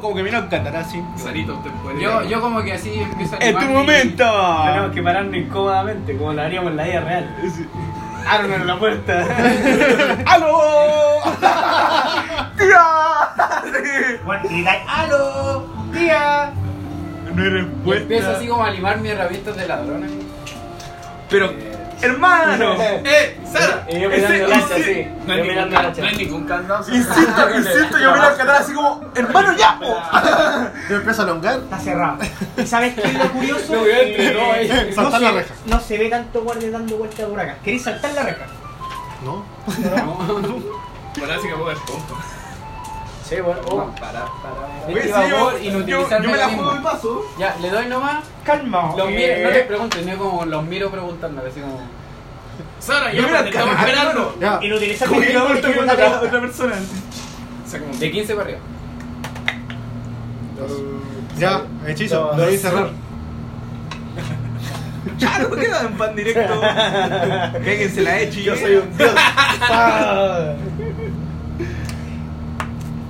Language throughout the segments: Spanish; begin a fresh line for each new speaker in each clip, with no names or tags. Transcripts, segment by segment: como que me lo encantará así.
Sarito, usted puede.
Yo, yo como que así empiezo a
¡En tu
animarme y-
momento!
Tenemos que pararnos incómodamente, como lo haríamos en la vida real. Armen la puerta.
¡Aló! ¡Tía!
Bueno, y like, ¡Aló! ¡Tía!
No hay
y empiezo
respuesta.
así como a limar mis herramientas de ladrones.
Pero, hermano,
¡Eh! ¡Sara!
Y yo
Ese-
mirando la hacha
ese-
así.
No
Yo
hay, ningún,
mirando la
can-
hacha.
no hay ningún candado.
insisto, insisto, yo me lo encantará así como, hermano, ya. po".
Yo empiezo a alongar,
Está cerrado. ¿Y sabes qué es lo curioso?
No,
Que
entre, no, ahí.
se-
saltar la reja.
No se ve tanto guardia dando vueltas por acá. ¿Queréis saltar la reja?
¿no?
Parece que puedo esponja.
Sí, bueno. oh.
Para, para.
Oye,
Este
Pues sí,
vapor
yo, yo,
inutilizable
yo me la
ahora
juego el
mismo.
paso.
Ya, le doy nomás.
Calma.
Los
eh.
miro, no les pregunto, sino como los miro preguntando, así como.
Sara,
Yo
ya
me la
te estamos
cago,
esperando.
Ya,
Inutilizar
Como que la
tiempo,
vuelta con
la
otra,
reja.
otra persona.
Saca un-
De 15 para arriba.
ya, hechizo,
Dos.
lo voy a cerrar.
Ya no queda en pan directo. Péguense la ¿eh? hechi.
Yo soy un dios.
Ah.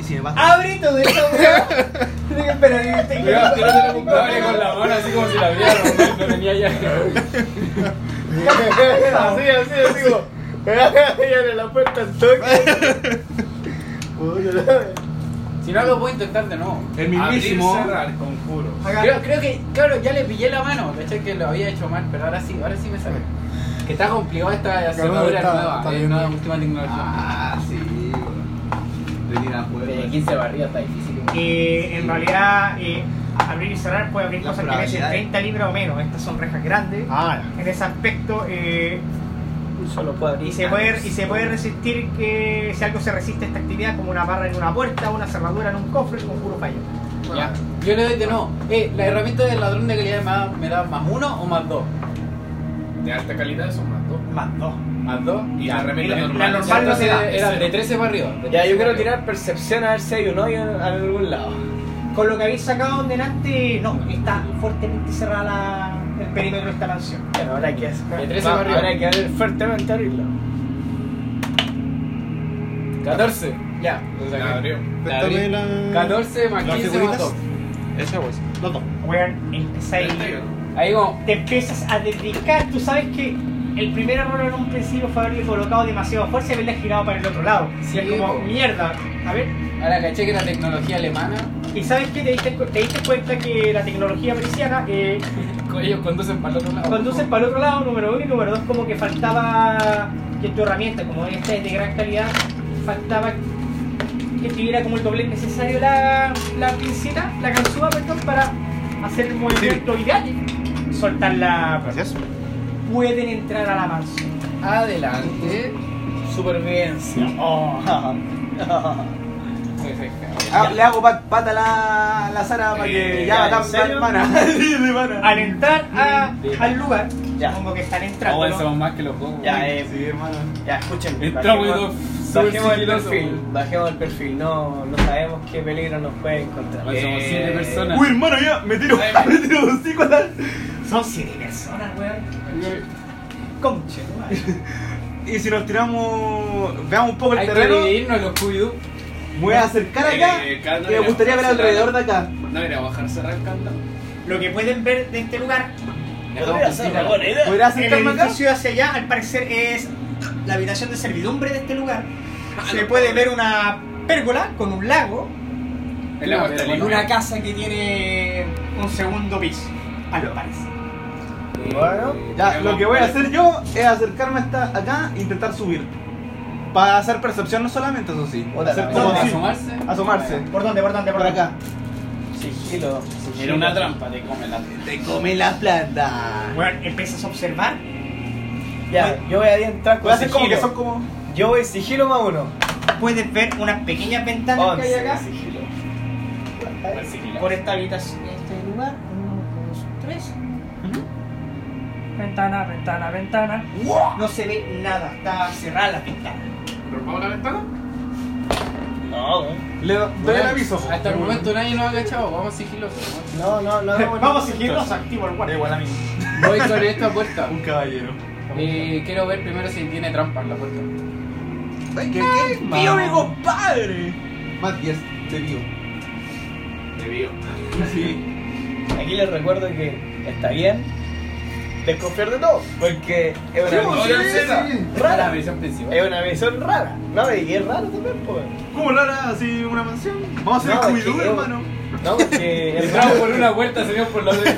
Y si me pasa.
Abre todo eso, Tienes que esperar. y te- eh,
Lo abre con la mano, así como si la abriera, no, no tenía ya.
así, así, así como. Abre la puerta al toque.
Si no, lo puedo intentar de nuevo.
El mismísimo.
Abrir, cerrar, conjuro.
Acá.
Creo, creo que, claro, ya le pillé la mano, caché que lo había hecho mal, pero ahora sí, ahora sí me sale. Que está complicado esta cerradura
está-
nueva,
está
es
bien.
nueva última tecnología.
Ah, sí. Venir a jugar.
Eh,
De 15 barridas está difícil.
Eh, en realidad, eh, abrir y cerrar puede abrir
Las
cosas que meten
probabilidades.
30 libras o menos. Estas son rejas grandes.
Ah,
En ese aspecto, eh,
Solo puedo abrir.
y, se puede, y se puede resistir que si algo se resiste a esta actividad, como una barra en una puerta, una cerradura en un cofre, un puro fallo.
Ya. Yo le doy de nuevo. Eh, ¿La herramienta del ladrón de calidad me da, me da más uno o más dos?
De alta calidad son más dos.
Más dos.
Más dos.
Y
Ya.
la remera
La-
normal.
la
Ya,
normal no se
entonces
da.
Era de 13 para arriba. de
Ya, yo
13 para
quiero
arriba.
tirar percepción a ver si hay un hoyo en algún lado.
Con lo que habéis sacado delante, no, está fuertemente cerrada la- el perímetro de esta canción.
Bueno, ahora hay que
De
hacer.
13
va-
para arriba.
Ahora hay que abrir fuertemente abrirlo.
14. Ya. lo saqué.
La abrió.
La abrí.
Préstame
Mm.
la-
14 más
las
15 más
figuritas.
2.
Esa voz.
los dos.
Weón, empezáis.
Ahí como.
te empiezas a dedicar. Tú sabes que el primer error en un principio fue haberle colocado demasiada fuerza y haberle girado para el otro lado.
Sí,
Y es como,
po.
mierda. A ver,
Ahora caché que era tecnología alemana.
y sabes que te diste, cu- te diste cuenta que la tecnología persiana eh,
Ellos conducen para el otro lado.
conduce para el otro lado, número uno, y número dos, como que faltaba que tu herramienta, como esta es de gran calidad, faltaba que tuviera como el doble necesario la, la pincita, la ganzúa, perdón, para hacer el movimiento ideal. Soltar la.
Gracias.
Pueden entrar a la mansión.
Adelante.
Supervivencia.
Ah, le hago pat- pata a la, la Sara para que
Eh,
ya
ya,
va
¿en
tan tan
serio?
pana. De pana.
al entrar a-
Sí.
al lugar,
Ya.
supongo que están
Ah,
entrando.
bueno,
¿no?
somos más que los juegos.
Ya, eh,
Sí, hermano.
ya, escuchen.
Entramos y
bajemos-
dos.
Bajemos el perfil, bajemos el perfil, no, no sabemos qué peligro nos puede encontrar.
Bueno, somos
Eh,
siete personas.
Uy, hermano, ya me tiro, me tiro los cinco a la-
Son siete personas, weón. Conche, tu madre.
Y si nos tiramos, veamos un poco el
Hay que
terreno,
dividirnos en los Scooby-Doo.
me voy a acercar acá
Eh,
y
Carlos,
me gustaría ver
mira,
alrededor de acá.
No era bajar cerrar el candado.
Lo que pueden ver de este lugar,
Podría ser una buena idea.
¿Podría
el
acercarme acá?
edificio hacia allá, al parecer es la habitación de servidumbre de este lugar.
Ah,
Se puede ver una pérgola con un lago
El agua está
y
limpia.
una casa que tiene un segundo piso, al parecer.
Bueno,
Ya, lo que voy a hacer yo es acercarme hasta acá e intentar subir. Para hacer percepción no solamente, eso sí.
Otra
Hacer
vez.
como así,
asomarse.
asomarse.
¿Por dónde? ¿Por dónde?
Por acá.
Sigilo.
Era una trampa, te comen la
Te come la planta.
Bueno, empiezas a observar.
Ya, yo voy a entrar con
Voy a hacer como que
sigilo.
son como...
Yo voy sigilo más uno.
Puedes ver unas pequeñas ventanas
Oh,
que hay
Once
acá.
de sigilo.
por esta habitación, este lugar, uno, dos, tres. Ventana, ventana, ventana. No se ve nada, está cerrada la ventana.
¿Rompamos la ventana?
No,
Le do- doy el aviso. po.
Hasta el momento nadie nos ha agachado, vamos sigilosos.
no, no, no. no
Vamos a seguirnos activo el
Da
guardia.
igual a mí.
¿no? Voy con esta puerta.
Un caballero.
Eh, quiero ver primero si tiene trampa en la puerta.
¡Ay, qué tío, mi compadre! Más 10, te digo.
Debido.
Sí.
Aquí les recuerdo que está bien desconfiar de todo, porque es una
Sí,
visión
sí,
Esta es la
rara.
versión principal.
Es una visión rara, ¿no? Y es raro también, pues.
¿Cómo rara así una mansión? Vamos a
No,
hacer
es
Scooby-Doo,
que-
hermano.
No, porque es
Entramos
raro.
por una vuelta, señor, por la otra.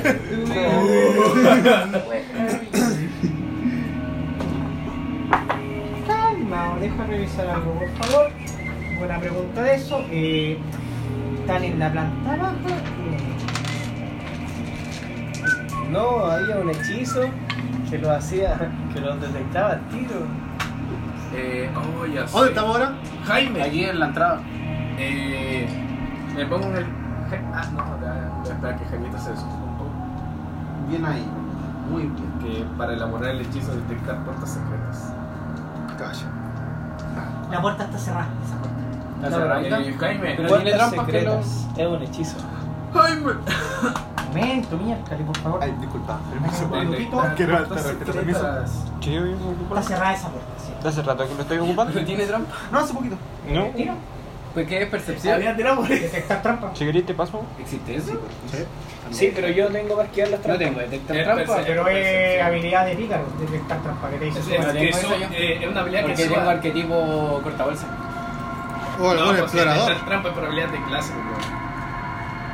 Calma, deja revisar algo, por favor. Buena pregunta de eso. Eh, están en la planta baja. Eh,
No, había un hechizo que lo hacía, que lo detectaba al tiro.
Eh, oh, ya sé.
¿Dónde estamos ahora?
Jaime.
Aquí en la entrada.
Eh, me pongo en el. Ah, no, ya, ya, espera que Jaimito se desocupe un poco.
Bien ahí.
Muy bien. Que para elaborar el hechizo detectar puertas secretas.
Calla.
la puerta está cerrada. esa puerta.
¿La cerradita?
Eh, Jaime.
Pero tiene
Puertas
trampas que
secretas. Es un hechizo.
Jaime.
Momento, miércale, por favor.
Ay, disculpa.
Permiso. Un minutito.
Quiero
Puertas
alterar este
secretas.
eh,
Está cerrada esa puerta, sí.
Hace rato que lo estoy ocupando.
¿Pero tiene trampa?
No, hace poquito.
No.
Tiro.
Pues que es percepción.
Detectar trampa.
Si queréis te paso.
¿Existe eso?
Sí, pero yo tengo para esquivar las
No
trampas.
tengo detectar
Es
trampa.
percepción.
Pero es Pues, eh, habilidad de pícaro, detectar trampa que te dice
Es,
su
es
madre.
que
eso
eso,
yo.
eh, es una habilidad que
Porque
suba.
tengo arquetipo cortabolsa.
Oh,
No,
un
pues,
explorador.
detectar trampa es por habilidad de clase. weón.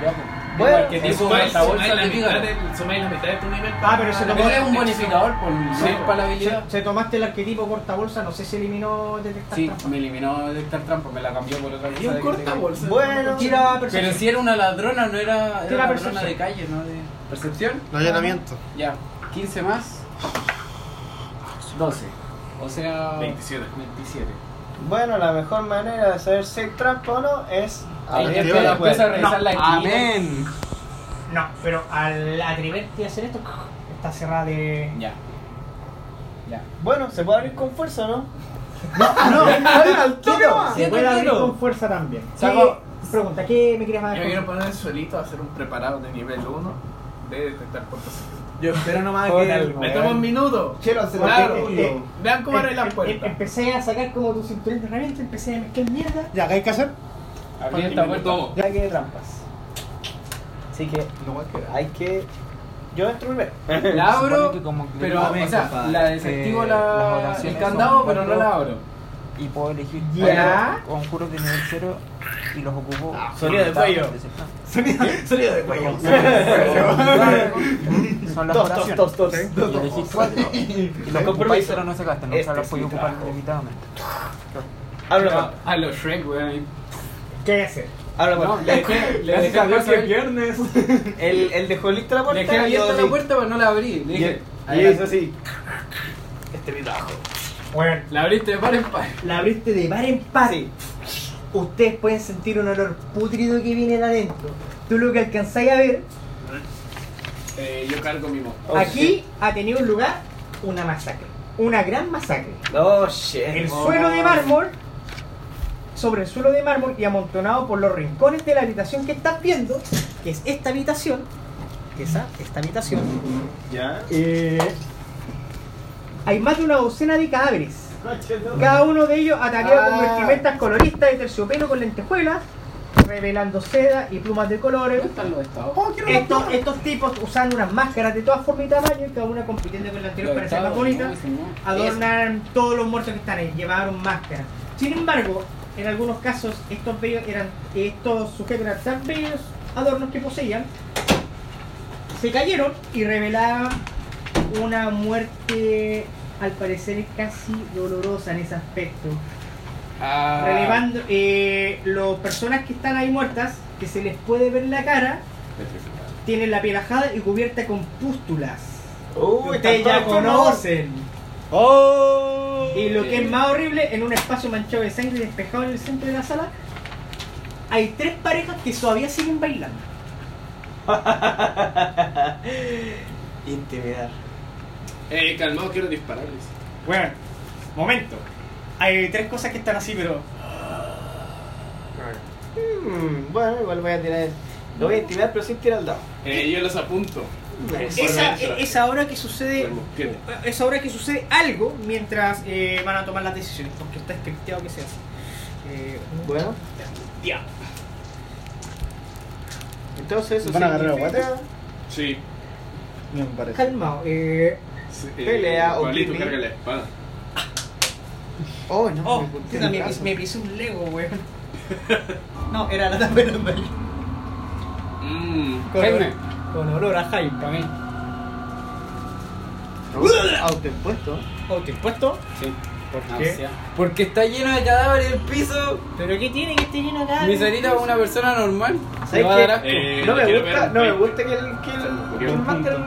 Ya, pues.
Bueno,
Tengo arquetipo
Sumáis
cortabolsa
sumáis la
de
mitad
pícaro.
del- sumáis la mitad de tu nivel.
Ah, pero se
la
tomó-
Pero
mitad
es un
de-
bonificador, por no
Sí,
es para la habilidad.
Se, se tomaste el arquetipo corta bolsa, no sé si eliminó detectar
Sí,
trampa.
me eliminó detectar trampa, me la cambió por otra cosa.
Y un
de-
cortabolsa.
Bueno,
Tira
Pero
percepción.
si era una ladrona, no era,
Tira
era ladrona
percepción.
de calle, ¿no? De... ¿Percepción?
No allanamiento.
Ya, 15 más. 12. O sea...
27.
27.
Bueno, la mejor manera de saber si hay trampa o no es
Ahí
abrir
activa
empieza
pues.
la puerta.
empieza a revisar
No,
la esquina.
No, pero al atreverte a hacer esto, está cerrada de.
Ya. Ya.
Bueno, se puede abrir con fuerza, ¿no?
No, al
toque nomás.
Se puede abrir
Tranquilo.
con fuerza también.
Saco-
¿Qué- Pregunta, ¿qué me querías
Yo
mandar?
quiero poner el suelito a hacer un preparado de nivel 1 de detectar puertas secretas.
Yo espero nomás
Con
que.
algo.
Me tomo un minuto.
Quiero hacer
Claro.
algo.
Eh,
Vean cómo abre la
Em- em-
puerta.
Empecé a sacar como tu cinturón de herramienta, empecé a mezclar mierda.
Ya, ¿qué hay que hacer?
Abrí esta puerta.
Ya que hay trampas. Así que
No voy a quedar.
hay que. Yo entro primero.
La abro,
Supone que como que-
pero,
A ver,
o sea,
compadre,
la desactivo
eh, las
la, el
oraciones
candado,
son
pero no
cuatro
la abro.
Y puedo elegir
Ya.
cuatro conjuros de nivel 0 y los ocupo.
Ah, sonido de cuello.
Sonido de cuello.
Son las
Dos, dos,
oraciones.
dos, dos. Este
Y elegís cuatro. Y los ocupáis, pero no se pues, gastan. O sea, los podéis ocupar limitadamente.
Abro la puerta.
A los Shrek, weón.
¿Qué hay que hacer?
Abro la
No,
puerta.
le dejé, le dejé
Gracias a
abierta
Dios que es viernes.
Él, él dejó lista la puerta.
dejé
y yo
abierta la
di-
puerta, pero no la abrí. Le
Y, y
dije, adelante.
hizo así.
Bueno,
la abriste de par en par.
la abriste de par en par.
Sí.
Ustedes pueden sentir un olor pútrido que viene de adentro. Tú lo que alcanzáis a ver,
Eh, yo cargo mi moto.
Oh,
aquí ha tenido lugar una masacre. Una gran masacre.
No, shit.
El suelo de mármol, sobre el suelo de mármol y amontonado por los rincones de la habitación que estás viendo, que es esta habitación, que esa, esta habitación, Eh,
Ya.
hay más de una docena de cadáveres. Cada uno de ellos ataqueado con
Ah.
vestimentas coloristas de terciopelo con lentejuelas, revelando seda y plumas de colores.
¿Dónde están los estados?
Estos, estos tipos usan unas máscaras de todas formas y tamaño, cada una compitiendo con la anterior
Los
para ser más
estados,
bonita.
no, ese no.
adornan todos los muertos que están ahí, llevaron máscaras. Sin embargo, en algunos casos estos bellos eran estos sujetos eran tan bellos adornos que poseían se cayeron y revelaban una muerte al parecer casi dolorosa en ese aspecto.
Ah.
Relevando eh, las personas que están ahí muertas, que se les puede ver la cara, tienen la piel ajada y cubierta con pústulas.
Uh,
Ustedes ya conocen.
Oh.
Y lo que es más horrible, en un espacio manchado de sangre y despejado en el centro de la sala, hay tres parejas que todavía siguen bailando.
Intimidar.
Eh, calmado, quiero dispararles.
Bueno, momento. Hay tres cosas que están así, pero.
Mm, bueno, igual voy a tirar. Lo voy a intimidar, pero sin tirar el dado.
Eh, yo los apunto.
Esa, es ahora que sucede.
Bueno, ¿qué?
Es ahora que sucede algo mientras eh, van a tomar las decisiones, porque está scripteado que se hace. Eh,
Bueno.
ya.
Entonces eso
¿Van a agarrar
significa-
Sí.
Me parece.
Calmado, eh.
sí,
Pelea o
Pablito,
Kimi.
carga la espada.
Oh, no.
Oh,
me corté el
puta, me,
brazo.
me pisé un Lego, weón. No, era la tapa normal.
Mmm.
Con,
Jaime.
olor- con olor a Jaime.
Para mí.
Autoimpuesto.
Eh,
Autoimpuesto.
¿Por
qué?
Porque está lleno de cadáveres el piso.
¿Pero qué tiene que esté lleno acá?
Mi Sarita es una persona normal.
¿Sabes
va a
qué?
dar asco.
Eh,
No me
quiero
gusta,
ver
no me
un
gusta que el, que el, que el Master.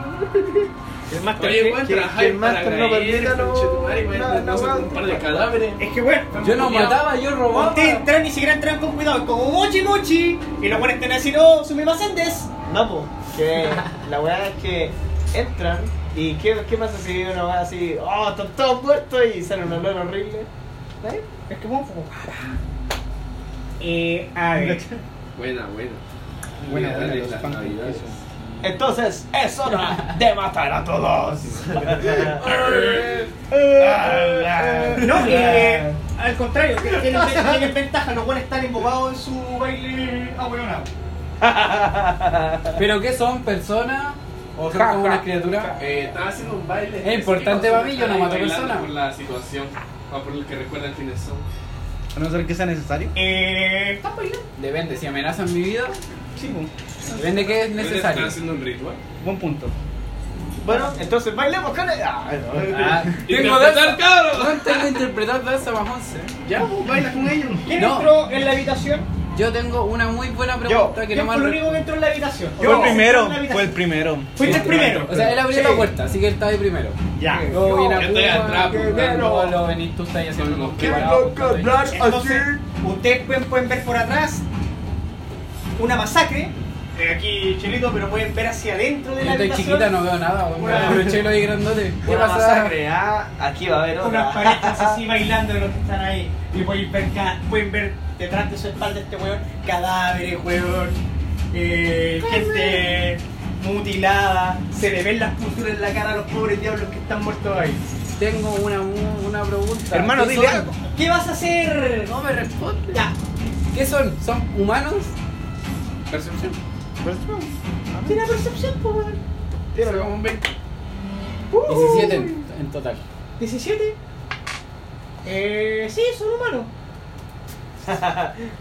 El Master.
Oye,
que-
weón,
que- que
trabajáis
el
para
Master no
creer,
permita
conchetumare, weón,
no.
no
No,
sé,
no,
un par de cadáveres.
Es que bueno.
Yo no mataba, yo robaba.
Ustedes traen ni siquiera entran con cuidado, como mochi mochi. Y los buenos están así, no, sumimasendes.
No, po, que la weá es que entran y ¿qué, qué pasa si uno va así, oh, están todos muertos y sale un olor horrible? ¿Eh?
Es que bueno. pues. Eh, a ver.
Buena, buena.
Buena, buena,
Navidades,
los
las
fans de
navidades.
queso.
Entonces es hora de matar a todos.
Eh,
No, eh. Al contrario, que- que no sé-
Tienen ventaja, los buenos están embobados en su baile abuelonado.
¿Pero qué son? ¿Personas? ¿O son como una criatura?
Eh, estaba haciendo un baile.
Es importante para mí, yo no
Ay,
mato
bailando
personas.
Por la situación, o por lo que recuerda el fin de semana.
A no ser que sea necesario.
Eh. ¿Están bailando?
Depende, si amenazan mi vida,
Sí, bu-
pues.
depende que es
Están
necesario.
haciendo un ritual.
buen punto.
bueno, entonces bailemos con él. Ah, no.
Ah, tengo danza. No tengo interpretar danza más 11.
Ya, pues, baila con ellos.
¿Quién
No.
entró en la habitación?
Yo tengo una muy buena pregunta que
¿Quién
no
fue
mal
el único que entró en la habitación?
Yo el primero,
¿Quién entró en
fue el
la habitación?
primero.
Fuiste el primero.
O sea, él abrió
Sí.
la puerta, así que él está ahí primero.
Ya.
Luego viene a
Yo estoy
Cuba,
atrás,
que
pues,
no lo venís tú, estás haciendo
Con los
los
que
Entonces, ustedes pueden, pueden ver por atrás una masacre. Eh, Aquí Chelito, pero pueden ver hacia adentro de
Yo
la
estoy
habitación.
chiquita, no veo nada, weón.
Una-
Aproveché lo ahí grandote. ¿Qué
Una
pasa?
masacre, ah, aquí va a haber
unas
otra.
parejas así bailando de los que están ahí. Y pueden ver, ca- pueden ver detrás de su espalda este weón cadáveres, weón. eh, gente mutilada. Se le ven las punturas en la cara a los pobres diablos que están muertos ahí.
Tengo una, mu- una pregunta.
Hermano,
¿Qué
dile
son?
algo.
¿Qué vas a hacer?
No me responde.
Ya.
¿Qué son? ¿Son humanos?
Percepción.
Tiene percepción, po, weón. Uh.
Tira como un 20.
17 en, en total.
17. Eh, sí, son humanos.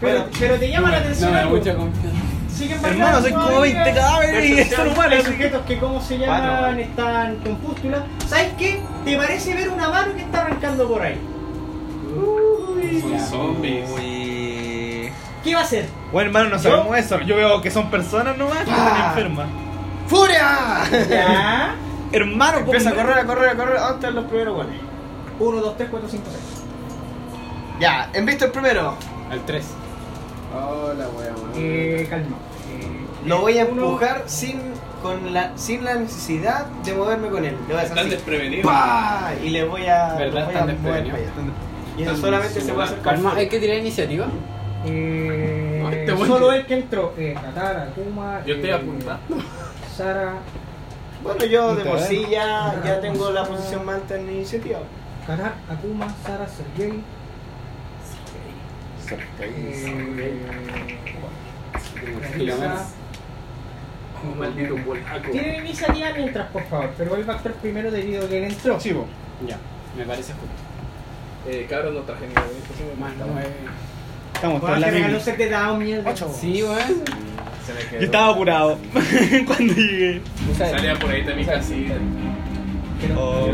Pero,
Bueno,
pero te llama la
No
atención.
me da
algo.
mucha confianza.
Siguen
Hermano, soy como 20 cadáveres y son
Hay
humanos.
sujetos que como
Ah,
se llaman
Cuatro, vale.
están con pústulas. ¿Sabes qué? ¿Te parece ver una mano que está arrancando por ahí?
Son zombies.
Uy.
¿Qué va a hacer?
Bueno, hermano, no sabemos eso. Yo veo que son personas nomás que
Ah.
están enfermas.
¡Furia!
Ya.
Hermano,
Empieza a
ponme-
correr, a correr, a correr. ¿Dónde están los primeros goles?
1, 2, 3, 4, 5, 6.
Ya, en visto el primero.
Al 3.
Hola, weón.
Eh, calma.
Lo voy a empujar sin, con la, sin la necesidad de moverme con él. Le voy a hacer
Están
así.
desprevenidos.
¡Pah! Y le voy a.
¿Verdad?
lo voy
Están
a mover
desprevenidos.
para allá. Y
Están
eso solamente se puede
desesperados.
hacer con
Calma, hay que tirar iniciativa.
Eh,
Este güey.
solo el que entró. Eh, Katara, Kuma.
Yo estoy
eh,
apuntando.
Sara.
Bueno, yo de
Puta,
por
¿eh?
sí Ah, ya, ya tengo la posición más alta en la iniciativa.
Katara, Akuma, Sara, Sergei. Eh,
Filomena.
Un maldito polaco.
Tiene iniciativa mientras, por favor, pero él va a estar primero debido a que él entró.
Sí, bu.
Ya, me parece justo.
Eh, cabrón, no traje ni esto sí me
Más
mata.
nueve.
Estamos todos
Bueno,
en la
te regaló
misma.
set de dado, mierda.
Sí, weón.
Se me
Yo
quedó.
estaba apurado cuando llegué.
Usa el-
Salía por ahí de mi casita.
Oh.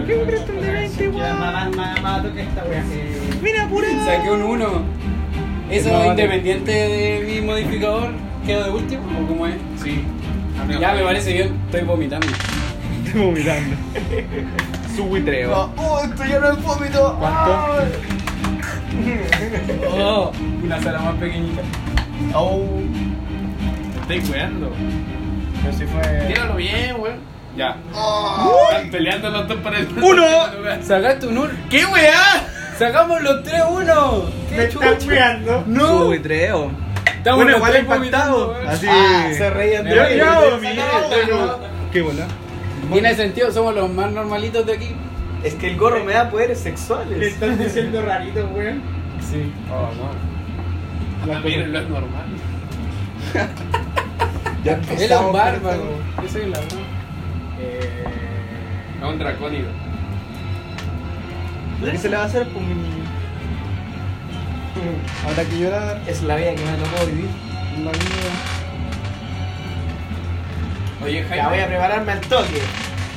Ya, más, más, más alto que esta wea. Eh,
Mira, apurado.
Saqué un 1. ¿Eso
No,
independiente de mi modificador quedó de último o cómo es?
Sí.
Ya me parece bien, estoy vomitando.
Estoy vomitando. Su buitreo.
¡Oh, estoy lleno de vómito!
¿Cuánto?
Oh, una sala más pequeñita.
¡Oh!
Me estoy weando.
Pero si fue.
Tíralo bien, weón. Ya.
¡Oh!
Están peleando los dos para el
Uno.
Sacaste un 1.
¿Qué weá?
Sacamos los 3-1.
me estás weando.
Su buitreo.
Estamos
Bueno,
los
igual
tres
impactado.
vomitando,
Así.
Ah, se reían de
Yo
mí.
miraba,
Se
miraba,
sacaron
yo-
la mano.
Qué bola.
weón. Tiene sentido, somos los más normalitos de aquí.
Es que el gorro me da poderes
Le
sexuales.
están diciendo rarito, weón.
Sí.
Ah, miren, lo es normal.
Ya
Él es un
empezamos.
bárbaro.
Yo soy el ladrón. Eh, a un dracónido.
¿Qué se le va a hacer? Pum. Habrá que llorar.
Es la vida que me tocó vivir.
La vida.
Oye, Jaime.
Ya voy a prepararme al toque.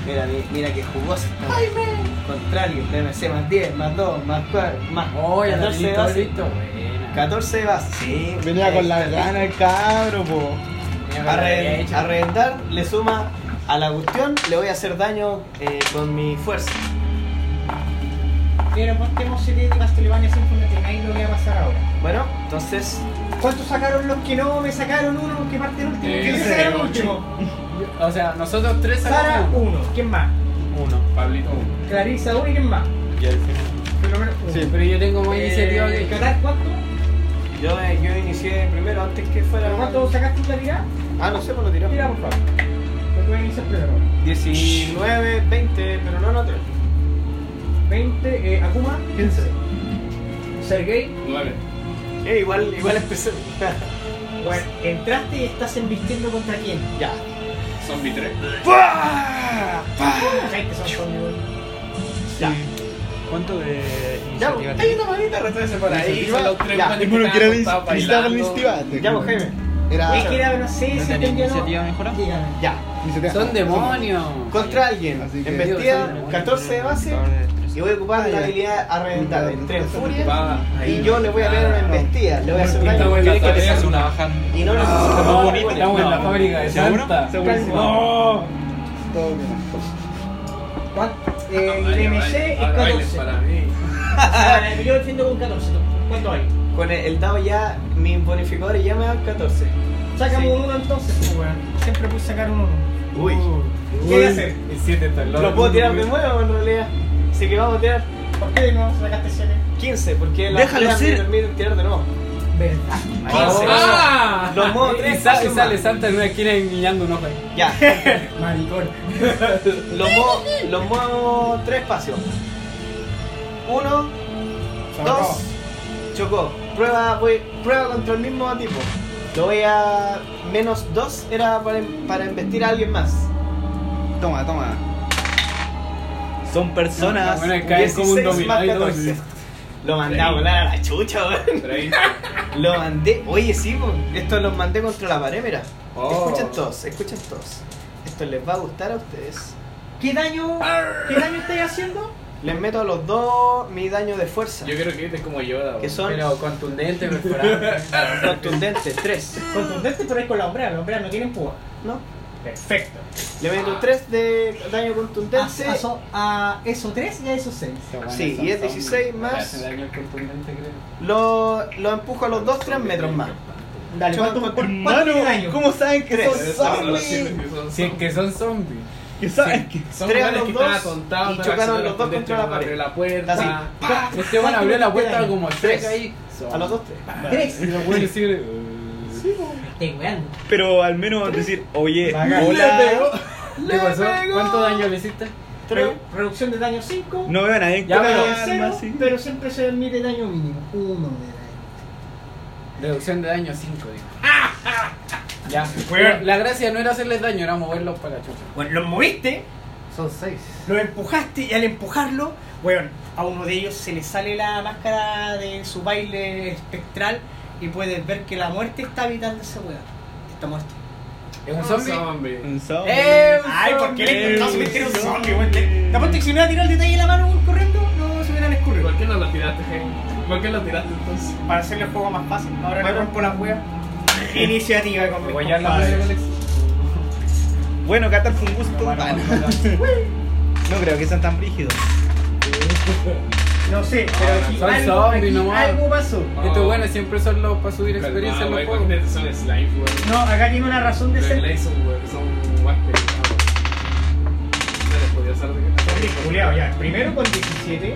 Mira, mi- mira que jugoso está. Contrario, DMC más 10, más 2, más 4, más.
Oh, ya
14
listo,
bases.
listo. Buena. Este.
14 de base. Sí.
Venía con la gana el cabro, po.
Mira,
A
lo
re-
había hecho.
a re-
Rentar le suma a la cuestión, le voy a hacer daño eh, con mi fuerza.
Pero montemos 7 de Castlevania Symphony of the Night, lo voy a pasar ahora.
Bueno, entonces
¿Cuántos sacaron los que no? Me sacaron uno, los que parte el último.
Eh,
¿Quién me
sí,
sacaron el
ocho.
último?
O sea, nosotros tres
Sara,
sacamos
uno. ¿Quién más?
Uno. Pablito.
Clarisa, uno y quién más.
Y al final.
Por lo menos uno.
Sí.
Pero yo tengo más iniciativa
Eh,
que
¿Catar cuánto?
yo, eh, yo inicié primero antes que fuera.
¿Pero cuánto sacaste la tirada?
Ah, no sé, pues lo tiramos.
Tira, por favor. Lo voy a iniciar primero.
19, 20, pero no no
20, eh, Akuma,
15.
Sergei.
Nueve.
Eh, igual, igual empecé.
Bueno, entraste y estás embistiendo contra quién.
ya.
Zombie 3.
Ay, que son conmigo.
¿Cuánto de iniciativa
Ya, pues,
tiene?
hay una manita retrasa por ahí.
Son los tres
Ya.
manes que
Ninguno quiere
estaban acostados
necesitaba la
bailando.
iniciativa.
Ya, pues, Jaime.
Es que
Era
era, no sé,
¿No tenía
si tenía no.
iniciativa mejora?
Dígame.
Ya.
iniciativa.
son demonios.
Contra alguien.
Así que-
Embestida, 14 de base. Y voy a ocupar la habilidad a reventar en tres furias.
Va,
Y yo le voy a pegar una embestida. Le voy a hacer daño.
Estamos en la
¿Quieres que te
tarea.
saque una?
baja?
Y no necesito.
Estamos en la fábrica de
¿Seguro?
Santa.
No.
Todo bien.
El Eh,
Ahora
DMC
baile-
es
ahora bailes
14.
para mí.
Ah, Yo defiendo con 14. ¿Cuánto hay?
Con el, el dado ya, mis bonificadores ya me dan 14.
Sácame
Sí.
un uno entonces, pues, weón. Siempre puse sacar un uno.
Uy.
¿Qué voy a hacer?
El 7 está al lado.
Lo puedo tirar de nuevo en realidad. Así que vamos a tirar
¿Por qué no sacaste 7?
15, porque la
Déjalo
pelea
ser.
me permite tirar de nuevo.
Verdad.
¡Ah!
Los modo
Y
3
sa- y sale Santa en una esquina y guiñando un ojo ahí.
Ya.
Maricón.
Los modo, los modo 3 pasos. 1, 2, chocó. Prueba, voy, prueba contra el mismo tipo. Lo voy a. Menos 2 era para, para investir a alguien más.
Toma, toma. Son personas.
Bueno, es caer como un
16
dominó
más
y todo.
14. Lo mandé a volar a la chucha, weón.
Tres.
Lo mandé, oye sí, po. esto los mandé contra la pared, mira.
Oh.
Escuchen todos, escuchen todos. Esto les va a gustar a ustedes.
¿Qué daño, ¿Qué daño estáis haciendo?
Les meto a los dos mi daño de fuerza,
Yo quiero que estés como Yoda.
que
weón.
son
Pero contundente, perforado.
contundentes, tres.
Contundente, pero es con la hombrera. La hombrera no tiene púa.
¿No?
Perfecto.
Le meto tres de daño contundente.
A, eso- a Ah, eso 3 y a eso 6.
Sí, y es 16 más. Lo, lo empujo a los dos, tres metros más.
Dale, ¿cuánto,
Hermano,
por- cuánto tiene daño?
¿Cómo saben que
Tres.
son
Son
zombies?
los siete que son
Si es que son zombies.
¿Qué saben que
Son
Tres a
manes
los
que
dos
estaban atontados,
y
estaban
chocaron
haciendo
los dos contra la
abrió
pared.
la puerta.
Así,
Ah,
Este bueno abrió la puerta como
Tres.
tres ahí.
A los dos, tres.
3.
Los güeyes siguen, eh,
Te wean.
Pero al menos decir, oye,
Le
hola.
¿Qué pasó? ¿Cuánto daño le hiciste?
Re- reducción de daño 5.
No veo a nadie
Ya,
con
pero-
arma,
Cero,
así.
pero siempre se admite daño mínimo. 1 de daño.
Reducción de daño 5, digo. Ya. La gracia no era hacerles daño, era moverlos para la chucha.
Bueno, los moviste,
Son 6.
los empujaste y al empujarlo, weón, a uno de ellos se le sale la máscara de su baile espectral y puedes ver que la muerte está habitando ese weón. Está muerto.
¿Es un zombie?
zombie.
Un zombie.
¡Eh! un
Ay, ¿por
zombie!
qué le no se metieron un zombie, weón? Te apuesto que si me hubiera tirado el detalle de la mano weón, corriendo, no se hubieran escurrido.
¿Por qué no lo tiraste, eh. Jaime? ¿Por qué lo tiraste entonces?
Para hacerle el juego más fácil. Ahora le rompo las weas. Iniciativa con mi compadre.
Bueno, Catar fue un gusto. Ah, No, No creo que sean tan brígidos.
No sé, pero aquí
Son
algo,
zombies
aquí
nomás.
algo pasó.
Estos buenos siempre son los para subir experiencia
Calmado,
en los
Pues güey,
juegos.
porque Son slime, weón.
No, acá tiene una razón de
Los
ser.
slime son, weón, son más pesados. No les podía hacer de
Juliado, ya. Primero con 17.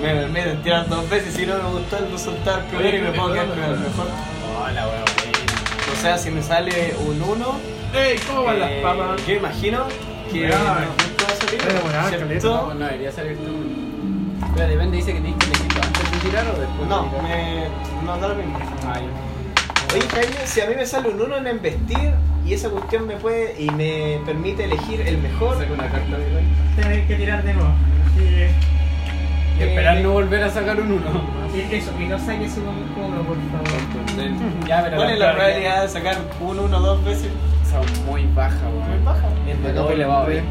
Me permiten tirar dos veces si no me gustó el resultado primero y me puedo quedar con el mejor.
Hola, weón.
O sea, si me sale un 1,
Ey, ¿cómo van
Eh,
las papas?
yo imagino que
Bueno,
no, esto va a salir,
bueno,
¿cierto?
No, no debería salir tú. Pero depende, dice que tienes que elegir antes de
de tirar o después
No,
de tirar?
me. No, da lo mismo.
Ah, ya.
Oye, Jaime, si a mí me sale un uno en embestir y esa cuestión me puede. y me permite elegir el mejor.
Saco una carta de rey.
Tener que tirar de nuevo.
eh,
Y,
Y esperar no volver a sacar un uno.
y eso, y no saques un uno, por favor.
Ya, pero
¿Cuál es la probabilidad de sacar un uno dos veces?
Son muy baja, weón. Muy baja. Es de todo elevado a 20.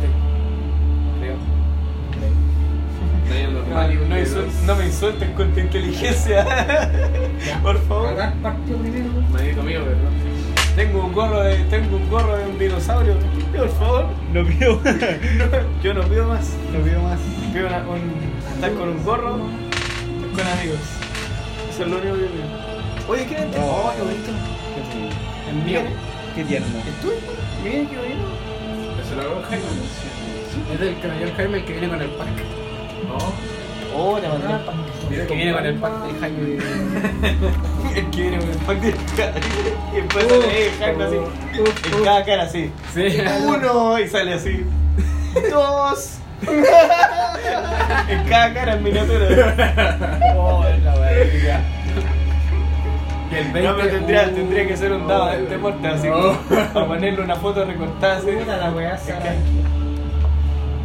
Creo.
Medio normal.
No,
Medio-
insul- no me insulten con tu inteligencia. Por favor.
Cagar partió primero.
medio conmigo, pero no.
Tengo un gorro de. Tengo un gorro de un dinosaurio. Por favor.
No pido.
Yo no pido más.
No pido más.
Pido una- un- estar con un gorro, estar con amigos. Eso es lo único que pido. Oye, ¿qué era este?
Oh, qué bonito. Qué bonito.
¿En mío?
Qué tierno.
¿Es tuyo? Miren qué bonito.
Eso lo hago Jaime.
Es del caballero Jaime el que viene con el pack.
No.
Oh, la mandé al pan.
Ah.
El que viene con el pack de Jaime.
El que viene con el pack de Y después
Ah,
sale eh, Jaime así. En cada cara así.
Sí.
Uno y sale así. Dos. en cada cara en miniatura.
Oh, es la verdad. Y
Ah,
el 20.
No, pero tendría,
uh,
tendría que ser un dado de
oh,
este porte así.
oh.
Para ponerle una foto recortada así.
Puta la weá,
Es que-
Sara.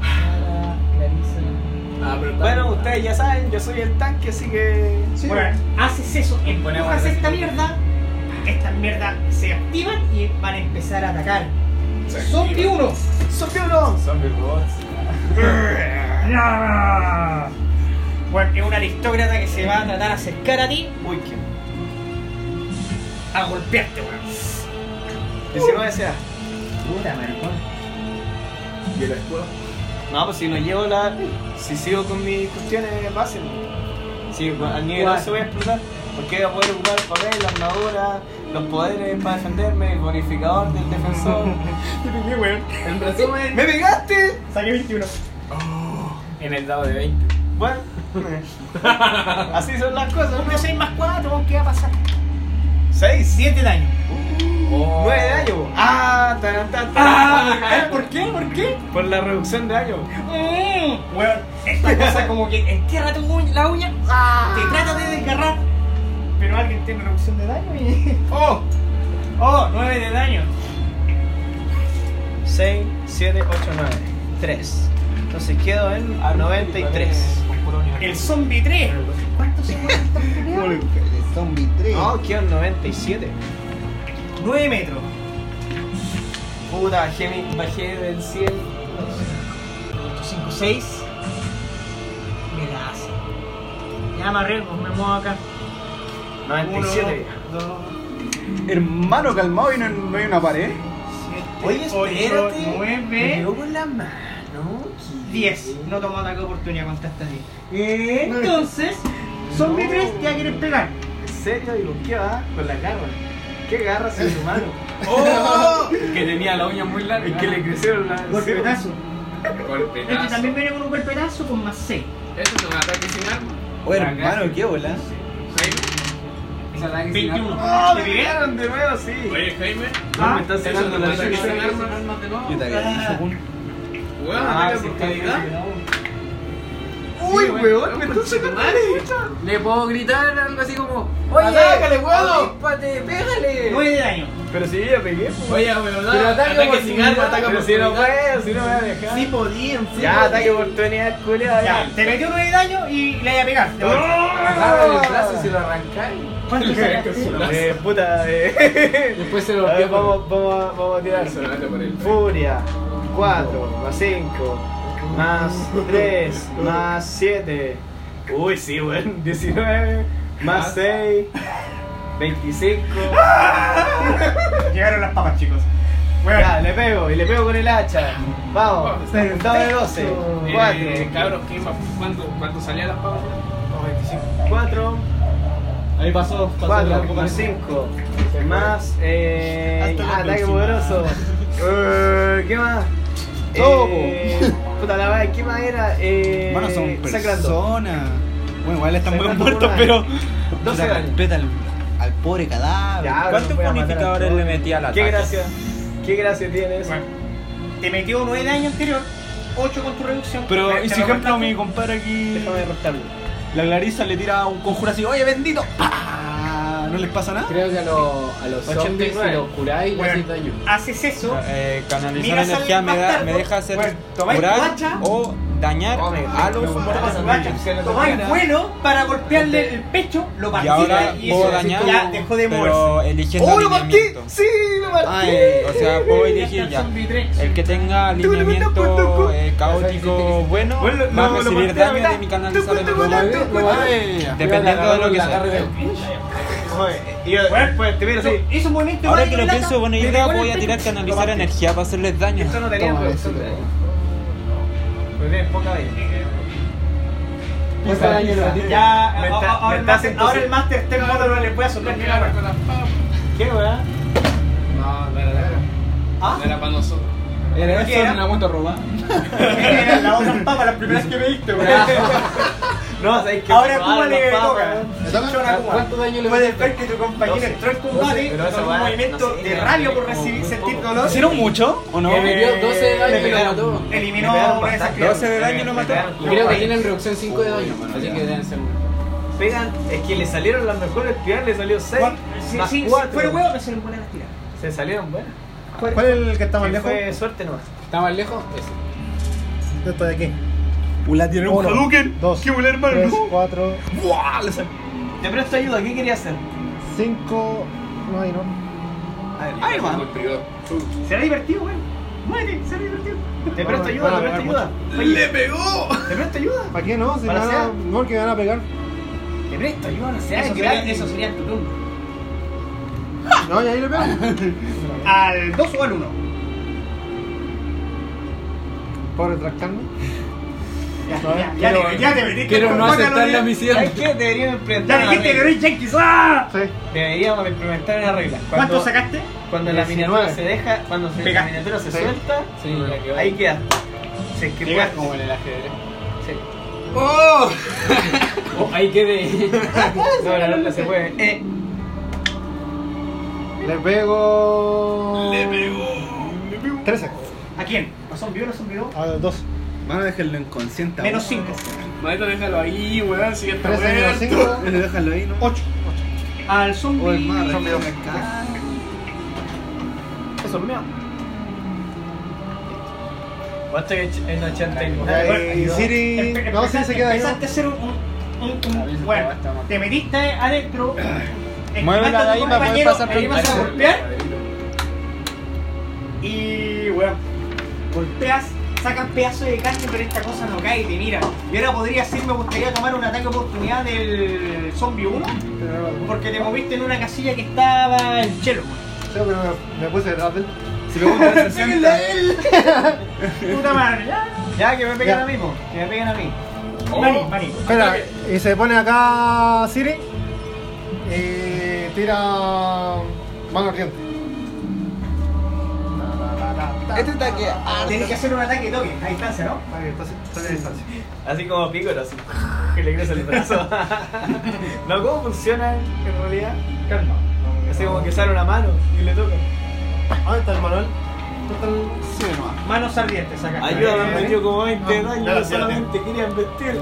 Sara, Clarisa.
Ah, pero
Bueno, ustedes ya saben, yo soy el tanque, así que.
Bueno, haces eso,
ponemos
empujas esta
resistencia.
mierda, estas mierdas se activan y van a empezar a atacar.
Se
Zombie
activa.
1.
¡Sofía uno!
Zombie robots.
Bueno, es un aristócrata que se va a tratar de acercar a ti
Uy, qué.
a golpearte, weón.
19 sea.
Puta maricón.
Y el escudo.
No, pues si no llevo la. Si sigo con mis cuestiones básicas. Si al nivel
Guay.
11 voy a explotar. Porque voy a poder ocupar el papel, la armadura, los poderes para defenderme, el bonificador del defensor.
En resumen,
¡Me pegaste!
Saqué 21.
en el dado de 20.
Bueno, así son las cosas.
Un de 6 más 4, ¿qué va a pasar?
6,
7 daños.
Oh.
9 de daño. po. Ah, tan, tan, tan.
Ah, ¿Por qué? ¿Por qué?
Por la reducción de daño.
Mm, Weón, esta cosa como que entierra tu uña, la uña, te trata de desgarrar, pero alguien tiene reducción de daño y. ¡Oh! ¡Oh! 9 de daño.
6, 7, 8, 9. 3. Entonces quedo en 93.
El zombie 3. ¿Cuántos son estos culiados?
Zombie 3.
No, quedo en 97.
9 metros.
Puta, bajé, mi- bajé del 100.
5, 6. Me la hace. Ya me arreglo, me muevo acá.
97.
Hermano, calmado y no, no hay una pared.
7,
Oye, espérate.
¿Eh?
9,
con la mano.
10. No tomó ataque de oportunidad contra esta 10. Entonces, zombie 3 ya quieres pegar.
¿En serio? Digo, ¿qué va? Con la garra. ¿Qué garra sin humano? Oh.
Que tenía la uña muy larga.
Es que le crecieron las.
Golpetazo. Este
Golpeazo.
también viene con un golpetazo con más 6.
Eso Este es un ataque sin arma.
Oh, hermano, qué bola.
Jaime.
Esa la que se
21.
llama-
¡Oh, me pegaron de nuevo, sí!
Oye, Jaime.
Ah,
me están
Eso es
sacando
un
la
ataque sin
sangre.
arma.
Yo te
Ah,
agradezco, Kun.
Weón,
Ah,
ataque
sí,
de
está bien,
oportunidad.
¡Uy, weón! ¡Me están sacando la
Le puedo gritar algo así como: ¡Oye!
Atácale, huevo.
¡Pate, pégale!
9 de daño.
Pero si yo ya pegué,
Oye, pero no.
Pero ataque
Ataque sin
oportunidad.
arma, ataque
Pero si no
oportunidad.
puedo, si no me voy a dejar.
Sí podían, sí.
Ya, ataque oportunidad, culiado.
Ya, te metió 9 de daño y le voy a pegar.
Agarra el brazo y se lo arrancáis.
¿Cuánto sacaste?
Eh, puta, eh.
Después se
A
lo
ver,
rompió con-
vamos, vamos, a- vamos a tirar.
Solamente por él.
Furia, 4 más 5 más 3 más 7. Uy, sí, weón. 19 más 6, 25.
Llegaron las papas, chicos.
Ya, le pego y le pego con el hacha. Vamos, un dado de 12.
Eh,
4,
Cabros, ¿qué más? ¿Cuánto, cuánto salía las papas?
4,
Ahí pasó, pasó
4
la-
más 5 más eh,
Hasta la
ataque
próxima.
poderoso. Eh, ¿Qué más?
Todo.
Eh, puta la madre, ¿qué más era? Eh,
Hermano, son
Sacrando.
personas. Bueno, igual están muy
Sacrando
muertos,
por
pero.
ahí. 12
Puta,
años.
Respeta al, al pobre cadáver.
Ya,
¿Cuántos
no voy a matar
bonificadores
a
le
todos.
metí al ataque?
¿Qué gracia? ¿Qué gracia tienes?
Bueno, Te metió 9 de daño anterior, 8 con tu reducción.
Pero,
Te
y si
lo
Este
ejemplo,
cortaste.
mi compadre aquí.
Déjame restarlo.
La Clarisa le tira un conjuro así, oye bendito. ¡Pah! No les pasa nada.
Creo que a, los- a los zombies si
89.
los curáis les
Bueno.
hacéis daño.
Haces eso.
Eh, canalizar
Miras al
energía me, da,
bastardo.
me deja hacer
Bueno, tomáis
curar
guacha.
o dañar
Ah,
a los
Tomáis
mortales.
tomáis vuelo para golpearle el pecho, lo
Y
partís
ahora
y
puedo
eso,
dañar,
ya dejó de moverse.
pero eligiendo
¡Oh, lo partí!
alineamiento.
¡Sí, lo partí!
Ay, o sea, puedo elegir ya. El que tenga alineamiento eh, caótico bueno
Bueno,
va
lo-
a
lo
recibir
golpea,
daño de
mira.
mi canalizador
Como-
energético.
como-
Dependiendo de lo que sea.
Joder, y yo
pues,
después te miro así.
Hizo un movimiento
Ahora
igual
que lo
lata,
pienso, bueno, yo
le
ahora
pegó en
voy
el
a
pecho.
tirar canalizar energía para hacerles daño.
Esto no tenía
Toma,
producción.
sí,
de-
bueno.
Pero tienes poca vida.
Pisa, pisa.
Ya,
Me está-
ahora- ahora
me
el
está
máster-
haciendo
ahora el Master está en modo, no le puede soplar ni una parte.
¿Qué, weá?
No, no era, no era.
¿Ah?
No era para nosotros.
Era
eso, era una
moto robada.
Eran las otras papas, las primeras que me diste, weón.
No, sabéis que.
Ahora
no,
Kuma
no,
le
pa,
toca.
weón.
Se escucha una Kuma.
¿Cuánto daño le
Puedes
metiste?
ver que tu compañero entró en combate
pero esa
con un
weá,
movimiento
no sé,
de
era
rabia por
como
recibir,
muy
sentir
poco.
dolor.
¿Hicieron mucho o no?
Le metió 12 de daño
Le
y lo
pegaron.
mató.
Eliminó una
Me pegaron
de esas
bastante.
criaturas.
12 de daño y lo
Me
mató.
pegaron
Y
como
Creo que
varios.
tienen reducción 5 de daño, mano, así que deben ser muertos.
Pegan, es que le salieron las mejores tiras, le salió 6.
Cuatro- Sí,
más
sí, sí,
cuatro.
fue huevo, pero se lo ponen a tirar.
Se salieron buenas.
¿Cuál es el que está más
Sí,
lejos?
Fue suerte nomás.
¿Está más lejos? Ese.
Yo estoy aquí.
Pula tiene un
Uno,
Hadouken.
dos,
¡Qué buena, hermano!
Tres, cuatro,
¡Buah! Le sal-
Te presto ayuda, ¿qué quería hacer?
cinco. No, ahí no.
Ay, man.
Será divertido, güey. Muere, será divertido. Te presto ayuda, te presto ayuda.
¡Le pegó!
Te presto ayuda.
¿Para qué no? Si
¿Para
me van a-
sea?
no, porque me van a pegar.
Te presto ayuda, no
Eso
seas
sería-
grande.
Eso sería tu turno.
No, y ahí le pego.
¿Al 2 o al 1?
¿Puedo retractarme?
Ya,
No,
ya, ya
quiero-
te- ya te metiste
Quiero
con
no
Juan,
aceptar
ya
la
lo-
misión.
¿Sabes qué? Deberíamos
Ya
implementar una
dijiste que
regla.
eres Jenkins. ¡Ah!
Sí.
Deberíamos implementar una regla.
¿Cuánto
Cuando-
sacaste?
Cuando la
19.
miniatura se deja, cuando se, la
Pegaste.
miniatura se
Sí.
suelta,
Sí, la que va.
ahí queda. Si es que
Llegas
puedes.
como en el ajedrez.
Sí.
¡Oh! oh ahí quedé.
No, la regla se puede. Eh,
Le pego. Le pego. 13.
¿A quién? ¿A zombie uno, zombie dos?
A 2.
Mano, déjenlo inconsciente.
Menos 5.
Manito, déjalo ahí, weón, si ya está
13 menos
muerto.
5.
Déjalo ahí, ¿no?
8.
Al zombie.
Oh, hermano,
zombie
me
dos.
cago.
eso es mío. ¿Cuánto es en 89?
Y
Empe-
Siri. No, sí,
empezaste-
se queda ahí. ¿no?
Empezaste a hacer un. un- un-
A ver si
bueno,
te basta, man.
te metiste adentro.
Muévela de ahí para poder pasar
Ahí vas a
pronto.
golpear. Y, bueno, golpeas, sacas pedazos de carne, pero esta cosa no cae y te mira. Y ahora podría ser, me gustaría tomar un ataque oportunidad del Zombie 1, porque te moviste en una casilla que estaba en chelo.
Sí, pero me- me puse detrás de él.
Si pegó un 360.
Puta madre, ya.
Ya, Oh. que me peguen
Ya.
a mí, po. que me peguen a mí.
Mani, Mani.
Espera, y se pone acá Siri. Y tira. Mano ardiente.
Este ataque.
Tienes que hacer un ataque de toque, a distancia, ¿no?
Ahí, está, está en distancia.
Así como pícoro, así. Que le crece el brazo. no, ¿cómo funciona en realidad?
Calma.
Así como que sale una mano y le toca.
¿Dónde está el manual?
Sí, hermano.
Manos ardientes, sacaste.
Ayuda, me han metido como 20
ya la
daños, solamente querían vestir.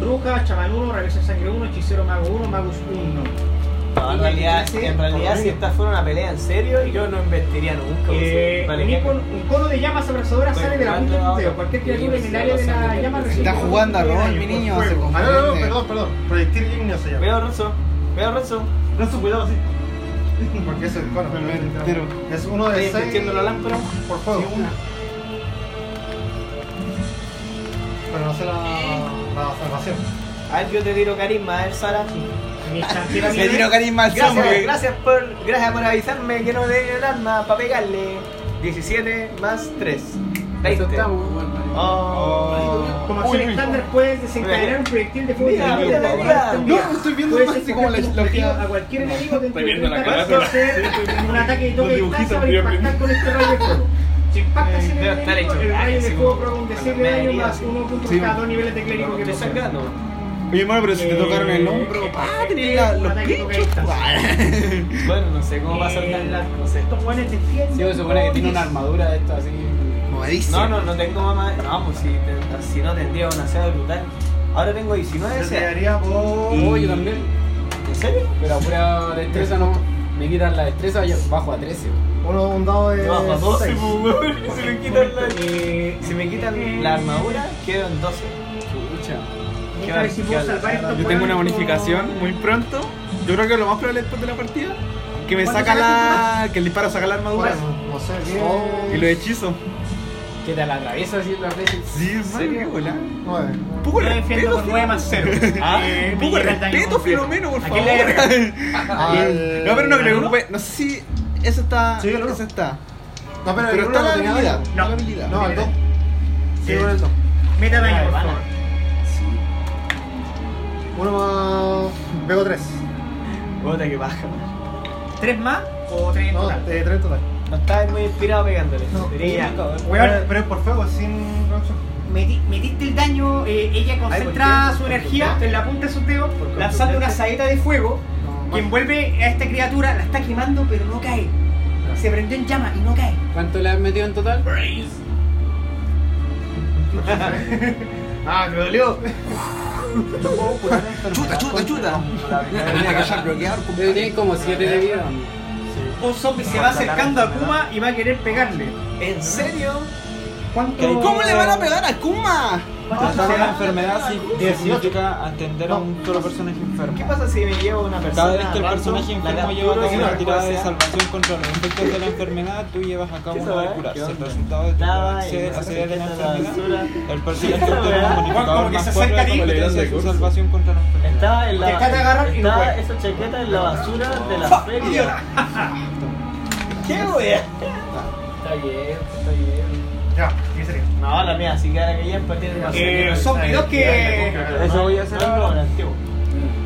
Bruja, chamán 1, revisa sangre 1, hechicero mago 1, magus 1.
No, en realidad, en realidad si
Horrible.
esta fuera una pelea en serio, yo no investiría nunca.
Eh,
Vale,
un,
ya-
icono- un cono de llamas abrasadoras
Estoy
sale de la punta de
jugando
tu dedo.
ahora.
Cualquier criatura en el
Sí,
área de
sí,
la
sí,
llama
sí.
recibe.
Está
un
jugando a
punto de
rol,
daño
mi
por
niño.
fuego.
Se
Ah, no, no, no,
comprende.
perdón, perdón. Proyectil ígneo se llama.
Cuidado, Renzo. Cuidado, Renzo.
Renzo, cuidado así. Porque es el cono. Pero es
Pues
uno de
Estoy
seis.
invirtiendo la lámpara.
Por juego. Pero no sé la, la salvación.
A ver, yo te tiro carisma, a ver, Sara.
Mi chantera
Le
mide-
tiró carisma al
Gracias,
zombie.
gracias por, gracias por avisarme que no le dio el arma para pegarle. 17 más 3. 20.
Eso está muy bueno.
Oh.
Como acción estándar puedes desencadenar un proyectil de fuego
Mira,
de enemigo.
mira,
Cuando
mira.
están
No,
bien,
estoy viendo
puedes
más así como la-
encontrar
la
un objetivo
ojea.
a cualquier enemigo dentro
Estoy
de
viendo la
30
cara,
pasos, hacer un ataque de toque de
Los
distancia para
dibujitos,
impactar con este rayo de fuego. Si impactas en el
Debe estar
enemigo,
hecho
el rayo de
así
fuego
como-
provoca un
con la
10 de daño
media,
más
así.
1.2
Sí,
cada dos niveles de clérigo que
Estoy
poseen.
sangrando.
Oye, hermano, pero si te tocaron el hombro.
Ah,
tenés la- los
pinchos.
Bueno, no sé cómo va a
Eh.
saltar el arco. No sé.
Estos buenos defienden.
Sí, se supone que tiene una armadura de esto así.
Movedísimo.
No, no, no tengo mamá. No, pues si, te- si no tendría una seda brutal. Ahora tengo 19
Yo
de
te
CA.
daría por.
Y-
Oh, yo también.
¿En serio?
Pero a pura destreza no. Me quitan la destreza, yo bajo a 13. weón.
Uno, un dado de.
No, bajo a 12,
seis.
pues, se me quitan la... Si me quitan la armadura, quedo en 12.
Chucha.
¿Qué
Vamos a
va-
ver si
qué
puedo
va-
salvar estos
Yo tengo una
cuantos-
bonificación muy pronto. Yo creo que lo más probable es después de la partida. Que me
¿Cuánto
saca
sacaste
la. Que el disparo saca la armadura. Oh.
Bueno, no sé, diez,
Y lo hechizo.
Que te la atraviesa así la flecha.
Sí, hermano, hola.
nueve.
Un poco
Yo
de
defiendo
respeto.
con 9 más Eh, 0.
Ah, un poco de respeto, Filomeno,
¿A
por favor.
quién le
Al-
No, pero no creo.
¿Al
pues, No sé si. Eso está.
Sí, el uno.
Eso está.
No, pero, el
Pero
uno
está
no
la
tenía
habilidad.
daño.
está
No.
la habilidad.
No, el dos.
Sí.
Sí, con el dos.
Meta daño, por favor.
Uno más. Pego tres.
Puta que baja.
¿Tres más o tres en
No,
total?
eh, tres total.
No estaba muy inspirado pegándole.
No.
Sería-
Weón,
Pero es por fuego, sin reacción.
meti- metiste el daño, eh, ella concentra su energía en la punta de sus dedos, lanzando una saeta de fuego que envuelve a esta criatura, la está quemando pero no cae. Se prendió en llama y no cae.
¿Cuánto le has metido en total?
Ah, me dolió.
Chuta, chuta, chuta.
Debe tener como 7 de vida.
Un zombie se va acercando a Kuma y va a querer pegarle.
¿En serio?
¿Cuánto?
¿Cómo le van a pegar a Kuma?
¿Cuánto
Tratar
se
una
va?
enfermedad sí- significa atender a un solo personaje enfermo.
¿Qué pasa si me llevo una persona?
Cada vez que el
random,
personaje
la
enfermo lleva a
capturo
cabo
y
una
la
tirada de
recuerdo?
salvación contra los efectos de la enfermedad, tú llevas a cabo
¿Qué
una de
sabe?
curarse.
¿Qué
El
onda?
resultado de tu
Nada,
curarse
y no sé
accede
qué
a la
es la
enfermedad.
basura.
El personaje
Esa
obtiene un
weá.
modificador
Como que
más
se
cuatro
acerca a ti,
de competencia de su salvación contra la enfermedad.
Estaba en la.
Te acaba de agarrar y no
estaba
puede.
esa chaqueta en la basura de la feria. ¿Qué wea?
Está bien, está bien.
Ya, ¿qué sería?
No, la mía, si queda que ya después tiene más.
Eh, zombie 2 que.
Eso voy a hacer ahora, antiguo.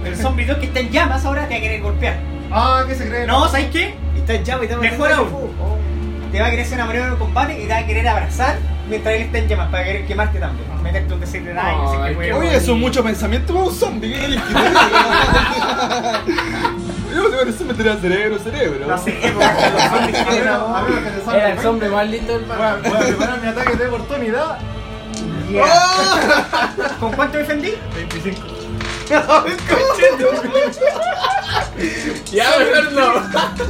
El zombie 2 que está en llamas ahora te va a querer golpear.
Ah, ¿qué se cree?
No, ¿sabes qué?
Está en llama y está
Mejor aún.
oh.
Te va a querer hacer una maniobra de combate y te va a querer abrazar mientras él está en llamas para querer quemarte también.
Ah.
Meterte un desastre de daño, no sé qué huevo.
Oye, eso es mucho pensamiento para un zombie. ¿Qué querés que te diga? Yo me parece meter al cerebro, cerebro.
No sé qué, porque los zombies
A menos-
tienen-
a menos que te salve.
Era el zombie más lindo del
Voy a
barrio.
voy a preparar mi ataque de oportunidad.
¿Con cuánto defendí?
Ya, mejor no.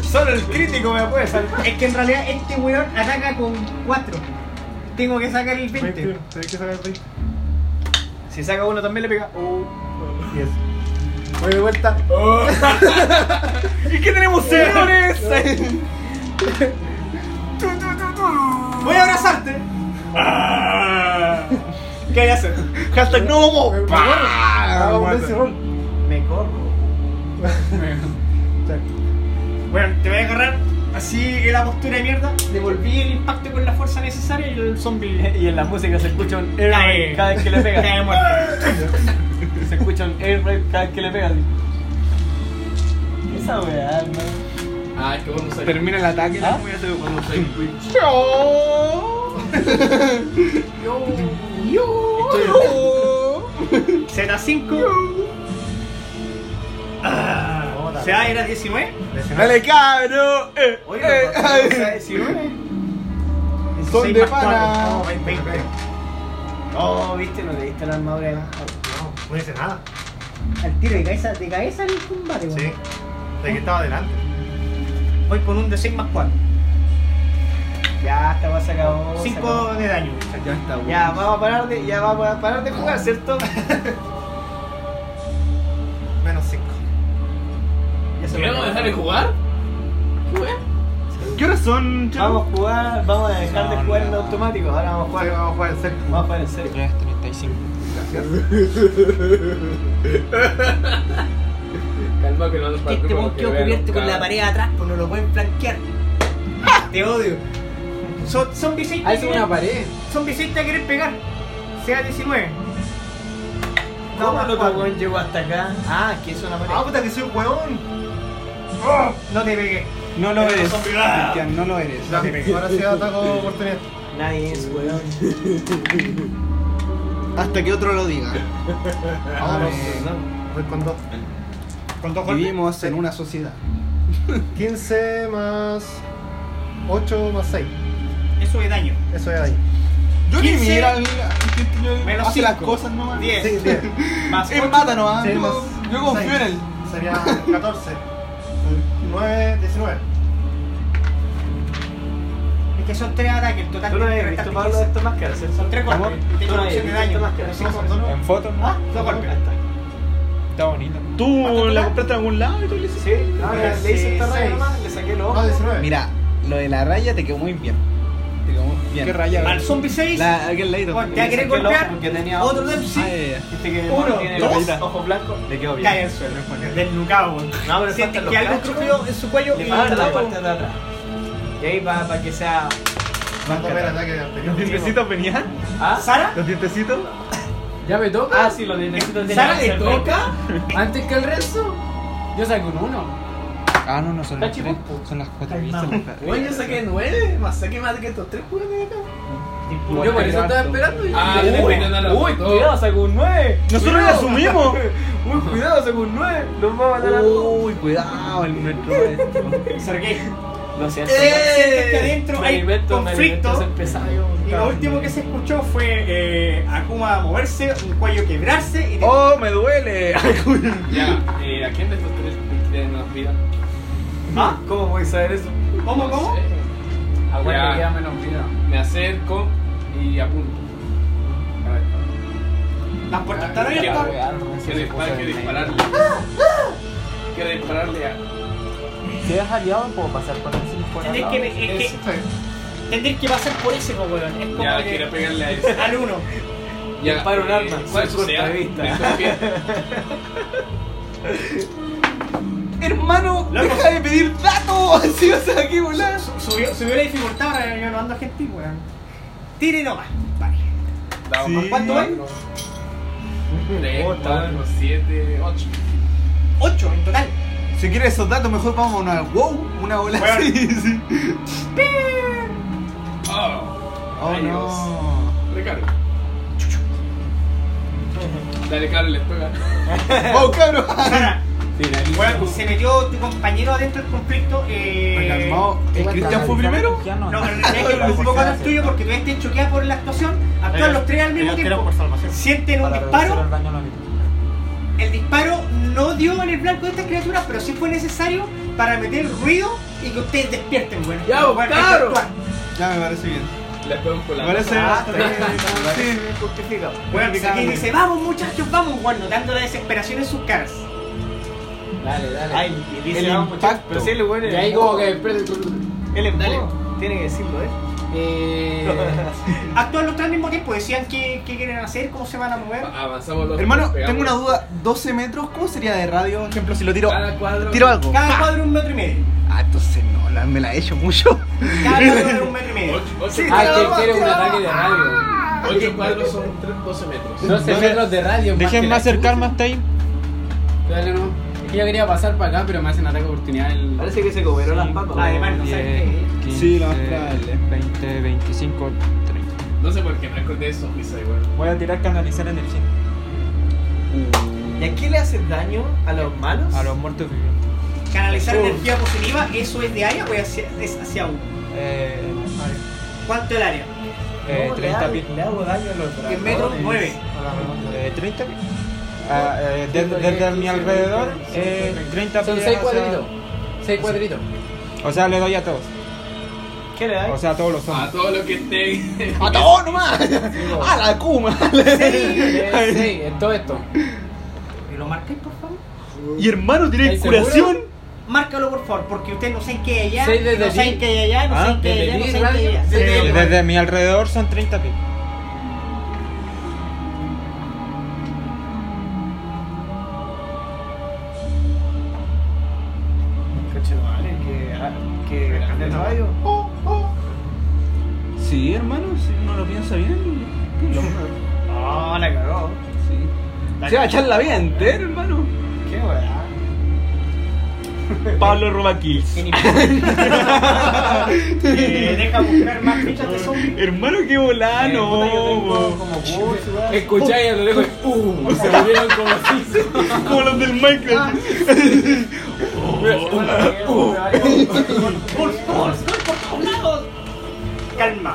Solo el crítico me puede salir.
Es que en realidad este weón ataca con 4. Tengo que sacar el 20.
Tenés que sacar el 20.
Si saca uno también le pega. Uh,
Voy de vuelta.
¿Y qué tenemos, señores?
Voy a abrazarte. ¿Qué hay que hacer?
Hashtag no
Me me
vamos.
corro.
Ah,
Hago un dance roll.
me corro.
Bueno, te voy a agarrar así en la postura de mierda. Devolví el impacto con la fuerza necesaria y el zombie.
Y en la música se escucha un air
Cae.
raid cada vez que le
Cae
pega.
muerto.
Se escucha un air raid cada vez que le pega. Esa weá, hermano.
Ah, es que vos no sabés.
Termina el ataque.
¿Ah?
Vos no sabés, Twitch.
Z5. Ah, o sea, era 19.
Dale, cabro. Eh,
Oye,
eh,
¿no?
eh.
si no es.
Son
16
de
más
Ah.
pana.
cuatro. No, 20, 20.
No, viste, no le diste la armadura. de baja.
No, no hice nada.
Al tiro de cabeza, de cabeza en el combate, weón.
Sí. De que estaba adelante.
Voy con un de 6 más 4.
Ya, esta weá se acabó. se
5
acabó.
de daño.
Ya está, weón.
Ya, vamos a parar de, ya vamos a parar de jugar, ¿cierto?
Menos 5.
Ya se
¿Queremos
acabó.
dejar de jugar?
¿Qué horas son, chicos?
Vamos a jugar, vamos a dejar de
No,
jugar en
no.
automático. Ahora vamos a jugar,
Vamos a jugar el cerco.
vamos a jugar en serio.
3.35.
Calma que no nos
Este
preocupemos
weón
que
quedó
vean
cubierto
los
con la
cabros.
pared de atrás, pues no lo pueden flanquear. Te odio. Son zombie 6
Ah, es una pared.
Zombie 6 te quieren pegar. Sea 19.
No,
más
no, loco,
cuatro.
weón, llegó hasta acá. Ah, que es una
Ah,
pared.
puta que soy un huevón.
No te pegué.
No lo eres. Cristian, no lo eres.
Ya, Ahora sí ataco oportunidad.
Nadie es, weón.
Hasta que otro lo diga.
Ah, no, sí, no. Voy con 2.
Con dos golpes.
Vivimos en una sociedad.
15 más 8 más 6.
Eso es daño.
Eso es ahí.
Yo ni
15,
mira, mira, que yo-
menos
hace las
cinco.
cosas nomás.
10.
Sí, bien.
Más
Es
ocho.
pata
Ah,
nomás.
Sí,
yo,
más-
yo confío en
seis.
él.
Sería 14. 9, 19.
Es que son tres ataques, el total
Tú no
tiene
habías
que restar
visto, Pablo,
15.
esto más que hacer.
Son tres golpes. Y
Tú
tengo
no
una
habías
opción de
visto esto
daño.
más que hacer.
En foto,
Ah, dos golpes.
está bonito.
¿Tú la compraste en algún lado y tú le
Sí, no, le le hice esta raya
Dieciséis.
nomás, le saqué los
No,
ojos.
19.
Mira, lo de la raya te quedó muy bien. Te quedó muy bien.
¿Qué raya?
Al zombie 6,
La, aquel ladito.
te va a querer
Saqué el ojo
golpear.
Porque tenía
Otro
ojos.
Dempsey.
Ay, ay,
Viste que
Uno,
Mono tiene la
dos.
rayita, ojos blancos. Le quedó bien.
Cae al suelo, pues, desnucado. weón.
No, pero
Siente
faltan los
que algo
cachos.
escrupió en su cuello
Le
y
falta la
Ah,
parte de atrás.
Y ahí va para que sea.
Más a el ataque de
¿Los
anterior.
dientecitos venían?
¿Ah?
¿Sara?
¿Los dientecitos?
¿Ya me toca?
Ah, sí, los dientecitos de
¿Sara
la-
le
del
toca?
¿Antes que el resto? Yo saco un 1.
Ah, no, no, son las
Cachi,
tres.
po.
Son las cuatro. ¿viste? Son las cuatro.
Oye, yo saqué 9, más saqué más que estos 3 jugadores de acá.
Yo por eso estaba esperando. y-
Ah,
Uy,
uy, uy,
Cuidado, sacó un 9.
Nosotros le asumimos.
Uy, cuidado, sacó un 9. Nos va a matar a todos.
Uy, cuidado, el nuestro maestro.
Serguei.
Lo siento.
Eh, Sientes
Eh.
que adentro
Me
hay
alimento, me alimento,
conflicto.
soy pesado.
Y lo último que se escuchó fue eh, Akuma moverse, un cuello quebrarse y
¡Oh, me duele!
Ya, eh, ¿a quién de estos 3 nos vida?
¿Ah?
¿Cómo voy a saber eso?
¿Cómo,
No
cómo?
sé.
Aguanta,
Ya.
queda menos vida.
Me acerco y apunto. A ver.
Las puertas están abiertas.
Quiero disparar, quiero dispararle. Quiero dispararle a.
Si es aliado, puedo pasar por encima. por al
Tendrías
lado.
que, es que, tendrías que pasar por ese, po, weón. Es como
Ya,
que-
quiero pegarle a ese.
al uno.
Ya,
Disparo un
eh,
arma,
¿Cuál
soy
sea?
cortavista.
Me confía.
Hermano,
Loco.
deja de pedir datos. Si vas a aquí volar.
Subió, subió la dificultad, ahora yo no ando gente, weón. Tire nomás. Vale.
Sí.
¿Cuánto hay?
3, 4, 7, 8.
Ocho en total.
Si quieres esos datos, mejor vamos a una wow, una bola
Bueno.
así. sí.
Oh,
Oh, no.
recargo. Dale, Carlos, les pega.
Oh, cabrón.
Ahora, weón, se metió tu compañero adentro del conflicto. Eh,
Calmado. ¿El Cristian fue primero?
No, pero en realidad es que un poco no es tuyo porque tuviste estás choqueado por la actuación. Actúan los tres al mismo tiempo. Sienten un disparo. El disparo no dio en el blanco de estas criaturas, pero sí fue necesario para meter ruido y que ustedes despierten, weón.
Ya,
Weón, hay que
claro.
actuar.
Ya me parece bien.
Les pego un
Me
colazo.
parece
Sí.
Bueno, aquí dice, vamos muchachos, vamos, bueno, notando la desesperación en sus caras.
Dale, dale.
Ah,
Ay, dice,
El
no, muchacho,
impacto.
Pero si él es bueno.
Y ahí como que espérate.
Él es
Dale.
bueno. Tiene que decirlo, ¿eh?
Eh,
Actúan los tres al mismo tiempo, decían qué, qué quieren hacer, cómo se van a mover.
Avanzamos los
Hermano,
dos, pegamos.
tengo una duda. 12 metros, ¿cómo sería de radio? Por ejemplo, si lo tiro.
Cada cuadro.
Tiro algo.
Cada cuadro un metro y medio.
Ah, entonces no, la- me la he hecho mucho.
Cada cuadro un metro y medio.
8,
ah, que quiere un ataque de radio.
8 cuadros son 3, 12 metros.
12 metros de radio. más que la
hasta ahí.
chucha. Dale, no. Es que yo quería pasar para acá, pero me hacen ataque de oportunidad el.
Parece que se comieron las
Ah,
papas.
Además, no sé qué.
15,
Sí, lo más probable.
20, 25, 30.
No sé por qué me acordé de eso, Misa, igual.
Voy a tirar canalizar energía.
¿Y a qué le hace daño a los malos?
A los eh, muertos vivientes.
Canalizar
Oh.
energía positiva, eso es de área o es hacia, es hacia uno.
Eh,
¿Cuánto el área?
eh,
No,
30
le
pies.
hago- Le hago daño a los dragones.
En metros, nueve.
Eh, 30 pies. Ah, eh, desde, desde mi alrededor, eh, 30 pies.
Son 6
hacia-
cuadritos. 6 cuadritos.
O sea, le doy a todos.
¿Qué le da?
O sea, a todos los
A
zombies.
todo lo que esté.
¡A todo nomás! ¡A la Kuma!
Eh, Sí, en todo esto.
¿Me lo marcáis, por favor?
Y hermano, tiene
¿Estáis seguros?
curación.
Márcalo, por favor, porque ustedes no saben qué hay allá,
Seis desde
no saben
ti.
qué hay allá, no
Ah,
saben qué hay
desde
allá, no
ti,
saben qué hay
radio.
allá.
Desde
Sí,
ti.
bueno.
Desde mi alrededor son 30 pies.
Vale, que. ah, Que. de radio.
Sí, hermano, si uno lo piensa bien.
No, la cagó.
Se va a echar la vida entera, hermano.
Qué weá.
Pablo roba kills.
Eh, deja buscar más fichas de zombies.
Hermano, qué
Ah,
volá, no.
Eh, puta, yo tengo
bo.
como curso, weá.
Escucháis a lo lejos. ¡Pum! Se volvieron como así. Ah.
Como los del Minecraft.
Por todos lados. Calma.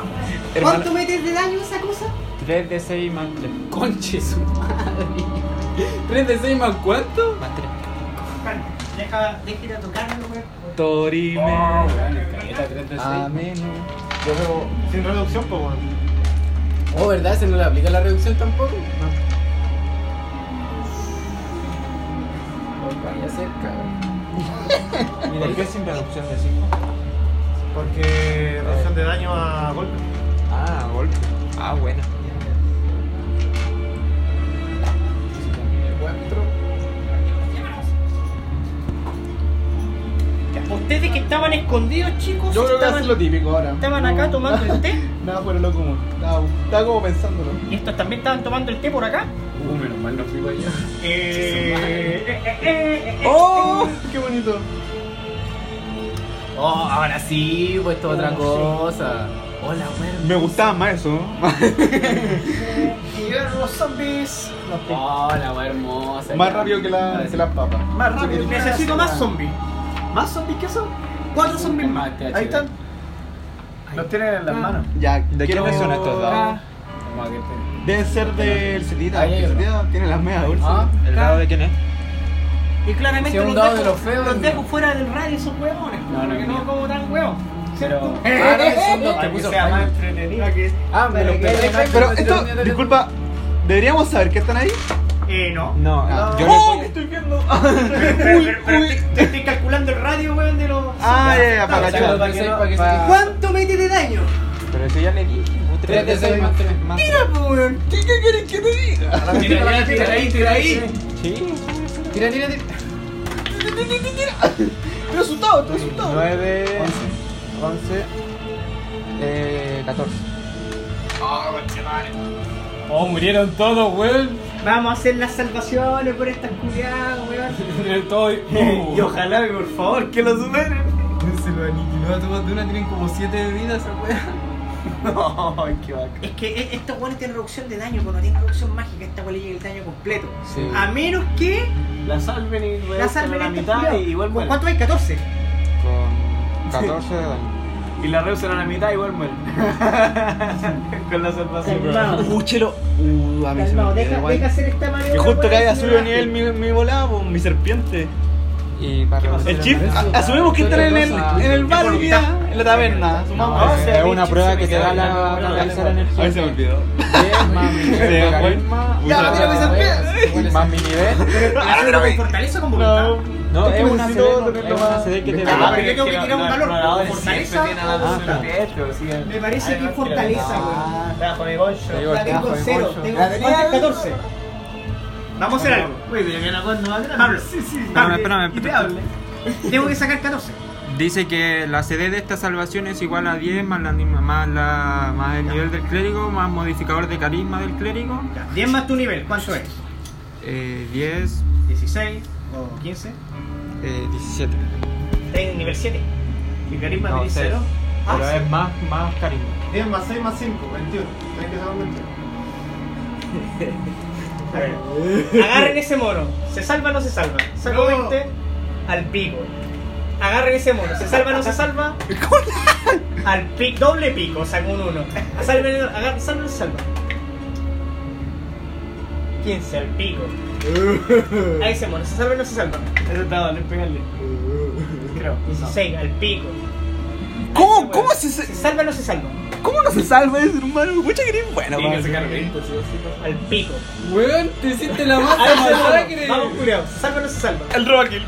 Hermana-
¿Cuánto metes de daño esa cosa?
3 de 6 más 3.
Conche su madre. ¿Tres de seis más cuánto?
Más 3.
Deja, deja ir a tocarlo, weón.
Torime. Ah,
Amén. Yo veo sin reducción, pues bueno.
Oh, ¿verdad? ¿Se no le aplica la reducción tampoco? No. Vaya cerca.
¿Y por qué sin reducción de 5?
Porque reducción de daño a golpe.
Ah, golpe. Ah, buena.
Ustedes que estaban escondidos, chicos.
Yo creo que
estaban,
es lo típico ahora.
estaban acá
No,
tomando el té.
Nada fuera de lo común. Estaba, estaba como pensándolo.
Y estos también estaban tomando el té por acá.
Uh, menos mal no fui para allá.
Eh, eh, eh, eh, eh.
¡Oh! ¡Qué bonito!
Oh, ahora sí, pues
Oh,
esto es otra cosa. Hola, weón.
Me gustaba más eso.
Y llegaron los zombies.
Hola, weón hermosa.
Más
Ya.
rápido que, la, que las papas.
Más rápido.
Necesito más zombies.
¿Más zombies que eso? Cuatro zombies más.
Mate,
Ahí están.
Los tienen en las manos.
Ya, ¿de
quién Ah,
quiénes
son estos dados?
Vamos a que te-
Deben ser del Cetita.
Ahí hay
El
otro.
Cetita tiene las medias dulces.
Ah,
¿El lado de quién es?
Y claramente
Si un
los,
dado
dejo,
de los feos,
los
no.
dejo fuera del radio esos huevones.
No, no,
porque
no.
no como tan huevos.
Pero.
Ah, no, son dos que
Para que
puso
sea
Jaime.
más entretenido.
Ah, me lo perdí.
Pero esto, disculpa, deberíamos saber que están ahí.
Eh, no.
No,
Ah.
yo
¡Oh, que
le
estoy viendo!
Pero, pero- pero te, te estoy calculando el radio, weón, de los.
Ah, ya, ya, para
Para
cachar.
que sepa, para que sepa.
¿Cuánto metes de daño?
pongo. Pero eso ya le dije. pues,
Tres de seis más tres.
más.
¿Qué, qué querés que te diga?
Tira, tira, tira ahí, tira ahí.
Sí.
Tira, tira, tira.
Estoy asustado, estoy asustado.
9. 11. Eh, 14.
Oh, murieron todos, weón.
Vamos a hacer las salvaciones por estas culiadas, weón.
Todo.
Y ojalá, por favor, que lo superen.
Se lo aniquiló a todos de una, tienen como 7 de vida esa weá.
Ay, qué bacán.
Es que eh, estos weones tienen reducción de daño, pero no tienen reducción mágica. Esta weón le llega el daño completo.
Sí.
A menos que
La salven y
la salven
la
este
estos
mitad
culiados.
y igual mueren.
¿Cuánto hay? 14.
Con 14 de daño.
Y la reducen a la mitad igual mueren. Con la salvación.
Escúchelo. Uh, a mí se me
Calmado,
olvidó
deja,
igual.
deja hacer esta maniobra.
Que justo que
weón,
haya
si
subido
no-
nivel mi, mi volada, po, mi serpiente.
Y para
El
reducir
chip,
la-
a- asumimos que está en el, en el bar hoy día, en la taberna. Sumamos.
No,
eso.
se-
Es una prueba que te da
Bueno,
la
bueno,
canalizar
bueno.
A mí
energía.
se me olvidó.
Bien, mami.
Se me fue.
Ya,
Puta.
tírame Más mi nivel.
Hacerlo con fortaleza o con voluntad.
No,
No, es una CD.
necesito
no,
tenerlo
Es una
más-
CD que te
Ah,
da.
pero yo tengo que tirar un valor.
Ahora
¿Fortaleza? Me parece que es fortaleza, weón.
Trajo de bolso.
Digo,
La tengo
tajo,
en cero.
ocho.
Tengo ¿cuánto es 14. Vamos a hacer algo.
Uy, pero que no cuando atrás.
Pablo.
Espérame, espérame,
Ideable.
Tengo que sacar 14.
Dice que la CD de esta salvación es igual a 10 más, la, anima- más, la, más el nivel del clérigo, más modificador de carisma del clérigo.
Ya, 10 más tu nivel, ¿cuánto es?
Eh, 10,
16 o 15.
eh, 17.
Tengo nivel 7. Mi carisma
No,
es
seis.
0.
Pero es más, más carisma.
10 más 6 más 5, 21. Tenés que sacar 21.
Agarren ese mono. ¿Se salva o no se salva? Saco 20 al pico. Agarren ese mono. ¿Se salva o no se salva? Al pico, doble pico, saco un 1. Salven, agarren, salven, salva. 15 al pico. A ese mono, ¿se salva o no se salva?
Eso está doble, pegarle.
Creo. 16 al pico.
¿Cómo, cómo, se,
¿Se
se-
salva o no se salva?
¿Cómo no se salva ese hermano? Mucha que eres bueno,
Tiene que
weón.
sacar 20, sí o sí.
Al pico.
Weón, te hiciste la
A
masa
ese
masacre.
mono. Vamos, culiao. ¿Se salva o no se salva?
El roba kill.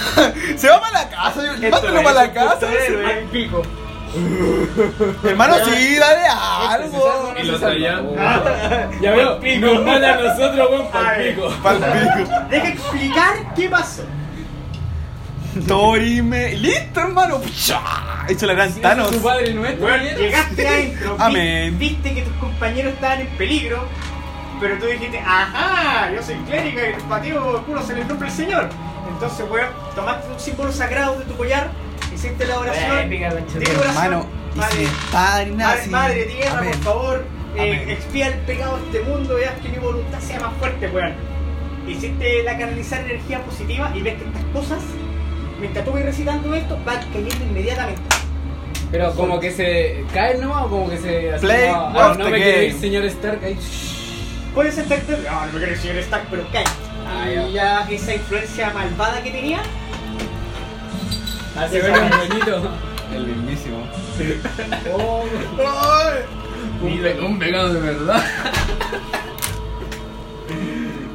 se va para la casa, yo- mándalo
es
para la
un puto
casa. ese-
héroe.
Al pico.
Hermano, sí, dale
Este, se salva,
algo.
no
Y
se
los
salva.
allá.
Ah,
Ya veo, nos mal a nosotros, weón, por pico.
Pa'l pico.
Deja explicar qué pasó.
Torime. Listo, hermano. Psha. Hecho la gran Thanos.
Tu padre nuestro. ¿vieron?
Llegaste adentro, vi-
Amén.
viste que tus compañeros estaban en peligro, pero tú dijiste, ajá, yo soy clériga y para ti, oh, culo se le nombra el Señor. Entonces, weón, tomaste un símbolo sagrado de tu collar, hiciste la oración,
Épica, concha.
di la oración,
Hermano,
madre,
dice, padre
madre,
nazi.
madre tierra,
Amén.
por favor, eh,
Amén.
expía el pecado de este mundo y haz que mi voluntad sea más fuerte, weón. Hiciste la canalizar energía positiva y ves que estas cosas, mientras tú vas recitando esto, van cayendo inmediatamente.
Pero como que se cae nomás o como que se así,
Play
no, ah,
of
no
the
me quiero
game.
ir, señor Stark. Ahí, shh.
Puede ser Stark, pero- no, no me quiero decir Stark, pero cae.
Ah,
Y ya esa influencia malvada que tenía.
Se ve un bonito.
El mismísimo.
Un, ve- un vegano de verdad.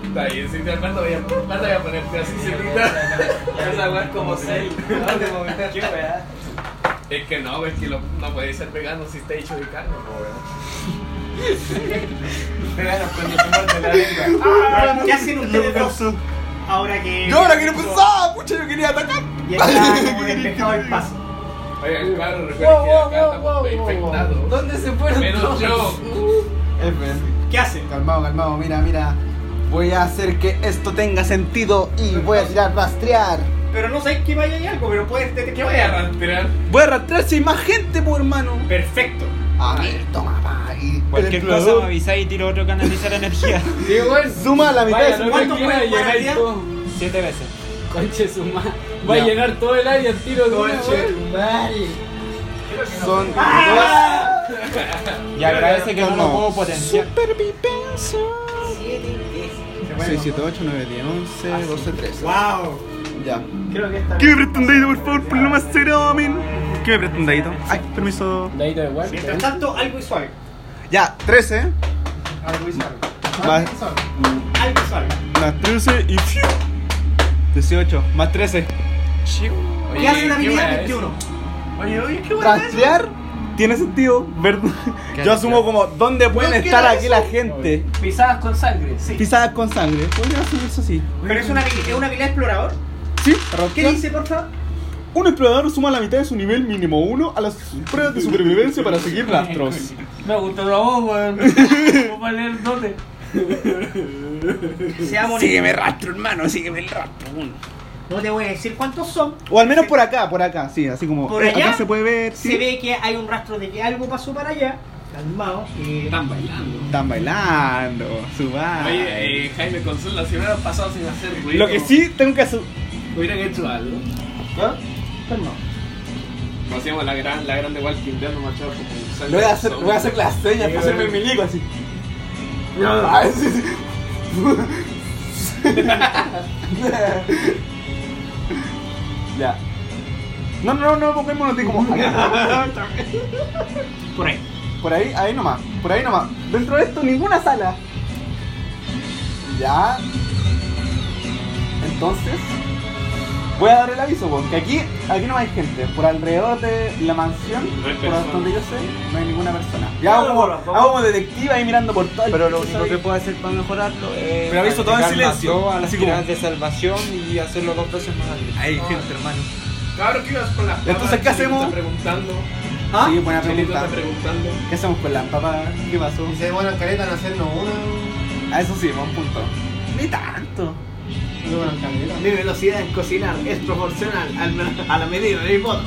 Está bien, si te Armando voy a, Armando voy a ponerte así cerquita.
Esa weá es como Cell. No, de momento, qué weá.
Es que no, es que lo- no puede ser vegano si está hecho de carne, po, weón.
Veganos cuando se muerde la lengua. Ah, ¿Qué hacen ustedes dos? Ahora que.
Yo ahora quiero pensar, pucha, yo quería atacar.
Y está como despejado el paso.
Oiga, el cuadro recuerda que acá estamos infectados.
¿Dónde se fueron
Menos
todos?
yo.
¿Qué hacen?
Calmado, calmado, mira, mira.
Voy a hacer que esto tenga sentido y voy a tirar rastrear.
Pero no sabéis que vaya hay algo, pero puedes detectar.
¿Qué voy a rastrear?
Voy a rastrear si hay más gente, pues hermano.
Perfecto.
A ver, toma, pa. Y
Cualquier cosa me avisáis y tiro otro canalizar energía.
Sí, bueno.
Suma la mitad de
Vaya,
su
no me
¿Cuántos
quiera
pueden jugar al
llegar
día?
todo.
Siete veces.
Conche su ma- Va a llenar todo el área al tiro de una, weón.
Son
¡Ah!
Y agradece que no lo puedo potenciar.
6, 7, 8, 9, 10,
Ah,
11, 12, 13.
¡Wow!
Ya.
Creo que esta.
Que me preste un dedito, por favor, por lo más sagrado, men. Que me preste un dedito. Ay, permiso.
Dadito de guardia.
Mientras tanto, algo y suave.
Ya, 13.
Algo y suave.
Más,
Algo y suave.
más 13 y. ¡fiu! 18, más 13.
¿Qué hace la habilidad
buena
21? Oye, oye, qué
Rastrear tiene sentido, ¿verdad? Yo asumo como, ¿dónde pueden estar aquí la gente?
Pisadas con sangre. Sí.
Pisadas con sangre. Podría asumirse así.
Pero es una, habili- es una habilidad explorador.
Sí,
¿Qué dice, por favor?
Un explorador suma la mitad de su nivel mínimo 1 a las pruebas de supervivencia para seguir rastros.
Me gustó la voz, weón. ¿Cómo para leer dónde?
Seamos
Sígueme el rastro, hermano, sígueme el rastro.
No te voy a decir cuántos son.
O al menos por acá, por acá, sí, así como.
Por
eh,
allá
acá se puede ver, sí.
Se ve que hay un rastro de que algo pasó para allá. Calmado. eh,
Están bailando.
Están bailando, suba.
Oye, eh, Jaime Consul, la semana pasada sin hacer ruido.
Lo que sí tengo que hacer.
Hubieran hecho algo.
¿Ah? Calma.
Nos hacíamos la gran, la grande Walking Dead, no machados como un salto.
Voy a hacer, voy a hacer las señas para hacerme el milico así. Ah, sí, sí.
Ya. No, no, no, no, pongámonos así como. acá.
por ahí.
Por ahí, ahí nomás, por ahí nomás. Dentro de esto, ninguna sala. Ya. Entonces, voy a dar el aviso, porque aquí, aquí no hay gente. Por alrededor de la mansión,
No hay
por
personas.
donde yo sé, no hay ninguna persona. Ya hago como, hago como detective ahí mirando por todo el
Pero lo
piso,
único que
¿sabes?
puedo hacer para mejorarlo es.
Pero aviso todo en
practicar más
silencio,
dos A las
así como-
tiradas de salvación y hacerlo dos veces más alto.
Hay gente, hermano.
Cabrón, ¿qué ibas con las
Entonces,
papas?
¿qué hacemos?
Está preguntando.
¿Ah? Sí, buena
Chelito
pregunta.
está preguntando.
¿Qué hacemos con la papa? ¿Qué pasó?
Dice, bueno, careta, no hacernos una.
A eso sí, buen punto. Ni tanto.
Mi velocidad en cocinar es proporcional al- a la medida de mi voto.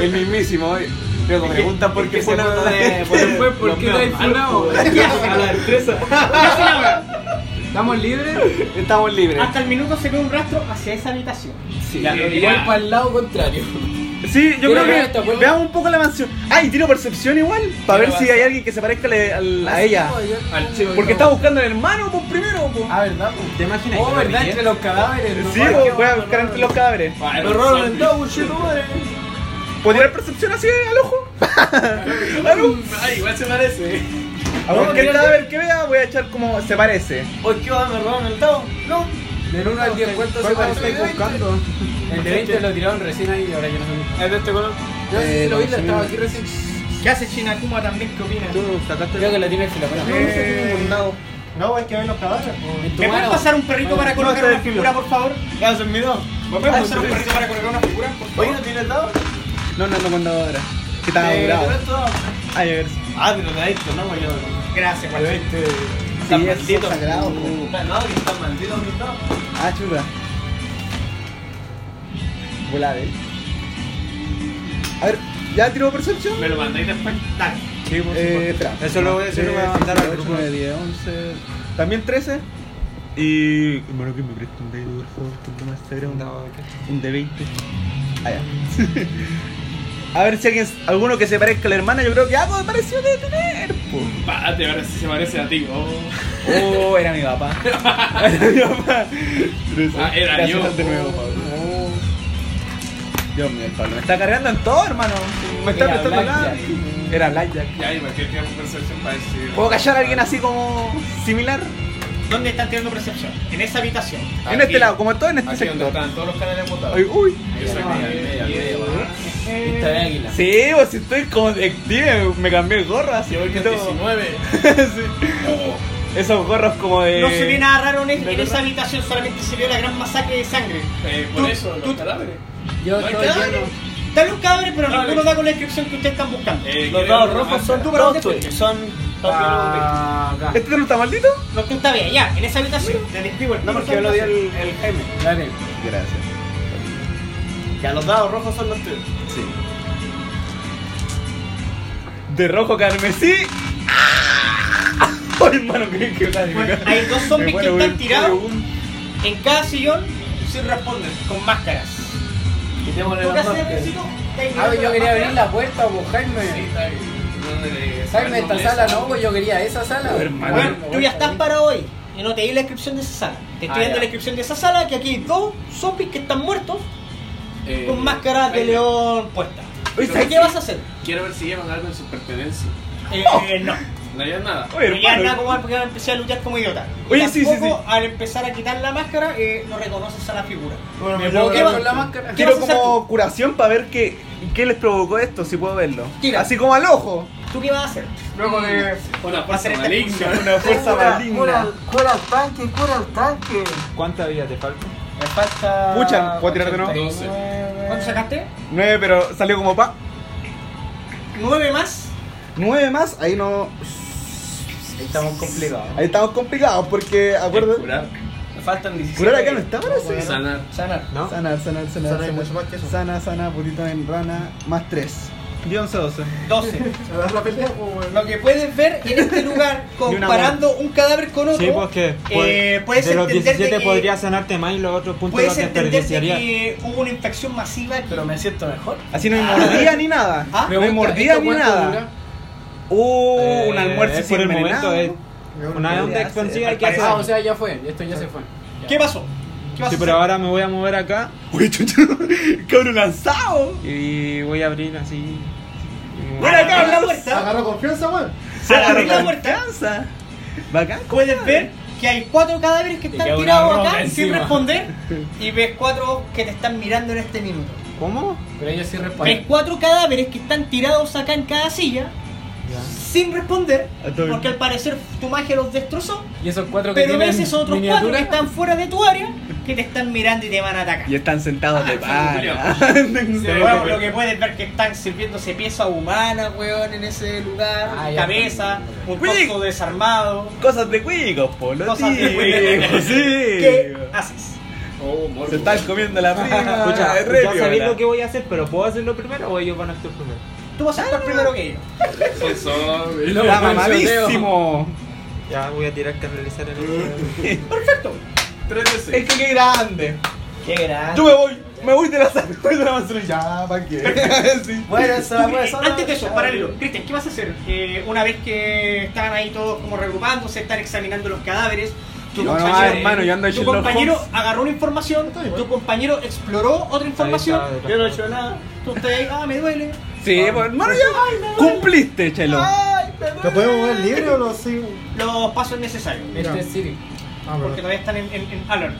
El mismísimo, eh. Luego me preguntan por qué fue una
Después, pues, ¿por qué dais funado? A la empresa. ¿Estamos libres?
Estamos libres.
Hasta el minuto se ve un rastro hacia esa habitación.
Sí.
Ya, voy para el lado contrario.
Sí, yo
Pero
creo que
mira esta, pues.
veamos un poco la mansión. Ah, y tiro percepción igual, para ver si hay alguien que se parezca le- al- a ella.
Al chico.
Porque está buscando al hermano pues, primero. Pues.
Ah, ¿verdad?
¿Te imaginas?
Oh, ¿verdad? Entre los cadáveres. ¿no?
sí, pues, voy a buscar entre los cadáveres.
Lo roban en todo.
¿Puedo tirar percepción así al ojo?
Ay, igual se parece.
A cualquier cadáver que vea voy a echar como se parece.
Hoy qué va, me roban el dado. No.
Del 1 al 10, ¿cuánto se parece? buscando? El de 20 lo tiraron recién ahí y ahora yo no sé.
Es de este color.
Yo sí
Eh,
lo vi, la
sí.
estaba aquí recién.
¿Qué hace Shinakuma también? ¿Qué opina?
Creo que lo tiene el filomeno.
Eh,
No, hay que ver los cadáveres.
En tu
¿Me puedes
mano.
pasar un perrito para colocar una figura, por favor?
Ya, se me dio.
¿Me puedes pasar un perrito para colocar una figura? por favor?
Ah, Oye, ¿no tienes dado? Eh,
No, no, no, cuando ahora. Que estaba durado. Ay, a ver.
Ah, pero de esto, no, güey. yo-
Gracias, Juan.
Sí, es sagrado. pues.
No, que está maldito, mi dado.
Ah, chuta. Volá, eh. A ver, ¿ya tiró percepción?
Me lo mandáis después.
Dale.
Eh, espera.
Eso lo voy a decir, lo voy a mandar al grupo.
9, 10, 11. También 13. Y. Hermano, que me preste un dedo, por favor, que no me está un,
No,
un de 20. Allá. A ver si alguien, alguno que se parezca a la hermana, yo creo que algo me pareció de tener. po.
Pate, ahora sí se parece a ti. Oh.
Oh, era mi papá. Era mi papá.
Ah, era
Gracias
yo.
de nuevo, Pablo. Dios mío, el Pablo. Me está cargando en todo, hermano. Me está
Era
prestando nada. Era Blackjack.
Ya, imagínate que hago percepción para decir.
¿Puedo callar a alguien así como similar?
¿Dónde están tirando percepción? En esa habitación.
En este lado, como todo en este
Aquí donde
sector.
están todos los canales votados.
Ay, uh. ¿Eh? uy.
Yo soy media, media, media, weón.
Vista de águila.
Sí, pues si estoy como detective, me cambié de gorra, así
Yo
porque
voy
todo.
con 19.
Sí. Esos gorros como de.
No se ve nada raro en, en esa habitación, solamente se vio la gran masacre de sangre.
Eh,
Tú-
por eso,
tú-
los cadáveres.
Yo
No hay
estoy lleno.
cadáveres. Están los cadáveres, pero
No,
ninguno
le-
da con la descripción que ustedes están buscando.
Eh,
Los
quiero-
dados rojos son
Ah,
tontos. Son.
Ah, acá.
¿Este no está maldito?
Lo que está bien, ya, en esa habitación. Te describo el
No, porque yo lo di el, el Jaime.
Dale.
Gracias.
Ya, los dados rojos son los tuyos.
Sí. De rojo carmesí. ¡Ah! Ay, hermano, creo que
Bueno, hay dos zombies
Me
que
muero,
están
güey.
tirados en cada sillón sin responder, con máscaras.
Quitémosle
¿Tú qué
las
haces,
máscaras.
vecino?
Ah, yo quería abrir la puerta o buscarme. Jaime, esta sala no, pues yo quería esa sala.
Bueno, tú ya estás para hoy. Y no te di la descripción de esa sala. Te estoy
Ah,
dando
ya.
la descripción de esa sala, que aquí hay dos zombies que están muertos
Eh,
con máscaras de
Jaime,
león puesta.
Oye,
¿Qué
¿sabes
qué
qué?
vas a hacer?
Quiero ver si llevan algo en sus pertenencias.
Eh, no.
No llevan nada.
Oye,
No ya
hermano.
nada como porque ahora empecé a luchar como idiota. Y
Oye, sí, sí,
tampoco,
sí.
Al empezar a quitar la máscara, eh, no reconoces a la figura.
Bueno, me
¿Qué
puedo
va-
quedar con la máscara.
¿Qué
Quiero
vas a hacer
como curación para ver qué, qué les provocó esto, si puedo verlo.
Tira.
Así como al ojo.
¿Tú qué vas a hacer?
Luego de.
Bueno, va a hacer esta
maligna.
función.
Una fuerza maligna.
Cura el tanque, cura el tanque.
¿Cuánta vida te falta?
Me falta.
Pucha, ¿puedo tirar de nuevo?
89.
¿Cuánto sacaste?
Nueve, pero salió como pa.
¿Nueve más?
Nueve más, ahí no.
Ahí estamos complicados.
Ahí estamos complicados porque, acuérdate.
Curar.
Me faltan 16.
Curar acá no está para eso.
Sanar.
Sanar.
¿No?
Sana, sana, sana.
Sana hay
sana.
mucho más que eso.
Sana, sana, putito en rana, más 3. Y 11, 12.
12.
Se va a dar la pelea, pues, weón.
Lo que puedes ver en este lugar, comparando un cadáver con otro,
Sí, porque
eh, puedes
de los
entender
17
que-
podría sanarte más y los otros puntos los
puedes entender de
desperdiciaría.
que hubo una infección masiva aquí.
Pero me siento mejor.
Así no hay mordida ni nada.
Ah,
no hay mordida ni nada. Uh, un
Eh,
almuerzo
es por el momento
envenenado.
es
Weón,
una
no
onda
le hace,
expansiva hay que
parece-
hacer.
Ah, o sea, ya fue. Esto ya se fue.
¿Qué pasó? ¿Qué vas
Sí,
a
pero
hacer?
ahora me voy a mover acá
Uy, chucho, cabrón lanzado.
y voy a abrir así.
Bueno, acá
Abre la
hablamos.
puerta.
Agarró confianza, weón.
Se agarró
Abre la
la
puerta.
muertanza. Bacán.
Puedes ver que hay cuatro cadáveres que
queda
están
una
tirados
roca
acá sin
encima.
responder y ves cuatro que te están mirando en este minuto.
¿Cómo?
Pero ellos sí
Ves
responden.
cuatro cadáveres que están tirados acá en cada silla sin responder
Ah, está bien.
porque al parecer tu magia los destrozó.
Y esos cuatro que
Pero
tienen
ves esos otros cuatro que
miniaturas,
están fuera de tu área que te están mirando y te van a atacar.
Y están sentados de pana.
Bueno, lo que puedes ver que están sirviéndose piezas humanas, weón, en ese lugar,
Ah, ya.
cabeza, un
Oye.
torso desarmado.
Cosas de cuicos, polo.
Cosas de
cuicos,
¿Qué
sí.
haces?
Oh, morbo.
Se están comiendo la prima.
Escucha,
Ah, es re
ya sabéis
piola.
lo que voy a hacer, pero ¿puedo hacerlo primero o ellos van a actuar primero?
Tú vas a estar primero que ellos.
Son zombies.
Está
Lo
mamadísimo.
Ya voy a tirar canalizar el.
Perfecto.
Tres de
Es
seis.
que qué grande.
Qué grande.
Yo me voy, me voy de la sala, voy de la basura. Ya, ¿para qué? Sí.
Bueno, pues, eso
Eh,
la puede sonar.
antes de eso, paralelo. Cristian, ¿qué vas a hacer? Eh, una vez que están ahí todos como regrupándose, están examinando los cadáveres. Tu
No, no,
compañero,
ah, hermano, yo ando en
tu
Sherlock
compañero
Holmes.
agarró una información, tu compañero exploró otra información.
Yo no he hecho nada.
Tú estás ahí, ah, me duele.
Sí, pues hermano, ya cumpliste, Chelo.
Ah.
Ay, me duele.
¿Lo podemos mover libre o lo sigo?
Los pasos necesarios.
Este es Siri.
Ah,
Porque
perdón.
todavía están en, en, en alert.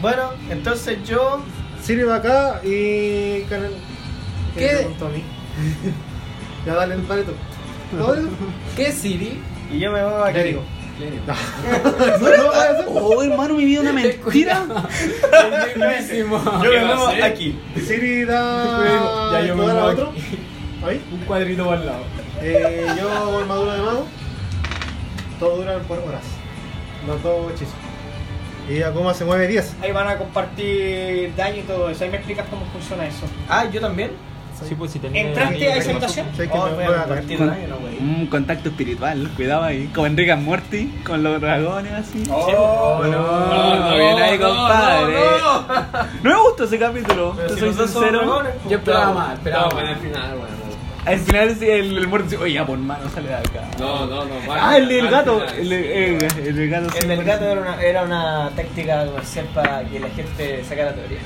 Bueno, entonces yo.
Siri va acá y. Canal...
¿Qué?
me preguntó a mí? ya dale, dale tú. No, no,
¿Qué es Siri?
Y yo me muevo aquí.
Clérigo. Clérigo.
no, vaya a ser.
Oh, hermano, mi vida es una mentira.
Es buenísimo.
Yo
¿Qué
me
va a
muevo
hacer?
aquí.
Siri da.
Ya yo me
¿puedo dar a
voy.
otro? ¿Ahí?
Un cuadrito para el lado.
Eh, yo hago armadura de mago. Todo dura por horas. Los dos hechizos. Y a coma se mueve 10.
Ahí van a compartir daño y todo eso. Ahí me explicas cómo funciona eso.
Ah, yo también.
Sí, pues si tenía.
¿Entraste a esa habitación?
Sé que me voy
partir
a partir.
un año, no, wey.
Un contacto espiritual, cuidado ahí. Como Enrique Morty, con los dragones así.
Oh, no,
no, bien ahí, compadre.
no,
No me gustó ese capítulo, te soy sincero.
Yo esperaba más, esperaba
No,
más.
bueno, al final, bueno.
Al final sí, el, el Morty dice, oye, ya pon mano, sale de acá.
No, no, no. vale,
Ah, el del
al
gato.
final,
El,
sí.
el- el- el del gato. sí,
El del
bueno.
gato era una, era una táctica comercial para que la gente sacara teoría.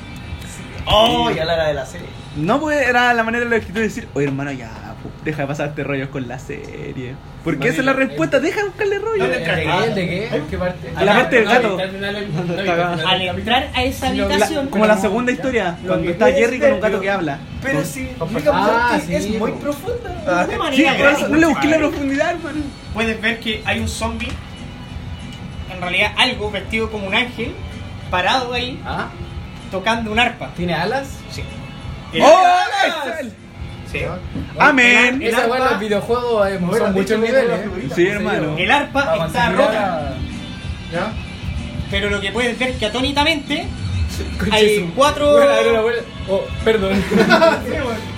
Oh,
y hablara de la serie.
No, pues era la manera de los escritores decir, oye hermano, ya, pu, deja de pasarte rollos con la serie. Porque esa es la respuesta, deja de buscarle rollos.
¿El de qué? ¿El de qué? ¿En qué parte? Ah,
La parte del
no,
gato.
está al final el-
No,
no,
está
está al
acá.
final
Al
el-
entrar a esa
Sí, lo-
La-
habitación.
como la segunda historia, cuando está Jerry con un gato que habla.
Pero si
Ah,
Morty pues, es
sí,
muy
po.
profunda. De
Ah, Sí,
manera
por eso no le busqué la profundidad, hermano.
Puedes ver que hay un zombie. En realidad, algo vestido como un ángel. Parado ahí,
¿Ah?
tocando un arpa.
¿Tiene alas? Ah,
Sí.
¡Oh! Excel.
Sí.
¡Amén!
Esa weá, los videojuegos eh, son muchos niveles. eh.
Sí, hermano.
El arpa
Para
está
conseguir
rota.
a-
¿Ya?
Pero lo que puedes ver que atónitamente
Conche
hay
su-
cuatro.
Bueno, a ver, una abuela- Oh, perdón.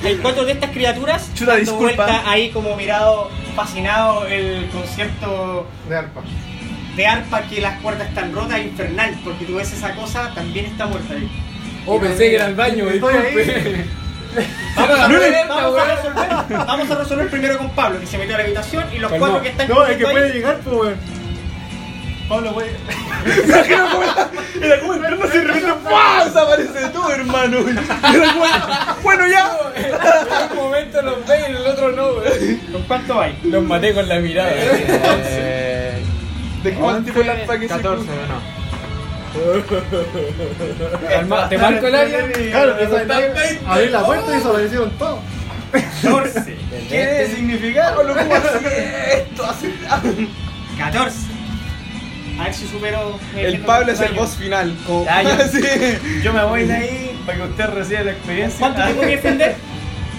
Hay cuatro de estas criaturas
Chuta,
dando
disculpa.
vuelta ahí como mirado, fascinado el concierto
De arpa.
de arpa que las cuerdas están rotas infernal, porque tú ves esa cosa también está muerta ahí.
Oh, pensé que era el baño,
Estoy ahí.
disculpe.
Vamos a,
No le-
resolver, vamos a resolver, vamos a resolver primero con Pablo, que se metió a la habitación, y los
Calma.
cuatro que están
No, es que
corriendo
puede
ahí,
llegar, pues, weón.
Pablo güey.
Imagino como era- Era como entrarnos y de repente ¡pua! Desaparece de todo, hermano. Era como, bueno, ya.
En un momento los ve y en el otro no, wey.
¿Con cuánto hay?
Los maté con la mirada.
Eh,
¿De qué más tipo el arpa que se
14, ¿o no?
Calma, Te marco el área.
Claro, que esa- abrí
Oh.
la puerta y desaparecieron todos.
14.
¿Qué significa? ¿O lo que así esto? Así.
14. A ver si supero. eh,
El Pablo es el boss final. como-
Ah, ya.
Sí.
Yo me voy de ahí para que usted reciba la experiencia. Ah,
¿Cuánto tengo que defender?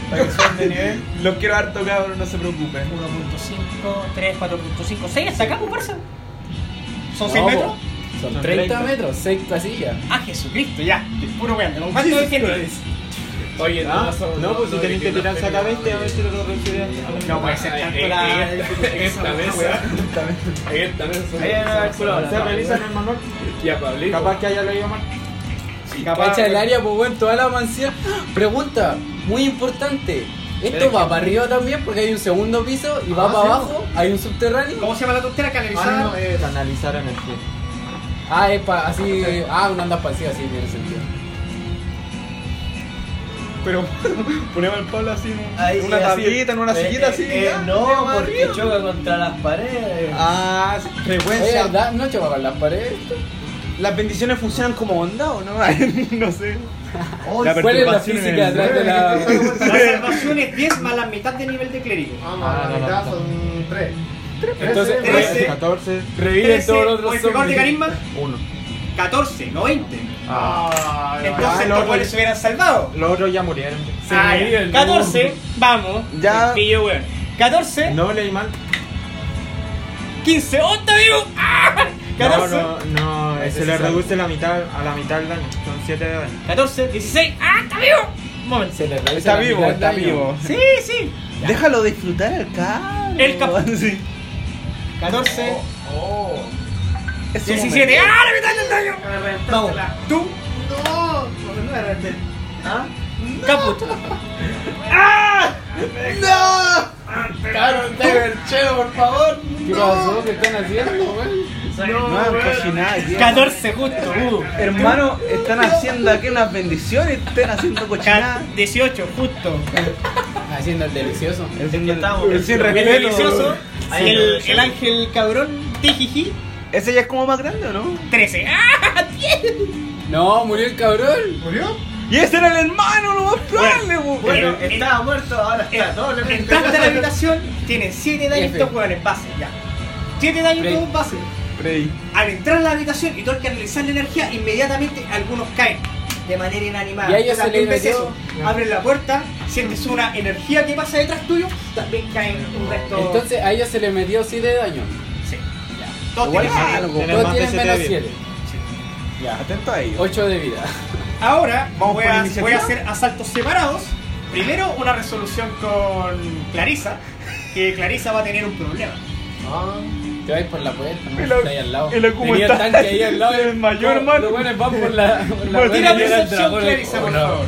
Para que suban de nivel.
Lo quiero harto, cabrón, no se preocupen.
1.5, 3, 4.5, 6, hasta acá, pues, parce. ¿Son 6 metros?
Son 30 metros, 6 casillas.
Ah, Jesucristo, ya. Puro weón, ¿con cuánto defiendes?
Oye,
Ah,
no,
no, pues si tenés que tirar saca 20, a ver si lo
No puede ser tanto la.
Esta mesa. Esta mesa.
Ahí en el culo, se realiza en el manual.
Y a Pablito.
Capaz que haya leído mal.
Cacha el área, pues bueno, toda la mansión. Pregunta, muy importante. ¿Esto va para arriba también? Porque hay un segundo piso y va
Ah,
para
sí,
abajo, hay un subterráneo.
¿Cómo se llama la tontera
Ah, no,
canalizada?
eh,
Canalizar energía.
Ah, es para así. Ah, una anda para así, así tiene sentido.
Pero ponemos al Pablo así
Ahí,
en una
y así.
tablita, en una
Eh,
sillita
eh,
así.
eh,
ya, ya,
no,
más
porque
arriba.
choca contra las paredes.
Ah,
Oye,
frecuencia.
¿verdad? Eh, ¿No choca con las paredes?
¿Las bendiciones funcionan como onda o no? no sé.
oh,
La
¿Cuál es la
perturbación en
física
el-
atrás de la.?
La salvación es 10 más la mitad de nivel de clérigo.
Ah, no, la mitad son eh. 3.
Entonces,
Trece.
14.
reviven todos los otros
modificador de
zombies.
carisma?
1.
14, no 20.
Ah,
Entonces los cuales se hubieran salvado.
Los otros ya murieron.
Ah, ya. 14, vamos.
Ya.
Pillo, weón. 14,
No leí mal.
15, ¡oh, está vivo! ¡Ah! 14,
No, no, no. Se le reduce la mitad, a la mitad el daño. Son 7 de daño.
14, 16, ¡ah, está vivo! Un momento.
Se le reduce
Está
la
vivo,
mitad
está
daño.
vivo.
Sí, sí.
Déjalo disfrutar el cabrón.
El cabrón.
Sí.
14,
Es su
17, ¡ah, la mitad del daño! Vamos, tú, ¿Ah?
No, no era el
caput.
¿Qué pasó? ¿Qué están haciendo, güey?
momento. No, pues, nada, tío.
14, justo, uh.
Hermano, están haciendo aquí unas bendiciones, están haciendo cochinadas.
18, justo.
Haciendo el delicioso.
El
que estamos.
el sin
El
Bien
respeto.
delicioso. Ahí el, el ángel cabrón, tijiji,
Ese ya es como más grande, ¿o no?
13. ¡Ah!
No, murió el cabrón.
¿Murió?
Y ese era el hermano, lo más probable, po.
Bueno,
Eh,
estaba muerto, ahora está doblemente.
Entraste a la habitación, tienen 7 daños
F.
estos hueones, base, ya. 7 daños
Freddy.
todos base.
Freddy.
Al entrar a la habitación y todo que analizar la energía, inmediatamente algunos caen de manera inanimada.
Y a ellos
Tú
se
también
les
ves
dio-
eso. Abres la puerta, sientes una energía que pasa detrás tuyo, también caen un resto.
Entonces a ella se le metió 7 de daño.
sí. Todos
Igual
tienen-
es algo.
Todos tienen menos 7.
Ya, atento a ellos.
8 de vida.
Ahora
Vamos
voy
por
a,
iniciativa.
voy a hacer asaltos separados Primero, una resolución con Clarisa, que Clarisa va a tener un problema.
Te vais por la puerta,
El
¿no? Está ahí al lado.
el
Tenía el
documental
tanque ahí al lado.
del mayor,
man. Los buenos van por la. Por la
Bueno, tira
puerta y llega el
percepción,
dragón.
Clarisa, por
no.
favor.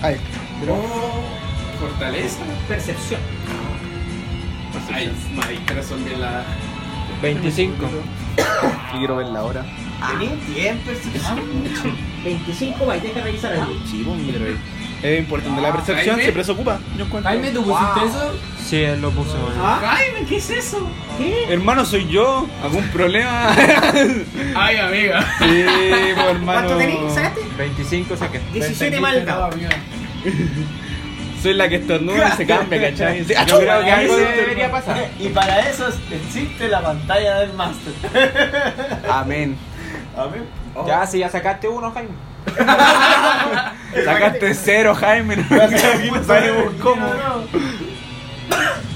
Ay, pero.
Fortaleza.
Percepción.
Ay, maestra, son de la.
25.
Quiero ver la hora.
Ah,
¿Tenés 10
Ah,
percepción?
25 bytes, deja revisar algo.
Chivo, mira. Es importante
Ah,
la percepción,
Jaime.
siempre se ocupa. Yo encuentro.
Jaime, ¿tú pusiste eso?
Sí, él lo puso. eh.
Jaime, ¿qué es eso? ¿Qué?
Hermano, soy yo. ¿Algún problema?
Ay, amiga.
sí, pues, hermano.
¿Cuánto tenés? ¿Sacaste?
25 saqué.
17 mal dado.
Soy la que estornuda y se cambia, ¿cachai? Sí,
Yo
achú.
creo que
Ahí
algo
se-
debería pasar.
Y para eso existe la pantalla del máster.
Amén.
Amén.
Ya, si ya sacaste uno, Jaime.
Sacaste cero, Jaime.
¿Cómo?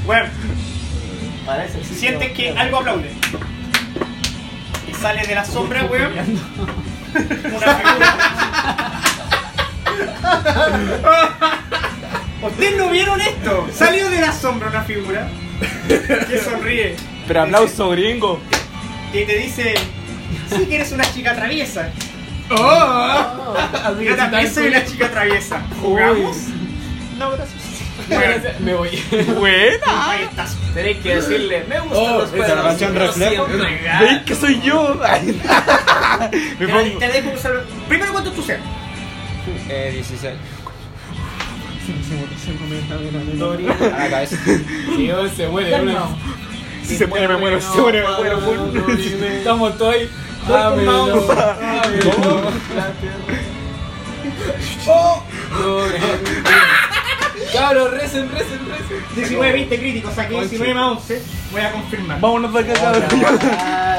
Bueno,
Para eso existe
sientes
la
que
pantalla.
algo aplaude. Y sale de la sombra, weón. Una figura. ¿Ustedes no vieron esto? Salió de la sombra una figura que sonríe
Pero aplauso gringo.
y te dice: Sí, que eres una chica traviesa.
Oh.
Yo también soy una chica traviesa. ¿Jugamos?
No, gracias.
Bueno,
Me voy.
ahí estás.
Tenéis que decirle, me gustan
Oh,
los
esa
perros.
canción
pero
reflejo.
siempre
¿Veis que soy yo? Ay,
Te, te dejo usar. Primero, ¿cuánto es tu ser?
Eh, 16.
ganan.
A la cabeza.
Dios, se muere. uno.
Si se muere, me muero, si se muere, me muero.
Estamos todos ahí. Ah, Ábrelo, ábrelo. Oh. Cabros, recen, recen, recen.
19, 20 críticos, saqué 19 más 11. Voy a confirmar.
Vámonos de acá, cabrón.
Bueno,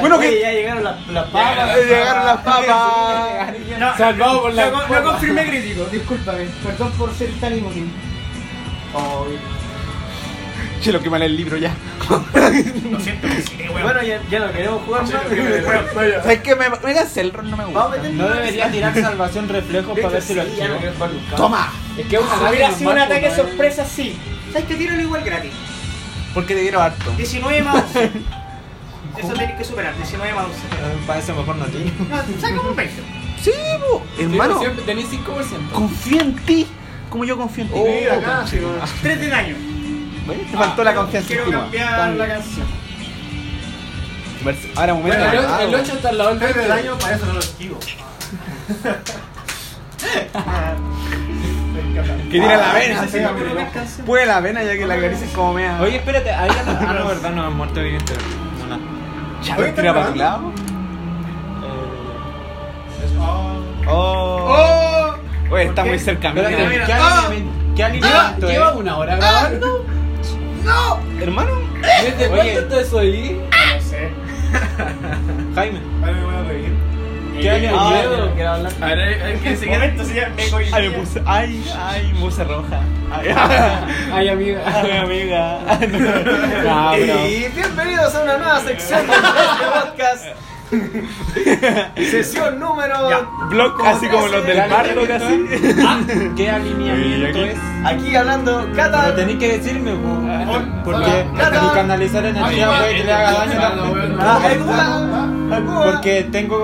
Bueno,
que
que-
ya llegaron las las papas.
Llegaron las papas.
No,
Salvado por la
no, no,
copa.
confirmé crítico, discúlpame. Perdón por ser tan inútil.
Che, lo que mal el libro ya.
Lo siento, sí, weón.
Bueno, ya, ya no queremos jugar más.
¿Sabes qué? Me, me hace el rol, no me gusta.
Vamos a meter
No debería tirar salvación reflejo para ver si lo
Sí, ya no
activo.
queremos jugar nunca.
Toma.
Es que es un
Si hubiera sido un ataque sorpresa, sí. ¿Sabes qué? Tíralo igual gratis.
Porque te quiero harto.
19 más 11. Eso tenés que superar, 19 más 11.
Para eso mejor no tiene.
No, saca un 20.
Sí, bo. hermano.
Siempre tenés 5%.
Confía en ti. Como yo confío en ti.
Oh,
Bueno,
3 de daño.
te faltó la confianza
Ah, Quiero
encima.
cambiar la canción.
Ahora, momento. Ah,
Bueno, el- el 8 está al lado del
Pero
20.
el daño para eso no lo esquivo.
Que tira
Ah,
la vena.
Sí, pero me alcanza.
Puede la vena ya que la Clarice es como mea.
Oye, espérate, ahí ya no. Ah, no, verdad, no, han muerto viviente. No, no.
ya lo tira para tu lado. Oh.
¡Oh!
Oye, está muy cerca.
Pero
mira.
mira,
¿Qué
ah,
anime? ¿Qué anime?
Lleva,
tanto, eh?
lleva una hora grabando.
Hermano.
¿Desde cuánto
Oye.
está eso ahí?
No sé.
Jaime.
Ahora me voy a reír.
¿Qué año
Ah,
de
yo no
miedo?
quiero hablar.
Eh, A ver, hay que seguir.
Momento, señor, me coincidía.
Ay, me puse. Ay, ay, me puse roja. Ay,
Ay, amiga.
ay, amiga.
Ah, bro.
Y bienvenidos a una nueva sección de este podcast. Sesión número.
Blog así como los del barrio casi.
¿Qué alineamiento
Y aquí-
es?
Aquí hablando,
Pero
Cata.
tenéis que decirme, po. porque
Cata.
tu canalizar energía puede que le haga daño también.
Ah, ¿Alguna? ¿Alguna?
Porque tengo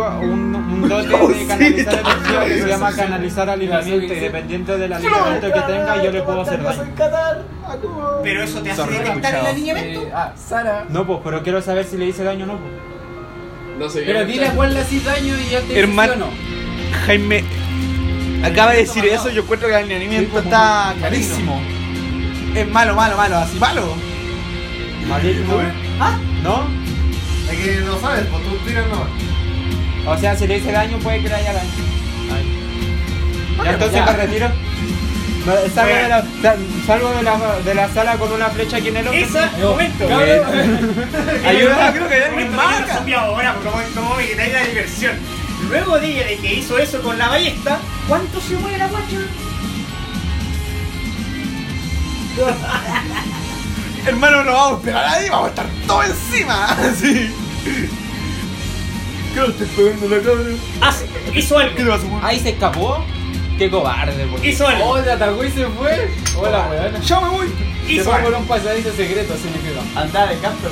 un, un dote
Oh,
de canalizar energía que se llama canalizar alineamiento y dependiendo del alineamiento que tenga yo le puedo hacer daño.
Pero eso te hace
Sorry,
detectar el
escuchado.
alineamiento.
Eh, Ah, Sara.
No, pues, pero quiero saber si le hice daño o no. pues.
No sé.
Pero dile a cuál le haces daño y ya te dice
Hermano.
sí o no.
Jaime acaba de decir eso, yo encuentro que el alineamiento está carísimo. Es malo, malo, malo, así malo. ¿Ah?
Maligno. ¿No?
Es que no sabes, pues tú tiras no.
O sea, si le hice daño puede que le haya daño. Ya entonces
ya.
me retiro. Me- Salgo, de la, sal- salgo de, la, de la sala con una flecha aquí en el hombro.
Esa, momento.
Ayuda, creo que ya no
Muy
es
mal,
marca.
copia ahora, porque como- como me quitáis la diversión. Luego de de que hizo eso con la ballesta, ¿cuánto se mueve la guacha?
Hermano, no vamos a esperar ahí, vamos a estar todo encima. Así. ¿Qué te estoy pegando en la cara?
Hace, hizo
¿Qué te
algo.
vas a mover?
Ahí se escapó.
Qué cobarde, por Oh, de Atagüí se fue. Hola, weón.
¡Ya me voy!
Se fue por un pasadizo secreto, significa.
Andá de camper.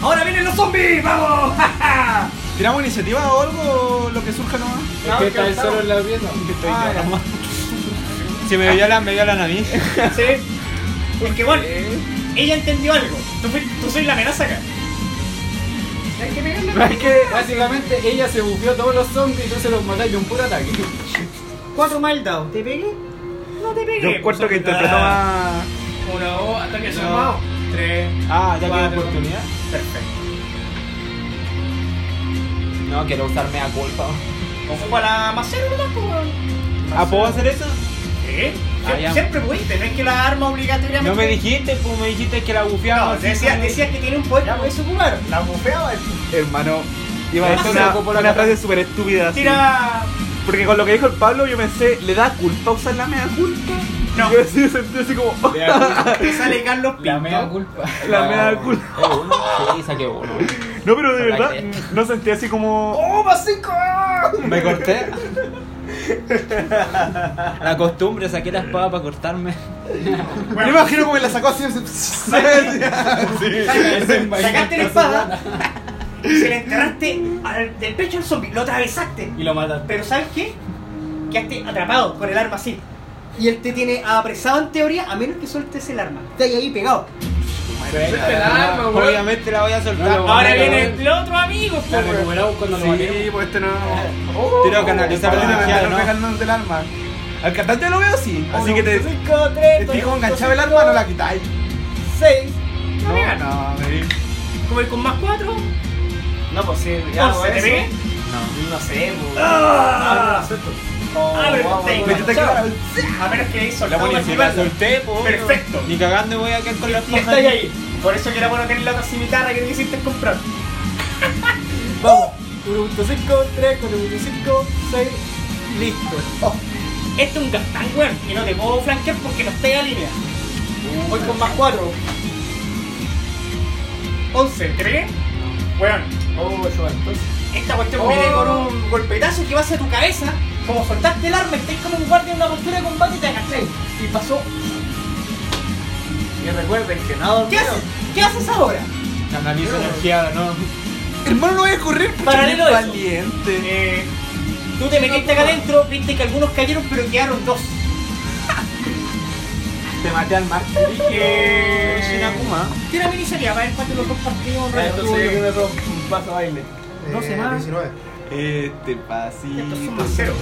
¡Ahora vienen los zombies! ¡Vamos! ¡Ja, ja!
¿Tiramos iniciativa o algo? Lo que surja nomás.
Es que está el solo en la pieza.
Ah, ya. Si me violan, me violan a mí.
Sí. Porque bueno, ella entendió algo. Tú, fui- tú soy la amenaza acá.
Hay que pegarle.
Pero es que básicamente ella se bufió todos los zombies y tú se los mataste de un puro ataque.
Cuatro mal dado. ¿Te pegué? No te pegué. pues,
Yo encuentro que interpretó más.
Uno, dos, ataque armado. Tres.
Ah, ya
cuatro.
tiene oportunidad.
Perfecto.
No, quiero usarme a culpa.
Ocupa la macera, ¿verdad? po, weón?
¿Ah, puedo hacer eso?
¿Eh?
Ah,
Sie-
ya.
Siempre pudiste, no es que la arma obligatoriamente.
No me dijiste, pues me dijiste que la
No,
bufiaba. así
decías
como-
decías que tiene un poder, la puedes ocupar.
La bufeaba el
Hermano, iba a decir
Eso
una,
sacó por la
una
cara.
frase súper estúpida. así.
Tira.
Porque con lo que dijo el Pablo, yo pensé, ¿le da culpa usar la mea culpa?
No.
Yo así, sentí así como.
Te sale Carlos
La
Pinto.
mea culpa.
La mea culpa.
Es uno. Sí, saqué uno.
No, pero de
La
verdad,
raqueta.
no sentí así como.
¡Oh, más cinco!
Me corté. La costumbre, saqué la espada para cortarme.
Me lo imagino como que la sacó así. así.
Sacaste la espada. Se la enterraste al- del pecho al zombie, lo atravesaste.
Y lo mataste.
Pero ¿sabes qué? Quedaste atrapado con el arma así. Y él te tiene apresado en teoría a menos que sueltes el arma. Está ahí, ahí pegado.
Obviamente la voy a soltar.
Ahora viene el otro amigo,
Lo
po, weón.
recuperamos cuando lo matemos.
pues este no.
Oh.
Tiro canalizar
Parece que me
energía,
dejaron
¿no?
regalando el arma.
Al cantante lo veo así. Así que te.
Cinco, tres,
Te dijo enganchaba el arma, no la quitáis.
seis. No,
No,
mira,
no, me
Como el con más cuatro.
No, pues sí, ya,
Once, ¿te
eso.
pegué?
No sé, pues.
Ah. Abre, tengo.
me quité claro.
A menos que hizo
La policía la solté, pues.
Perfecto.
Ni cagando voy a quedar con la
Y
esponja.
estáis ahí. Por eso que era bueno tener la otra cimitarra que no quisiste comprar.
Vamos. 1.5, 3, 4.5, 6. Listo.
Este es un gastán, weón. Y no te puedo flanquear porque no estoy a línea. Voy con más 4. 11, ¿te pegué? Weón. Esta cuestión
Oh.
viene con un golpetazo que va hacia tu cabeza. Como soltaste el arma, estáis como un guardia en una postura de combate y te agaché. Y pasó.
Y recuerden que nada
¿Qué haces? ¿Qué haces ahora?
Canalizo energía, ¿no?
Hermano, no voy a correr. pucha,
Paralelo
qué
a eso.
Valiente.
Eh, tú te metiste acá adentro, viste que algunos cayeron, pero quedaron dos.
Te maté al mar.
Eh,
Sin Akuma.
Tira mi iniciativa para ver cuánto los compartimos.
Ah, Entonces yo me robo un paso baile.
Eh,
No sé más.
19.
Este pasito.
Estos son más cero.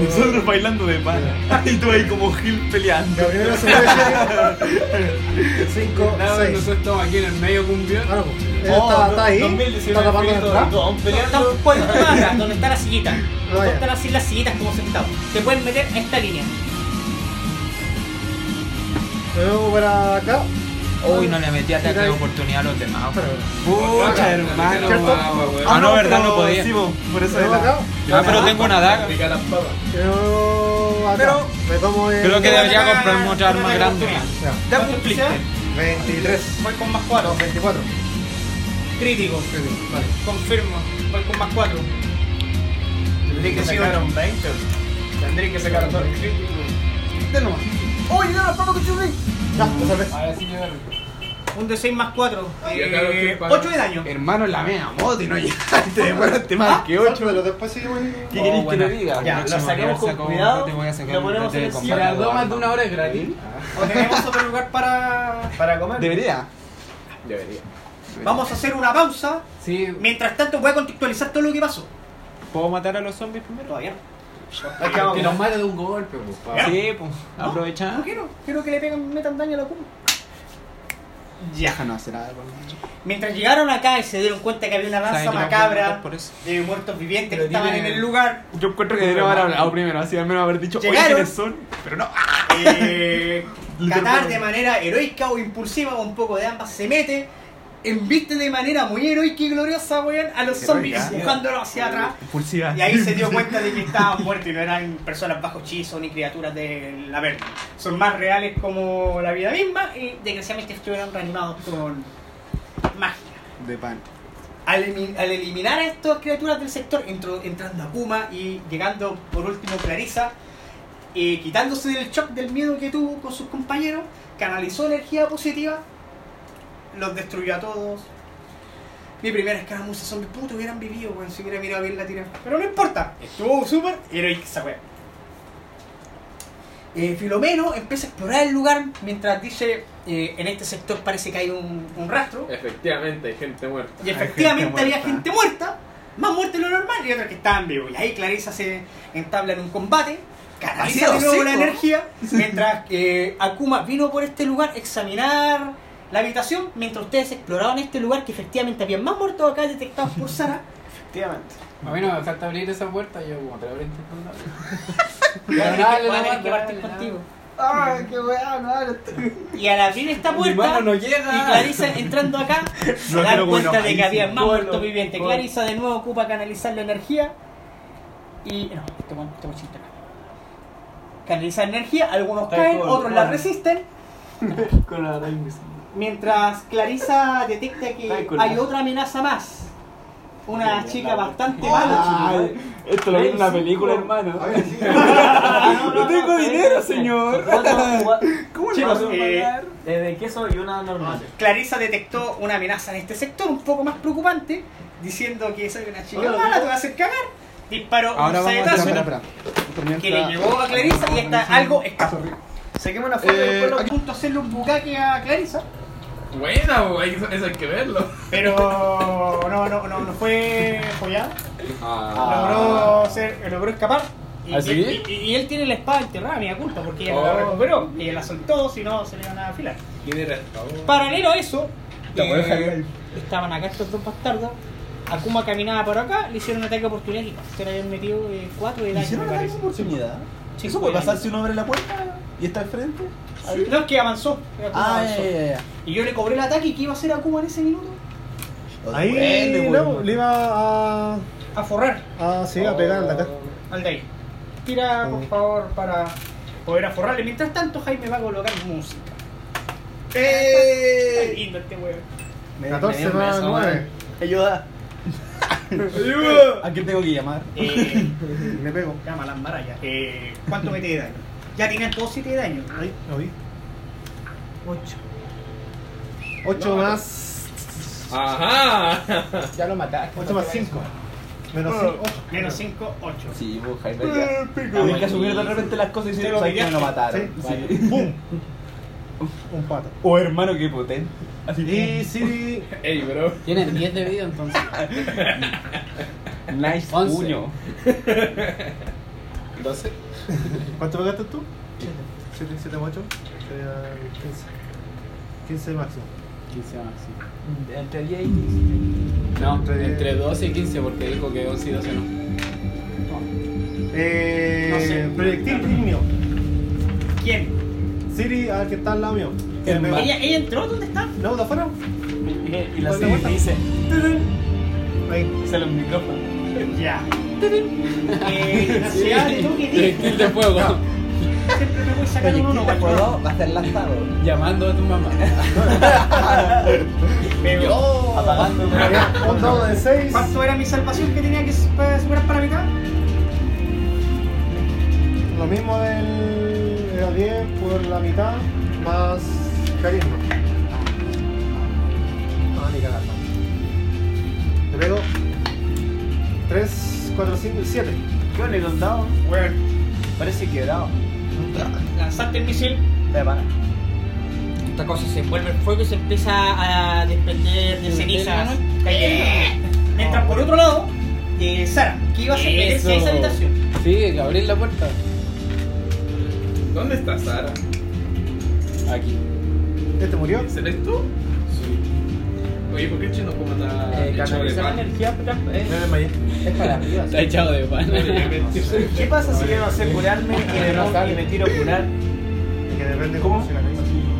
Nosotros bailando de pana. Y tú ahí como Gil peleando.
La primera se fue. 5,
Nada,
6.
nosotros estamos aquí en el medio cumbión.
Oh,
Claro, pues. Él está, está ahí. Está tapando la entrada.
Estamos por esta barra, donde está la
Ah,
sillita. Donde
ya.
están así las sillitas como sentados. Te pueden meter a esta línea.
Me vengo para acá.
Uy, no le metí ataque de oportunidad a los demás.
Pero,
Pucha, hermano.
¿Cierto?
Ah, no, verdad, no
pero
podía.
sí, po, por eso
Me vengo
era.
acá.
Ah, pero tengo una daga.
Me vengo acá.
Pero-
me tomo el.
Creo que debería
Una-
comprarme otra
una
arma grande.
oportunidad.
Ya,
Ya
¿Cuánto
cumpliste.
sea?
23.
Voy con más 4.
24.
Crítico.
Vale.
Confirmo. Voy con más 4.
Tendría que sacar un 20. Tendría que sacar dos críticos.
Ten nomás. ¡Oye, no, la que chupé! Ya, lo salvé.
Un de 6 más 4.
Y acá lo que paga-
8 de daño.
Eh,
Hermano, la mea moto y no llegaste. Demoraste más que ocho.
Sálvamelo, después seguimos ahí.
¿Qué querés que te diga?
Ya, lo saquemos con cuidado, lo ponemos en el
Si las dos más de una hora es gratis.
O tenemos otro lugar para.
Para comer.
Debería.
Debería.
Vamos a hacer una pausa.
Sí.
Mientras tanto, voy a contextualizar todo lo que pasó.
¿Puedo matar a los zombies primero?
Todavía no.
Que los mata de un golpe, pues. pa.
Sí, pues. Aprovechar.
No quiero, quiero que le peguen, metan daño a la cumbre.
Ya no hacer algo.
Mientras llegaron acá y se dieron cuenta que había una
Saben
danza
que la puedo
macabra
matar por eso.
de muertos vivientes
Pero
que estaban en
tiene-
el lugar,
Yo encuentro que debería haber hablado primero, así al menos haber dicho, oye,
Llegaron.
¿quiénes son? Pero no. ¡ah!
eh, Qatar
Literalmente.
de manera heroica o impulsiva, o un poco de ambas, se mete, embiste de manera muy heroica y gloriosa, weón, a los zombies, empujándolos hacia atrás.
Impulsiva.
Y ahí se dio cuenta de que estaban muertos y no eran personas bajo hechizo ni criaturas de la verde. Son más reales como la vida misma y desgraciadamente estuvieron reanimados con magia.
De pan.
Al, emi- al eliminar a estas criaturas del sector, entro- entrando a Puma y llegando por último Clarisa, eh, quitándose del shock del miedo que tuvo con sus compañeros, canalizó energía positiva, los destruyó a todos. Mi primera escaramuza zombie, puto, hubieran vivido, weón, si hubiera mirado bien la tira. Pero no importa, estuvo súper heroica esa weá. Eh, Filomeno empieza a explorar el lugar mientras dice, eh, en este sector parece que hay un, un rastro.
Efectivamente, hay gente muerta.
Y efectivamente había gente muerta, más muerta de lo normal, y otros que estaban vivos. Y ahí Clarisa se entabla en un combate, canaliza de
Así,
nuevo
sí,
la
po.
energía, mientras que eh, Akuma vino por este lugar a examinar la habitación, mientras ustedes exploraban este lugar que efectivamente había más muertos acá detectados por Sara.
Efectivamente.
A mí no me falta abrir esa puerta, yo como te abrí intentando abrir.
Voy a
Pero
tener que-
dale,
voy a tener
nomás,
que partir
dale,
contigo.
¡Ah, qué weá! No, no,
Y al abrir esta
Mi mano
puerta,
no
y
llega.
Clarisa entrando acá, se
No
da
quiero
cuenta
comer
de que
maíz.
había más
Polo,
muertos vivientes.
polo.
Clarisa de nuevo ocupa canalizar la energía. Y. No, este buen- este buen chiste acá. Canaliza energía, algunos
Está
caen,
polo,
otros la
polo.
resisten.
Con la araña invisible.
Mientras Clarisa detecta
Está
que
polo.
hay otra amenaza más. Una
Sí,
chica
la-
bastante mala.
Ay, Esto lo vi en una película, hermano.
A ver, sí.
No tengo dinero, señor.
¿Cómo
le vas a pagar?
eh, Desde queso y una normal.
Clarisa detectó una amenaza en este sector un poco más preocupante, diciendo que soy una chica
Hola,
mala,
amigo.
te voy a hacer cagar. Disparó
Ahora
un
vamos a
sayetazo
esperar,
que le llegó a Clarisa y está algo escapó.
Saquemos una foto
Eh,
Fue
del
después
pueblo.
lo punto hacerle un bucaque a Clarisa,
Buena, bo, hay que- eso hay que verlo.
pero no, no, no, no fue follada.
Ah.
Logró, ser, logró escapar. Ah. Y,
¿Ah, sí? Oh.
y- y- y él tiene la espada enterrada, mía culpa, porque ella no la recuperó. Ella la soltó, si no se le iban a afilar. Paralelo a eso, eh, estaban acá estos dos bastardos. Akuma caminaba por acá, le hicieron un ataque de oportunidad y se le habían metido eh, cuatro de daño.
¿Hicieron
me
una gran
parece.
oportunidad?
Sí,
¿Eso puede
puede
pasar si uno abre la puerta y está al frente?
Sí. No, es que avanzó. Akuma
Ah,
avanzó.
ya, ya, ya.
Y yo le cobré el ataque y ¿qué iba a hacer Akuma en ese minuto?
Ahí no, le iba a.
A forrar
a sí, a pegar al de acá.
Oh,
al de ahí. Tira, por
Mm.
favor, para poder aforrarle. Mientras tanto, Jaime va a colocar música. Está
¡Eh!
lindo este weón.
14 más 9.
Ayuda.
¿A quién tengo que llamar?
Eh,
Le pego.
Llama las marallas. Eh, ¿Cuánto me de daño? Ya tiene todos 7 de daño.
Ahí, lo vi.
8.
8 más.
Ajá.
Ya lo mataste.
8 más 5. Menos 5.
Menos 5, 8.
Sí, vos, Jaime, ya. Tienes que asumir de repente las cosas y
Te
decir,
lo
¿sabes que me lo
pillaste.
mataron?
Sí,
Vale.
¡Pum! Un pato.
Oh, hermano, qué potente. Así
Y Siri.
Ey, bro.
Tienen 10 de vida entonces.
Nice
Once.
puño.
Entonces,
¿Cuánto pagaste tú? 7. 7, 7, 8. Sería 15. 15 máximo.
15 más, sí.
Entre 10 y 15.
No,
Entre-
entre 12 y 15 porque dijo que 11 y 12 no.
Eh,
No sé.
Proyectil digno.
¿Quién?
Siri, al que está al lado mío. Le pego.
¿Ella, ella entró? ¿Dónde está?
No, de afuera. Pues
Y
la Siri te
dice,
Ahí.
sale un micrófono.
Ya. Eh, Gracias, tú que dices.
Proyectil de fuego.
Siempre me voy sacando un uno,
Proyectil de
guacho.
fuego va a ser lanzado.
Llamando a tu mamá.
Eh,
Pero,
Apagando.
Un dado de 6.
¿Cuánto era mi salvación que tenía que supe- superar para mitad?
Lo mismo del. Era 10 por la mitad. Más carisma. Ah, ni cagando. Te pego. 3, 4, 5 y 7.
¿Qué onda el dado?
Bueno,
Parece quebrado.
lanzaste el misil.
De pana.
Esta cosa se envuelve en fuego y se empieza a desprender de cenizas. Eh. cayendo. Mientras por otro lado, eh, Sara, que iba a hacer
eh,
meterse a esa habitación.
Sí, abrir la puerta.
¿dónde está Sara?
Aquí.
Eh,
Este murió.
¿Serás tú? Sí. Oye, ¿por qué el chino puede matar
Eh,
el chavo Ah, de
canalizar
pan?
energía, pero- eh.
Me desmayé.
pues, Es para arriba.
Está echado de pan.
Obviamente.
¿Qué pasa si yo no sé curarme y, de
No
mo-
sale.
y me tiro a curar?
Que depende
¿Cómo?
cómo se la tenga.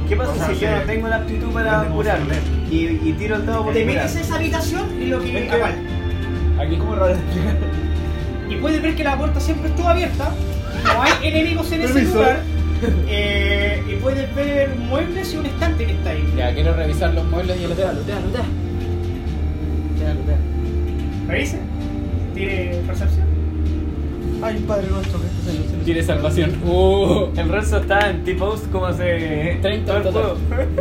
¿Qué
O
pasa
sea,
si yo no
sí.
tengo la aptitud para
Depende cómo se
curarme? Y, y tiro el dado por
Te
curar.
metes a esa habitación y lo que
Es que-
igual.
Aquí como raro.
y puedes ver que la puerta siempre estuvo abierta, no hay enemigos en ese lugar, eh, y puedes ver muebles y un estante que está ahí.
Ya, quiero revisar los muebles y el otro.
Ya, lootear. ¿Me dice? ¿Tiene percepción?
Ay, padre nuestro que estás en los cielos.
Tiene salvación. Uh,
El Renzo está en T-Post como hace
30
todo el
total.
juego.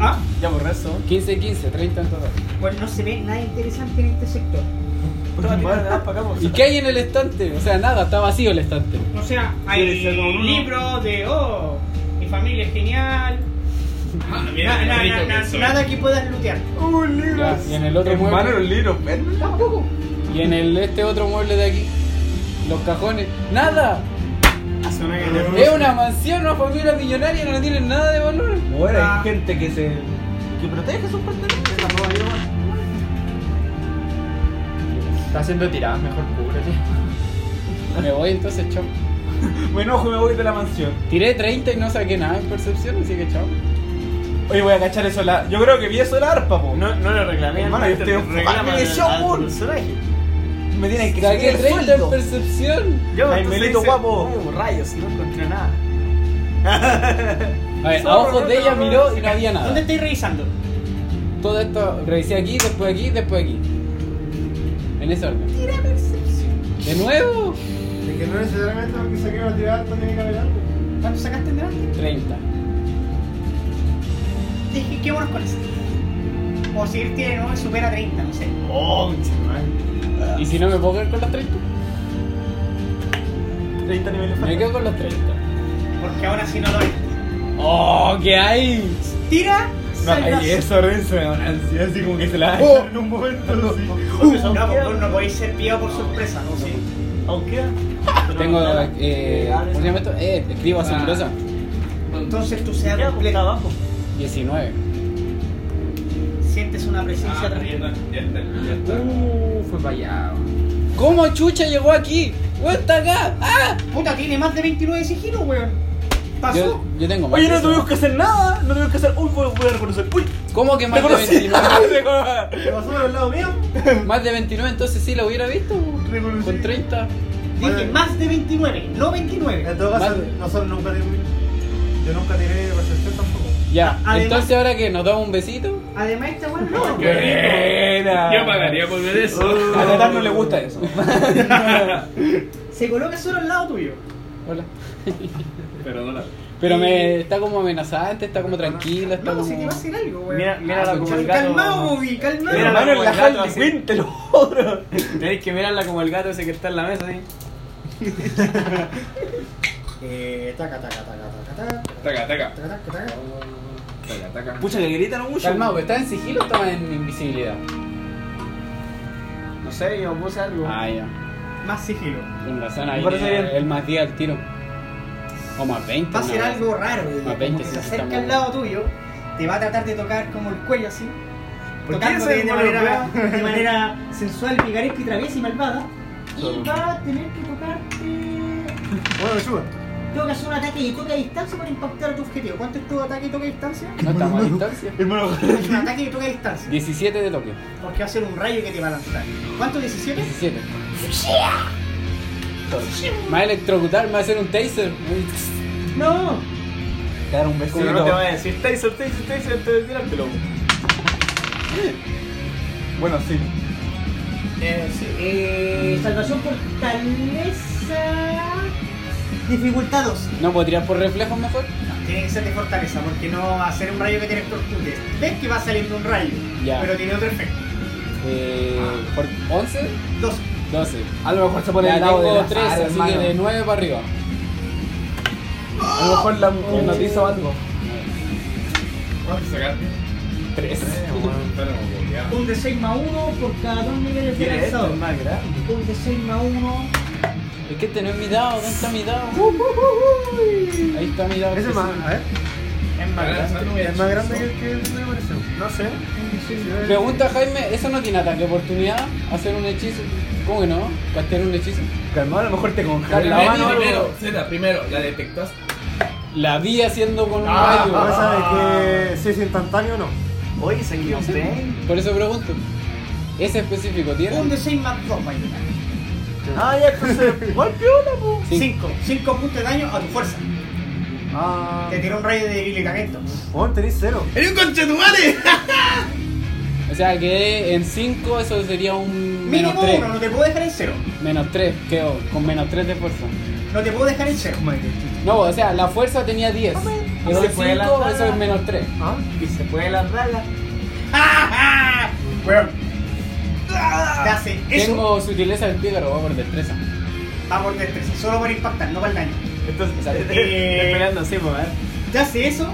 Ah,
Ya por Renzo.
15, 15, 30 en total.
Bueno, no se ve nada interesante en este sector.
Toda tirada
ah,
de abajo, acá,
¿Y qué hay en el estante? O sea, nada, está vacío el estante.
O sea, hay libros de, oh, mi familia es genial.
Ah, mira,
Na- na-
rico
na-
que
na-
soy.
nada que puedas lootear.
Eh,
Un
Ya, y en el otro
Hermano,
mueble.
los libros, ven.
Tampoco.
Y en el este otro mueble de aquí. Los cajones. ¡Nada! Es una mansión, una familia millonaria, no tienen nada de valor.
Bueno, hay
Ah.
gente que se. que protege sus pertenencias. la roba yo, man.
Está haciendo tiradas, mejor cúbrete.
Me voy entonces, chao.
Me enojo y me voy de la mansión.
Tiré 30 y no saqué nada en percepción, así que chao.
Oye, voy a cachar eso. La... Yo creo que vi eso de la arpa, po.
No, no lo reclamé.
Hermano, este yo estoy
Reclama
enfocado en el
al- al
Shogun.
personaje.
Me tienen que
Saqué
subir el
30 en
sueldo.
percepción.
Yo,
Ay,
entonces
Melito
dice,
guapo.
"Oh, rayos, no encontré nada.
A ver, a ojos de ella miró y no había
¿Dónde
nada.
estáis revisando?
Todo esto revisé aquí, después aquí, después aquí. En ese orden. ¿De nuevo?
Es que no necesariamente porque saqué una tirada alta tiene que haber algo.
¿Cuánto sacaste en delante?
30.
Dije, qué buenos con eso. O si él tiene 9, supera 30, no sé.
Oh, chaval.
¿Y si no me puedo quedar con los 30?
30 niveles
Me
faltan.
quedo con los 30.
Porque ahora sí no lo es.
¡Oh, qué hay!
Tira,
No,
salvación.
ay, eso, Renzo, me da una ansiedad así como que se la va a
Oh.
echar en un momento. así.
Porque son- No, porque no podéis ser pillado por sorpresa, ¿no? Sí.
Aunque.
Tengo, eh, ¿cómo se llama esto? Eh, escribo asombrosa.
Entonces tú seas completo abajo.
19.
Sientes una presencia
Ya
tranquila.
Ah, está, ya está, ya está.
Uh, fue para allá.
¿Cómo chucha llegó aquí? ¡Weón, está acá! ¡Ah!
Puta, tiene más de 29 de sigilo, weón.
Yo,
Pasó.
yo tengo más.
Oye,
que
no
eso.
tuvimos que hacer nada. No tuvimos que hacer. Uy, voy, voy a reconocer. Uy,
¿Cómo que más de
reconocí.
29?
¿Te pasó por el lado mío?
más de 29, entonces sí lo hubiera visto.
Reconocí.
Con 30.
Dije más de 29, no 29.
En todo caso,
Vale.
nosotros nunca tuvimos. Yo nunca tiré recepción tampoco.
Ah,
Ya,
Además-
entonces ahora que nos damos un besito.
Además, este weón no.
Qué rico. Yo pagaría por ver eso.
A
Uh.
Tatán no le gusta eso.
Se coloca solo al lado tuyo.
Hola.
Perdona.
Pero
Eh,
me está como amenazante, está como tranquila, está
No,
como.
si te va a hacer algo, weón.
Mira,
Ah,
mírala como
concha,
el gato.
Calmado, Bobby,
Mira,
calmado.
Hermano, en la
como el gato
Harley
así.
Quinn, te lo juro.
Tenéis que mirarla como el gato ese que está en la mesa, así.
Eh, taca, taca, taca, taca, taca.
Taca, taca.
Taca, taca, taca.
Taca, taca.
Pucha, que gritan mucho.
Calmado, ¿está en sigilo o está en invisibilidad?
No sé, yo puse algo.
Ah, ya.
Más sigilo.
Con razón, ahí
Parece
tiene
bien.
el más 10 al tiro. O más 20.
Va a
una
ser
vez.
algo raro, weón.
Más
Como
20,
que
sí,
se
está
acerca
muy
al lado tuyo, te va a tratar de tocar como el cuello así.
¿Por qué
tocándote
ese
de
mono,
manera, de manera sensual, picaresca y traviesa y malvada. Y va a tener que tocarte.
Bueno, ayuda.
Tengo que hacer un ataque y toque a distancia para impactar a tu objetivo. ¿Cuánto es tu ataque y toque a distancia?
No estamos a distancia.
Hermano,
Es un ataque y toque a distancia.
17 de toque.
Porque va a ser un rayo que te va a lanzar. ¿Cuánto? ¿17?
17. Me va a electrocutar, me va a hacer un taser.
No.
Te dar un
Si no, no te voy a decir Taser, Taser, Taser, te voy a tirar el pelo.
Bueno, sí.
Eh, sí. Eh, salvación fortaleza. Dificultad 2.
¿No puedo tirar por reflejos mejor?
Tiene que ser de fortaleza, porque no va a ser un rayo que tiene fortuna. Ves que va saliendo un rayo,
Ya.
pero tiene otro efecto.
Eh, por 11,
Dos.
12.
A lo mejor se pone
Ya
al lado de
tengo
la
3,
Sara,
así que
hermano.
de 9 para arriba.
A lo mejor la nos hizo algo.
¿Cuánto sacaste?
3.
Un de 6 más 1 por cada dos niveles de lanzador.
más grande.
Un de 6 más 1.
Es que este no es mi dado, ¿dónde está mi dado? Ahí está mi dado.
Ese es más, a ver,
Es
Ah,
más grande.
es más grande que el que el me pareció.
No sé.
Pregunta Jaime, ¿eso no tiene ataque oportunidad? ¿Hacer un hechizo? ¿Cómo que no? ¿Castear un hechizo?
Calmado, a lo mejor te congela la
Primero,
mano.
primero, Z, primero, la detectaste.
La vi haciendo con un
Ah,
Eh,
rayo.
pasa de
Eh,
que si es instantáneo o no.
Oye, seguimos.
Por eso pregunto. ¿Ese específico
Un de
tiene?
6 más 2 va a intentar.
Ah, ya, entonces, igual piola, po.
5. 5 puntos de daño a tu fuerza.
Ah,
Ah.
Te tiró un rayo de debilitamiento.
Eh,
bueno, tenés Ah, oh, cero.
¡Eres un conchetumare!
Eso O sea, quedé en 5, eso sería un menos
Mínimo
3.
uno, no te puedo dejar en cero.
Menos 3, quedo con menos 3 de fuerza.
No te puedo dejar en cero, Mike.
No, o sea, la fuerza tenía 10. Quedó
Se
en
fue la
5,
rana.
eso es menos 3.
¿Ah? Y se puede las balas. ¡Ja, ja! Weón.
Ah.
Te hace eso.
Tengo sutileza del pícaro, va por destreza.
Va por destreza, solo por impactar, no para el daño.
Entonces,
Eh,
Esperando, sí, pues, a ver.
Te hace eso.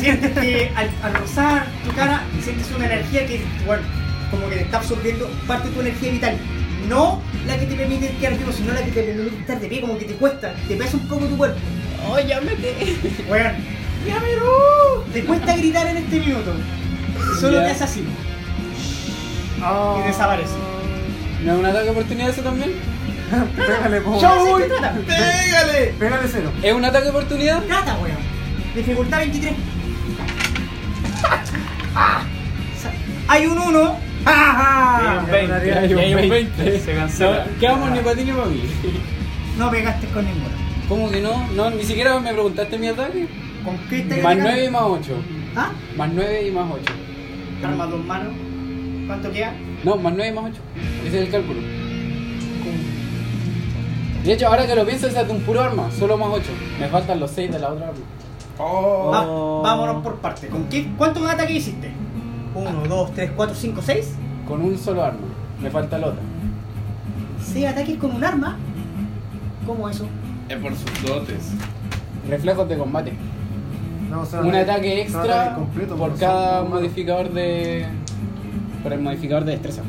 Sientes que al, al rozar tu cara, sientes una energía que, bueno, como que te está absorbiendo parte de tu energía vital. No la que te permite quedar vivo, sino la que te permite estar de pie, como que te cuesta, te pesa un poco tu cuerpo. ¡Oh, llámate! Weón, llámelo. Te cuesta gritar en este minuto. Solo
Ya.
te hace así. Y desaparece.
¿No es un ataque de oportunidad eso también?
Pégale, po.
Ya, sí, trata. ¡Pégale!
Pégale cero.
¿Es un ataque de oportunidad?
Trata, weón. Dificultad 23. Sa- Hay un 1.
Ah,
Y hay un 20.
Se cancela.
No, Quedamos ni para ti ni para mí.
No pegaste con ninguno.
¿Cómo que no? no? Ni siquiera me preguntaste mi ataque.
¿Con qué estás
Más
atacando?
9 y más 8.
¿Ah?
Más 9 y más 8.
Arma dos manos. ¿Cuánto queda?
No, más 9 más 8. Ese es el cálculo. De hecho, ahora que lo pienso, esa es de un puro arma, solo más 8. Me faltan los 6 de la otra arma.
Oh.
Va- vámonos por parte. ¿Con qué? ¿Cuántos ataques hiciste? 1, 2, 3, 4, 5, 6.
Con un solo arma, me falta la otra.
6 ataques con un arma. ¿Cómo eso?
Es por sus dotes.
Reflejos de combate.
No, o sea,
Un
no-
ataque
no,
extra
ataque completo,
por
son-
cada
no, no.
modificador de. por el modificador de destreza.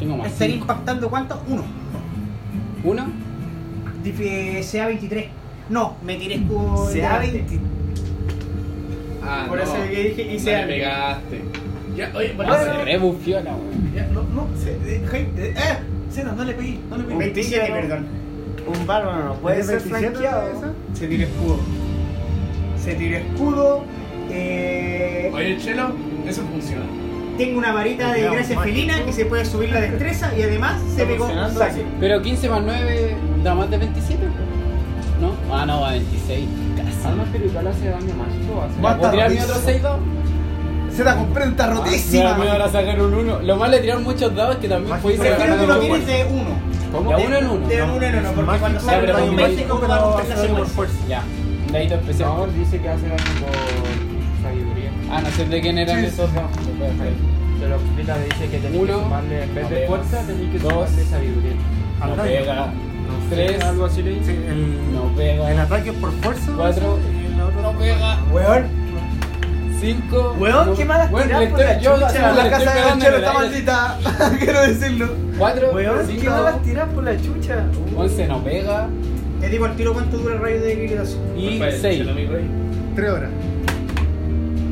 Tengo más.
Estaría impactando cuánto? 1.
¿Uno?
CA 23. No, me tiré por.
Sea
delante.
20.
Ah,
Por
no.
eso que dije, y
No
sea
le pegaste. Ya, oye, por
Ah,
eso.
se rebufió la weón.
Ya, no, no, se, eh, gente, eh, Cena, no le pedí, no le pedí.
27, perdón.
Un bárbaro no puede
¿Es
ser
27
flanqueado.
esa?
Se tira escudo.
Se tiró escudo. Eh,
Oye, Chelo, eso funciona.
tengo una varita de gracia felina que se puede subir la destreza y además se pegó un
funcionando?
saque.
Pero 15 más 9 da más de 27, ¿no? Ah, no, a 26. Casi.
¿Alma espiritual hace daño mágico? Hace...
¿Puedo
Basta,
tirar mi
rotísimo.
otro 6 dados?
Zeta comprende, está
Ah,
rotísima.
me van a sacar un 1. Lo malo de tirar muchos dados es que también podéis
Pero creo
sacar
que lo
un
tienes de uno.
¿Cómo? De uno en uno.
De uno en uno, porque cuando
Ya,
sale
pero
un
con
20
mágico,
como para romper la
hacerlo por
secuencia.
fuerza.
Ya, un dadito especial.
Ahora dice que hace daño por sabiduría.
Ah, no sé de quién eran esos dados. Lo voy a dejar ahí.
Te lo explica, dice que tenéis que
Uno,
sumarle, en vez de
no
fuerza, tenéis que
Dos.
sumarle sabiduría.
Ah, No
Al daño.
pega.
No
Tres.
sé, Algo así le dice.
El,
No
el
pega.
ataque por fuerza.
Cuatro.
No
Weón,
5.
weón, qué malas
Bueno,
tiradas
le
por la
estoy, yo
chucha.
le
La
estoy
casa de
pegando
Banchero
en el
está
aire.
maldita, quiero decirlo.
Cuatro,
Weón, qué
cinco,
malas tiradas por la chucha. Uh.
11 no pega.
Te digo al tiro cuánto dura el rayo de debilitación.
Y
Papá, Chelo,
6.
mi rey.
Tres horas.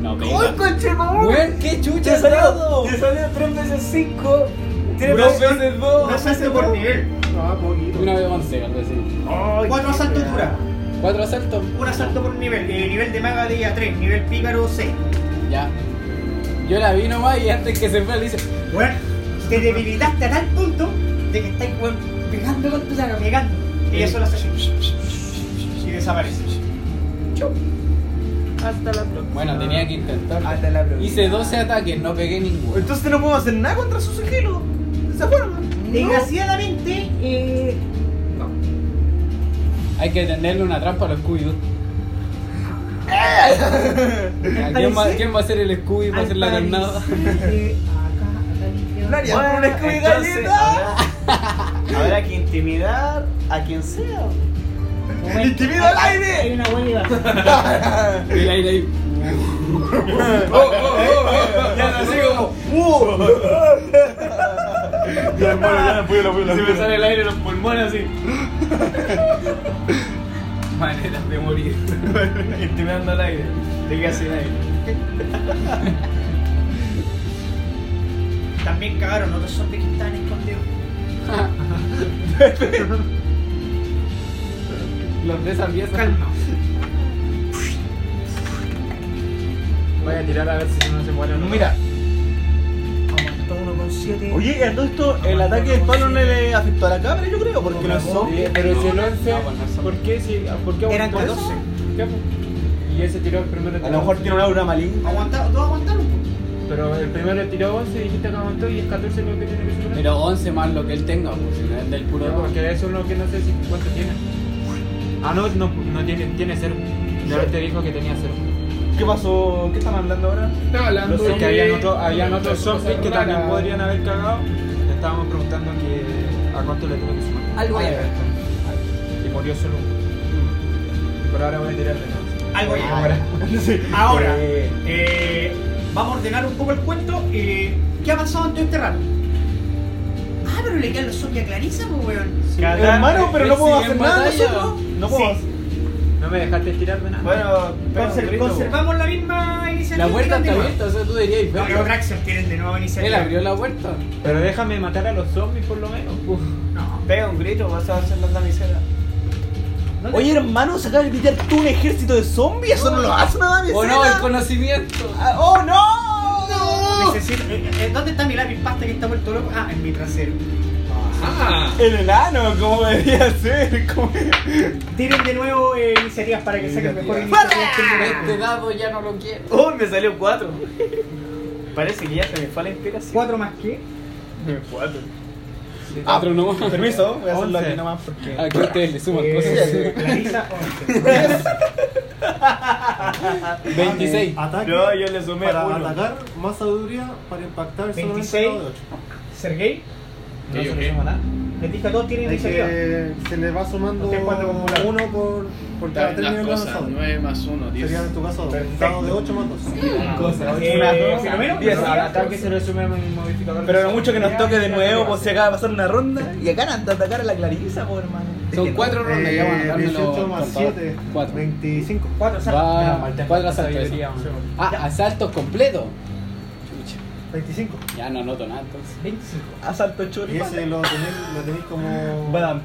No
¡Uy,
pega.
conche,
Weón, qué
Te
chucha
salió,
salió.
te salió 3 veces 5, 3
Bro,
veces
Un asalto por nivel.
No, poquito.
Una vez 11, algo así.
Cuatro asaltos dura.
Cuatro asaltos.
Un asalto por nivel. Eh, nivel de maga de 3, nivel pícaro 6.
Ya. Yo la vi nomás y antes que se fuera le dice.
Bueno, te debilitaste a tal punto de que estáis weón, pegando con tu cara, pegando. Y eso lo hace así. Y desaparece.
Bueno, tenía que intentar.
Hasta la próxima.
Hice 12 ataques, no pegué ninguno.
Entonces no puedo hacer nada contra su sigilo. De esa forma.
Desgraciadamente, eh,
Hay que tenderle una trampa a los cuyos. ¿Quién va, quién va a ser el Scooby para
al
hacer la
parecer,
tornada?
eh, acá, acá,
Gloria,
izquierda.
una escudaleta. Habrá, habrá que intimidar a quien sea. ¡Intimida al aire!
Hay una buena idea.
Y el aire ahí.
Ya no sé como. ¡Uh!
Ya, bueno, ya, púyalo, púyalo.
Se me sale el aire en los pulmones así. Maneras de morir. Intimidando al aire. Te quedas sin aire.
También cagaron otros zombies que estaban escondidos.
Los de esa pieza.
Voy a tirar a ver si no se muere o no.
Mira,
Aumentó uno con siete.
oye, a todo esto, el ataque del palo no
eh,
le afectó a la cámara, yo creo, porque los zombies.
Pero si el 11.
no, pues no son.
¿Por qué? Si, ¿Por qué
Eran
aumentó
14.
eso? ¿Qué? Y ese tiró el primero.
A lo mejor tiene una aura maligna.
Aguantaron, todos aguantaron.
Pero el primero tiró 11 y dijiste que aguantó y es 14 lo que tiene que superar.
Pero 11 más lo que él tenga, pues, si no es del puro.
No, porque es uno que no sé si cuánto tiene. Ah, no, no, no tiene, tiene cero. Ya te dijo que tenía cero.
¿Qué pasó? ¿Qué están hablando ahora?
Estaba hablando
Los
de que
zombies.
habían, otro, habían otros
Cosas
zombies que también
raras.
podrían haber cagado. Le estábamos preguntando que a cuánto le tengo que sumar.
Algo hay.
Y murió solo uno. Pero ahora voy a tirar de nuevo.
Algo hay.
Ahora. Sí.
Ahora,
Eh,
eh, vamos a ordenar un poco el cuento. eh, ¿Qué ha pasado en todo este rato?
Ah, pero le quedan los zombies a Clarisa, pues, weón.
Cada-
Hermano, pero no
Él
puedo
sigue
hacer
en
nada.
batalla.
nosotros. No puedo
Sí.
hacer
No me dejaste tirarme nada.
Bueno,
Pega un
Conser-
grito,
conservamos la misma iniciativa.
La puerta está
que
abierta, o sea, tú dirías,
No,
"Venga".
pero Traxxel tienen de nuevo
él
iniciativa.
abrió la puerta.
Pero déjame matar a los zombies por lo menos. pu.
No.
Pega un grito, vas a hacer las damiselas.
Oye, hermano, se acaba de gritar tú un ejército de zombies. Eso no lo hace una
O
damisela.
Oh, no, el conocimiento.
Ah, ¡Oh, no!
Necesito- eh, eh, ¿Dónde está mi lápiz pasta que está vuelto loco? Ah, en mi trasero.
El enano, ¿cómo debería ser? ¿Cómo-
Tiren de nuevo eh, iniciativas para que saquen mejor iniciativas. que
Ah.
Este dado ya no lo quiero.
¡Uy, me salió cuatro! Parece que ya se me fue la inspiración.
¿Cuatro más qué?
Cuatro.
Ah,
Cuatro nomás.
Permiso,
pues,
voy a hacerlo
Once.
aquí nomás porque.
Aquí ustedes le suman
Eh,
cosas.
Clarisa 11.
26.
Ataque.
No, yo le sumé
para
uno.
atacar, más sabiduría para impactar solamente
26.
uno de ocho.
Sergey,
No se le suma nada.
les dije a todos tienen
Hay
iniciativa.
que se le va sumando
Usted cuatro popular.
uno por, por cada tres niveles avanzados.
9 más 1,
Sería en tu caso dos.
Perfecto.
Dado de 8 más 2.
Cosas.
Eh, Filomeno,
Diez.
¿no?
Al ataque se le suma el modificador.
Pero lo mucho que nos toque de nuevo, pues se acaba de pasar una ronda y acá andan a atacar a la Clarisa, pues hermano.
Son cuatro rondas, ya van a
Eh,
darme los
18 más
contadores.
7,
Cuatro.
25.
Cuatro, sal-
Va,
Mira,
cuatro asaltos.
sabiduría,
eso.
hombre.
Ah, asaltos completos.
25.
Ya no noto nada entonces.
25.
Asalto
Y
chorizo.
ese lo tenéis lo tenéis como.
Badam.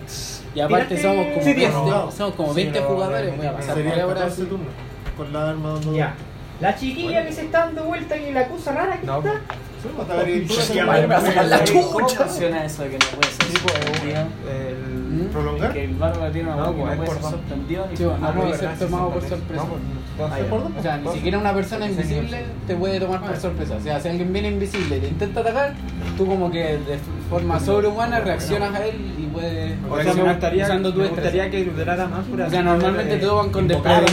Y aparte
Tiraste-
somos como
Sí,
20,
diez.
somos como
Sí,
20
no,
jugadores. Voy a pasar por
Sería
ahora.
14 turnos. Con la arma dando.
Ya. La chiquilla que se está dando vuelta y la cosa rara que está.
Solo para ver-
Ya,
Vale,
me va a sacar la
¿Cómo funciona eso de que no puedes ser
pues,
sorprendido?
El.
¿Mm?
Prolongar.
Que el bárbaro tiene una
No,
voz que
pues,
no puede
por
ser
so-
sorprendido ni
Sí, bueno, no
Ah, no,
puede
verdad,
ser
sí,
tomado
sí,
por
sí.
sorpresa.
pues,
Vamos, vamos.
Ah, ya.
Perdón.
O sea, ni siquiera una persona invisible te puede tomar por sorpresa. O sea, si alguien viene invisible y te intenta atacar, tú como que de forma sobrehumana reaccionas a él y puedes
O sea, me gustaría,
usando tu
me
estrés.
gustaría que durara más por
O sea, normalmente te toman con desprevenido,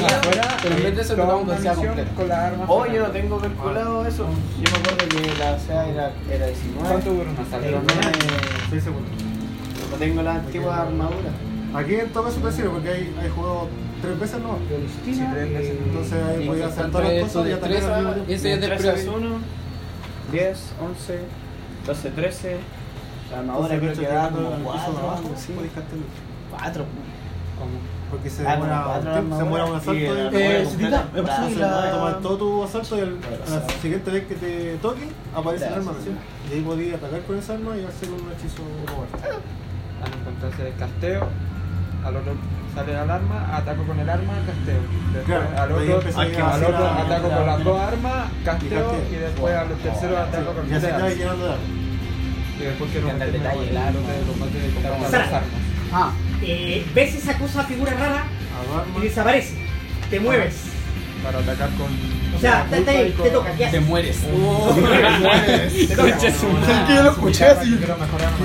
pero en vez de eso te toman con sea completo.
Con la arma
Oh, yo no tengo calculado eso. Yo me acuerdo que la CA era, era 19.
¿Cuánto duró una
Pero no, me-
6 segundos.
no tengo la antigua armadura.
Aquí en todo caso te sirve porque hay, hay jugado tres veces no. Entonces ahí podía hacer todas las cosas y atacar
ah,
al mismo tiempo.
Ese es
13 es
desprevenido.
1, 10, 11, 12, 13. La
Ahora
armadura
creo
creo
que
que
da
da
como
como
cuatro,
4.
sí. podéis castearlo.
4.
pues. Porque se
Ah, bueno,
demora
cuatro
un tiempo, se demora un
armaduras.
asalto y
Sí, la
y-
Eh,
armadura
Citita,
completa.
me
Ah,
pasas
se puede tomar
la.
todo tu asalto y el,
Bueno,
la
sí.
siguiente vez que te toque aparece el
Ya,
arma
sí.
recién. Y ahí podías atacar con esa arma y hacer un hechizo cobarde.
Entonces el casteo, al otro sale el arma, ataco con el arma, casteo. Después
Claro,
al
ahí
otro,
empecé
al que-
a
al
hacer
otro
la-
ataco con las dos armas, casteo
casteo.
y después al tercero ataco con
Y así
tres
te vas
armas.
llenando de armas.
Y después quiero
Anda el
meterme
detalle,
con
el arma.
lote de combate de comprar las
Sara.
armas.
Ah,
Eh, ves esa cosa figura rara y
Agarma.
desaparece. Te mueves.
Para atacar con.
O sea,
con
te,
culpa
te,
y con-
te toca, ¿qué
te
haces?
mueres.
este
Te toca.
que yo lo escuché así.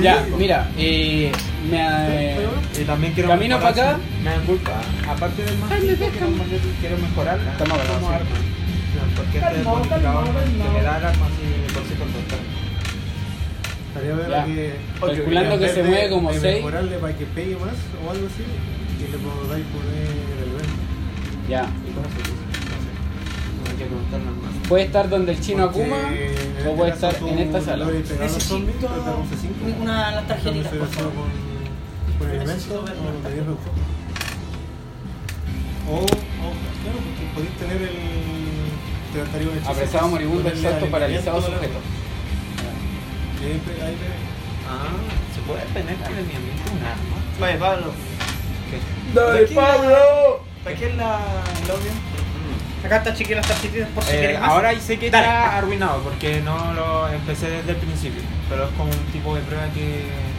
Ya, mira, eh, me,
Y también quiero
Camino
mejorar
para acá.
su- Me dan culpa. Aparte del más quiero, mejorar- quiero mejorar la
Toma,
como
sí.
arma. Porque este es
Calmao, calmao,
que me
calmao.
da el arma así por sí contestar.
Estaría ver
Ya.
que.
Calculando
en
que
vez
se
de-
mueve como
de
6.
Mejorarle para que pegue más o algo así. Y le podáis poner el evento.
Ya.
¿Y cómo se dice? No hay que preguntarle más.
Puede estar donde el chino
Porque
Akuma
en este
o puede
caso
estar
tú
en esta sala.
le habéis pegado a los zombies,
Necesito
pero te damos cinco.
una de las tarjetitas,
Entonces,
por favor.
eso con- con el
Necesito
evento,
ver
o
una
te dieron reducción. O, o, claro, porque podéis tener el. Te gastaría un hechizo.
Apresado moribundo,
Ponerle
exhausto, paralizado,
alineamiento,
sujeto.
y ahí pe- ahí pe-
Ah, ¿se puede tener alineamiento un arma?
Vale, Pablo.
¡Dale, Pablo!
Aquí es la el audio.
pues.
Acá está chiquilla las tarjetitas por si
Eh,
quieres más.
ahora sé que
Dale.
está arruinado porque no lo empecé desde el principio, pero es como un tipo de prueba que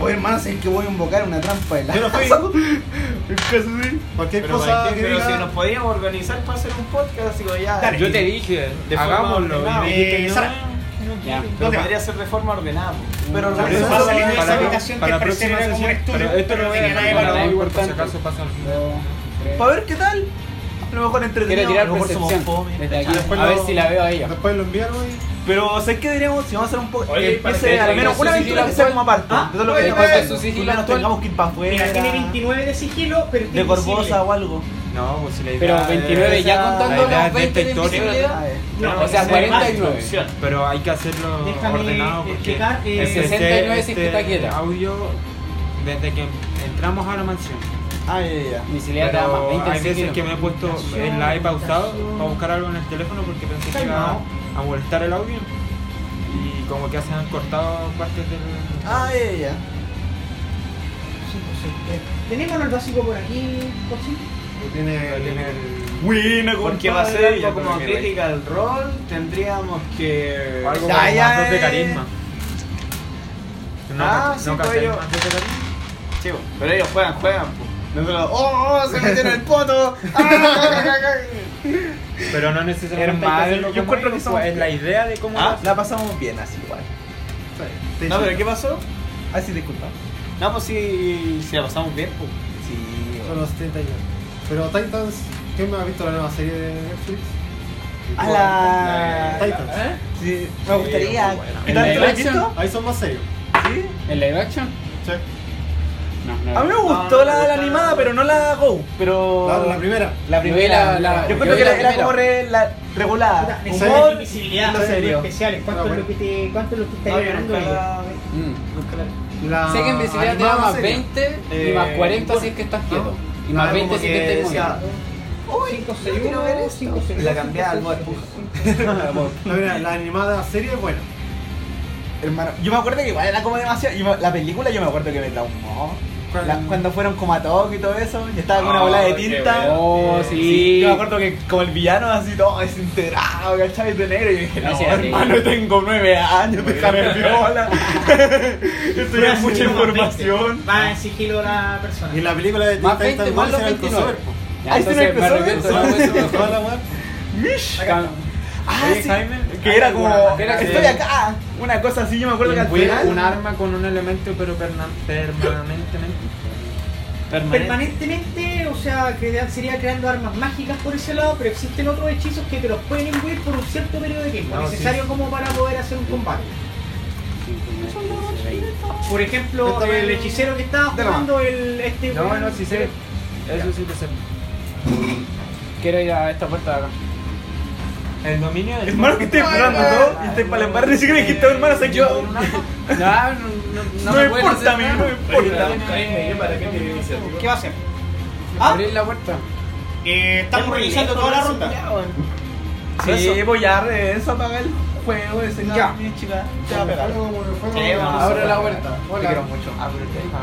Oye, hermano, sé que voy a invocar una trampa de la.
Yo no fui. Cualquier
Pero,
cosa
¿para qué?
que
Pero
diga-
si nos podíamos organizar para hacer un podcast, digo ya.
Dale.
Yo te dije,
De forma
hagámoslo.
ordenada.
y
Eh,
dijiste que no.
Sara.
Ya.
Lo podría ser de forma ordenada. Pero
Por eso,
organizado.
para la-
Para-
para
para
la
la
próxima
próxima
sesión-
sesión.
pero esto lo voy a dejar para la por si acaso pasa algo.
Para ver qué tal. A lo mejor entretenido.
Quiero tirar
a lo mejor somos
percepción.
fome.
Desde aquí,
Ah, después
a ver
lo-
si la veo a ella.
Después lo enviaron y.
Pero sé que deberíamos, si vamos a hacer un poco,
Oye,
que
para
empiece
que
al menos
tenga
una
su
aventura
sigilo
que sea
actual.
como aparte.
Ah,
de todo lo que
puede
tengamos,
ser su
que
sigilo
no nos
actual.
tengamos que ir para
Mira, tiene
afuera,
29 de sigilo, pero está
de Corbosa
invisible.
o algo.
No, pues si la idea
Pero
es-
29 ya contando
la idea
los
es de
20 de
esta historia.
invisibilidad.
No,
O sea,
es
49.
Pero hay que hacerlo
Déjame
ordenado porque
explicar, eh,
ese-
69
este
sin que está quieta.
audio desde que entramos a la mansión.
Ah, ya, ya.
Invisibilidad te da más
Pero
20
hay
si
veces
quieres.
que me he puesto el live pausado para buscar algo en el teléfono porque pensé que iba a molestar el audio y como que se han cortado partes del...
Ah, ya, ya.
Tenemos los básicos por aquí, Cochi.
Tiene.
Buena,
Porque va a ser algo como crítica al rol, tendríamos que.
Algo
Ya,
como
ya,
más dos de
eh.
carisma. No,
Ah,
no
sí,
caché
pues yo-
más dos de carisma.
Sí, pues, pero ellos juegan, juegan. pues. Nosotros, ¡oh, oh, se metieron el poto! ¡Ah!
Pero no necesariamente hay que
Hermano, yo
hacerlo como
encuentro que
ellos,
somos-
pues, Es la idea de cómo...
Ah,
La pasamos bien así igual.
No, pero ¿qué pasó?
Ah, sí, disculpa.
No, pues sí, sí la pasamos bien, pues.
Sí.
Son los 30 años. Pero Titans, ¿quién me ha visto la nueva serie de Netflix?
A la.
Titans.
Sí.
Me gustaría.
¿En live action?
Ahí son más serios.
¿Sí?
¿En live action?
Sí.
No,
A mí
no.
me gustó la, la animada, pero no la Go. Pero.
La, la primera.
La primera.
Yo vi la- la-
yo creo
yo
que
vi la
era, era
primera.
como re- la, regulada.
Puta,
Humor
Necesitas invisibilidad,
y
no
serio. Ah,
especiales. ¿Cuánto
No,
es lo que te, cuánto es lo que estás
No, yo
ganando? ahí?
nunca-
Mm.
La
Sé que invisibilidad te da
animada
más
serie.
20 y
Eh,
más 40 si
bueno.
es que estás quieto. Y
No,
más
era
20
como
si es que
que
estás moviendo.
decía,
Cinco,
yo
seis,
quiero ver
uno,
esto.
cinco, seis,
Y la
uno,
cambié
cinco,
al
seis,
Bob
cinco,
Esponja.
cinco,
La, primera, la animada serie es buena.
Hermano, yo me acuerdo que igual era como demasiado. yo me- la película yo me acuerdo que me traumó. La- cuando fueron como a Tokio y todo eso, y estaba
Ah,
con una bola de tinta.
Oh,
Sí,
sí.
Yo me acuerdo que como el villano así todo desintegrado, ¿cachai? De negro. Y yo dije, no,
Gracias,
hermano, tengo nueve años, déjame viola. Esto ya es mucha información.
Va en sigilo la persona.
Y la película de
Más
Teen
20
Titans
más
Go
los
será el
29.
crossover.
Ya,
Ahí sí no
entonces me
empezó,
arrepiento.
¿eh?
no, eso me
Toda
dejó-
la weá.
Mish. Ah,
Oye,
sí,
Jaime,
que era como,
Era que-
estoy acá. Una cosa así, yo me acuerdo que al
Incluir
final.
un arma con un elemento pero perna- permanentemente.
Permanentemente, o sea, crea- sería creando armas mágicas por ese lado, pero existen otros hechizos que te los pueden imbuir por un cierto periodo de tiempo,
No,
necesario como para poder hacer un combate. Por ejemplo,
Cuéntame
el
el-
hechicero que estaba
de la mano.
jugando el este
No,
weón,
no, sí sé. Eso sí lo sé.
Quiero ir a esta puerta de acá.
El dominio del.
Hermano, que estoy esperando, ¿no? Y estoy para el barrio, ni siquiera dijiste, hermano, sé que yo.
No, no, no,
No
me
me
pueden hacer
importa, a mí,
nada.
no me importa.
¿Para qué tiene iniciativa?
¿Qué va a hacer? ¿Ah?
Abrir la puerta.
Eh, estamos revisando toda la ronda.
Sí, voy a re- eso apagar el juego ese ya. chica. Ya, pero.
Sí,
Ah.
vamos.
Abro la puerta.
Te quiero
Hola.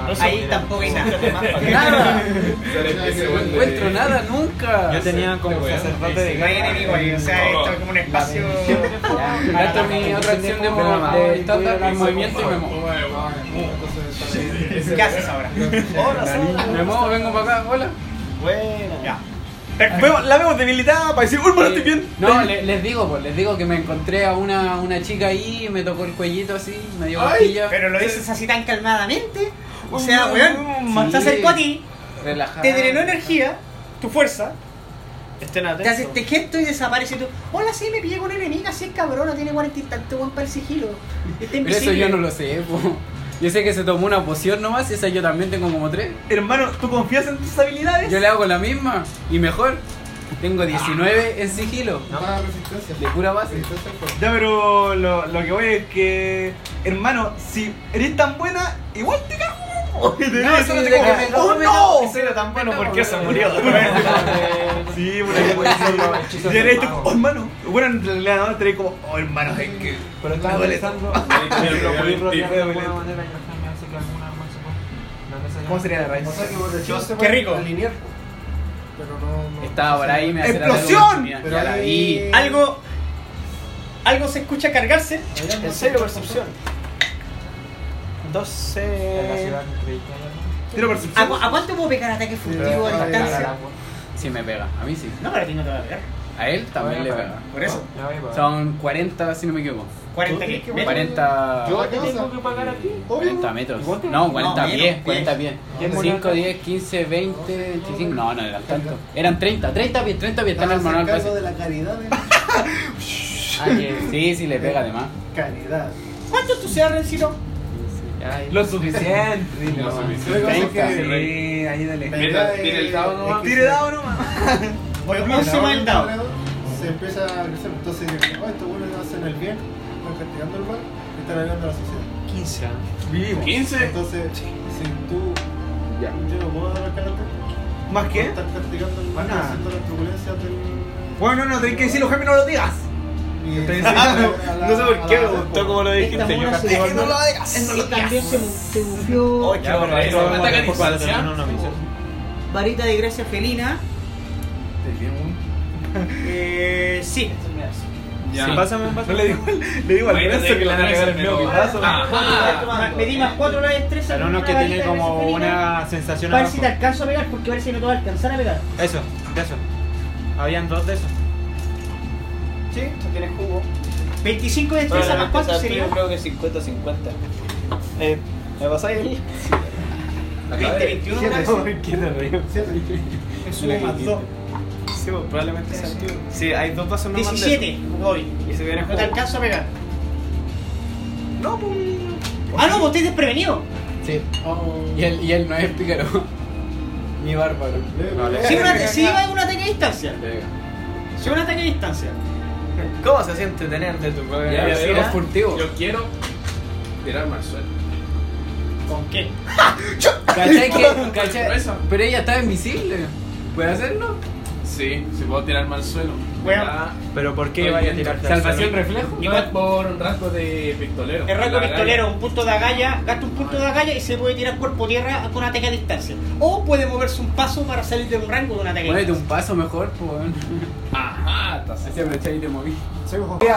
mucho.
Ahí tampoco hay nada.
Nada. No encuentro
Encuentro
nada nunca.
Yo tenía como sacerdote de
No hay enemigo ahí, o sea, esto es como un espacio.
Esta es mi otra acción de mo- de estándar, mi movimiento y me muevo.
¿Qué haces ahora?
Hola, Sara.
Me muevo, vengo para acá. Hola.
Buena.
Ya.
Vemos- la vemos debilitada para decir, hermano, estoy bien.
Eh, No, le- les digo, pues, les digo que me encontré a una, una chica ahí, me tocó el cuellito así, me dio cosquilla.
Pero lo dices así tan calmadamente. O sea,
Mm,
weón,
sí.
se acercó a ti,
Relajada.
te drenó energía, tu fuerza,
Estén
te hace este
atentos.
gesto y desaparece tú. Hola, sí, me pillé con una enemiga, sí es cabrona, tiene 40 y tanto, weón, para el sigilo. Está
Pero eso
invisible.
yo no lo sé, po. Yo sé que se tomó una poción nomás y esa yo también tengo como tres.
Hermano, ¿tú confías en tus habilidades?
Yo le hago la misma y mejor. Tengo 19 en sigilo.
Está resistencia.
De pura base.
Resistencia al fuego.
Ya, pero lo, lo que voy es que, hermano, si eres tan buena, igual te cago.
No, sí, de que me lo-
¡Oh,
me
no!
lo-
era tan bueno
porque se
murió.
Sí, por ejemplo,
hechizos
y
del
eres tú,
mago.
oh, hermano. Bueno, en realidad no, te diré como, oh, hermano, es que.
Pero estaba
Me duele
pensando.
Pero lo
Podí
podí rodear
rodear
de
de
alguna
alguna manera y dejarme así que alguna arma se puede- la mesa ya-
¿Cómo sería la raíz?
O sea que vos decís,
Yo-
se
qué
puede
rico.
alinear, po. Pero no. no-
Estaba por ahí, me hace la
¡Explosión!
oportunidad.
Pero
Ya la vi.
ahí-
Algo. Algo se escucha cargarse.
Ahí hay
En
más-
serio, percepción.
En la
12.
ciudad cristiana.
Tiro
¿A,
percepción.
cu- a cuánto puedo pegar ataque furtivo a distancia?
Sí me pega, a mí sí.
No, pero a ti no te va a pegar.
A él también le pega.
Por eso.
Son 40, si no me equivoco.
40 que.
40,
Yo te tengo que pagar a ti.
40 metros. No, 40
No,
pies,
menos,
40 pies.
¿Quién
5,
murió?
10, 15, 20, 25. No, no eran tanto. Eran 30, 30 pies, 30 pies. Están
Estás a
hermanados al
cargo
pase.
de la caridad, ¿eh?
Ah, Sí, sí, le pega además.
Caridad.
¿Cuántos tú seas, Rencino?
Lo suficiente, dile.
Lo
nomás.
suficiente.
Treinta.
Lo que-
Sí, ayúdale.
Mira, tira el dado nomás.
Tire dado nomás.
Voy 11 más el dado.
Se empieza a crecer. Entonces, oh, estos buenos hacen el bien, están castigando el mal, están ayudando a la sociedad.
15. Vivimos.
15.
Entonces, si tú.
Ya.
Yo no puedo arrancar la tele.
¿Más qué?
Están castigando el mal,
Más nada.
haciendo las turbulencias del.
Bueno, no, tenés que decirlo, Jaime, no lo digas.
y- a la-
No sé por qué
a la-
me gustó como lo
Esta
dijiste. Yo
mona Eh, se
casi
Es que no
volvió.
lo digas. No lo
Y también
digas.
se, mu- se murió
Oye,
Ya, pero eso
Ataca
vamos a
distancia.
discutir, no, no me dices.
varita de gracia felina.
Eh. Sí.
Ya.
Sí, Pásame un vaso.
No le digo, le digo al
Bueno,
preso
tengo
que le van a
que
cagar el
hacer,
mío
pero-
pipazo.
Ah, me di más 4 la destreza.
Pero
con
uno
una
que tiene
varita de
como
gracia felina.
una sensación
Para ver si te
abajo.
alcanzo a pegar, porque a ver si no te va a alcanzar a pegar.
Eso, de eso. Habían dos de esos.
Sí, esto tiene jugo. 25 de destreza más
Probablemente
4
sea
sería.
tuyo, creo que 50-50. Eh, ¿Me pasáis el?
20, 21
Siete,
gracias.
¿Qué te río?
siete.
Es uno más dos.
Sí, pues, probablemente sea tuyo. Sí, hay dos vasos nomás. de eso.
17, voy.
Y se viene
No te
jugo.
alcanzo a pegar. No, pues. Ah, no, vos estáis desprevenido.
Sí. Y él, y él no es pícaro. Ni bárbaro.
Si una- si iba a un ataque a distancia. Si un ataque a distancia.
¿Cómo se siente tener de tu propia
Ya,
vida?
sí,
mira.
Es furtivo.
Yo quiero tirarme al suelo.
¿Con qué?
¿Cachai que? ¿Cachai?
Eso.
Pero ella estaba invisible. ¿Puede hacerlo?
Sí, si puedo tirarme al suelo.
Bueno.
Ya.
Pero ¿por qué
Oye,
vaya a tirarte al
Salvación
suelo?
reflejo.
No es por un rasgo de pistolero.
El rango
La galla.
pistolero, un punto de agalla, gasta un punto de agalla y se puede tirar cuerpo a tierra con ataque a distancia. O puede moverse un paso para salir de un rango de un ataque a
Muévete
distancia.
un paso mejor, pues.
Ajá, estás
Así aprovecháis y te moví.
Seguimos.
Mira,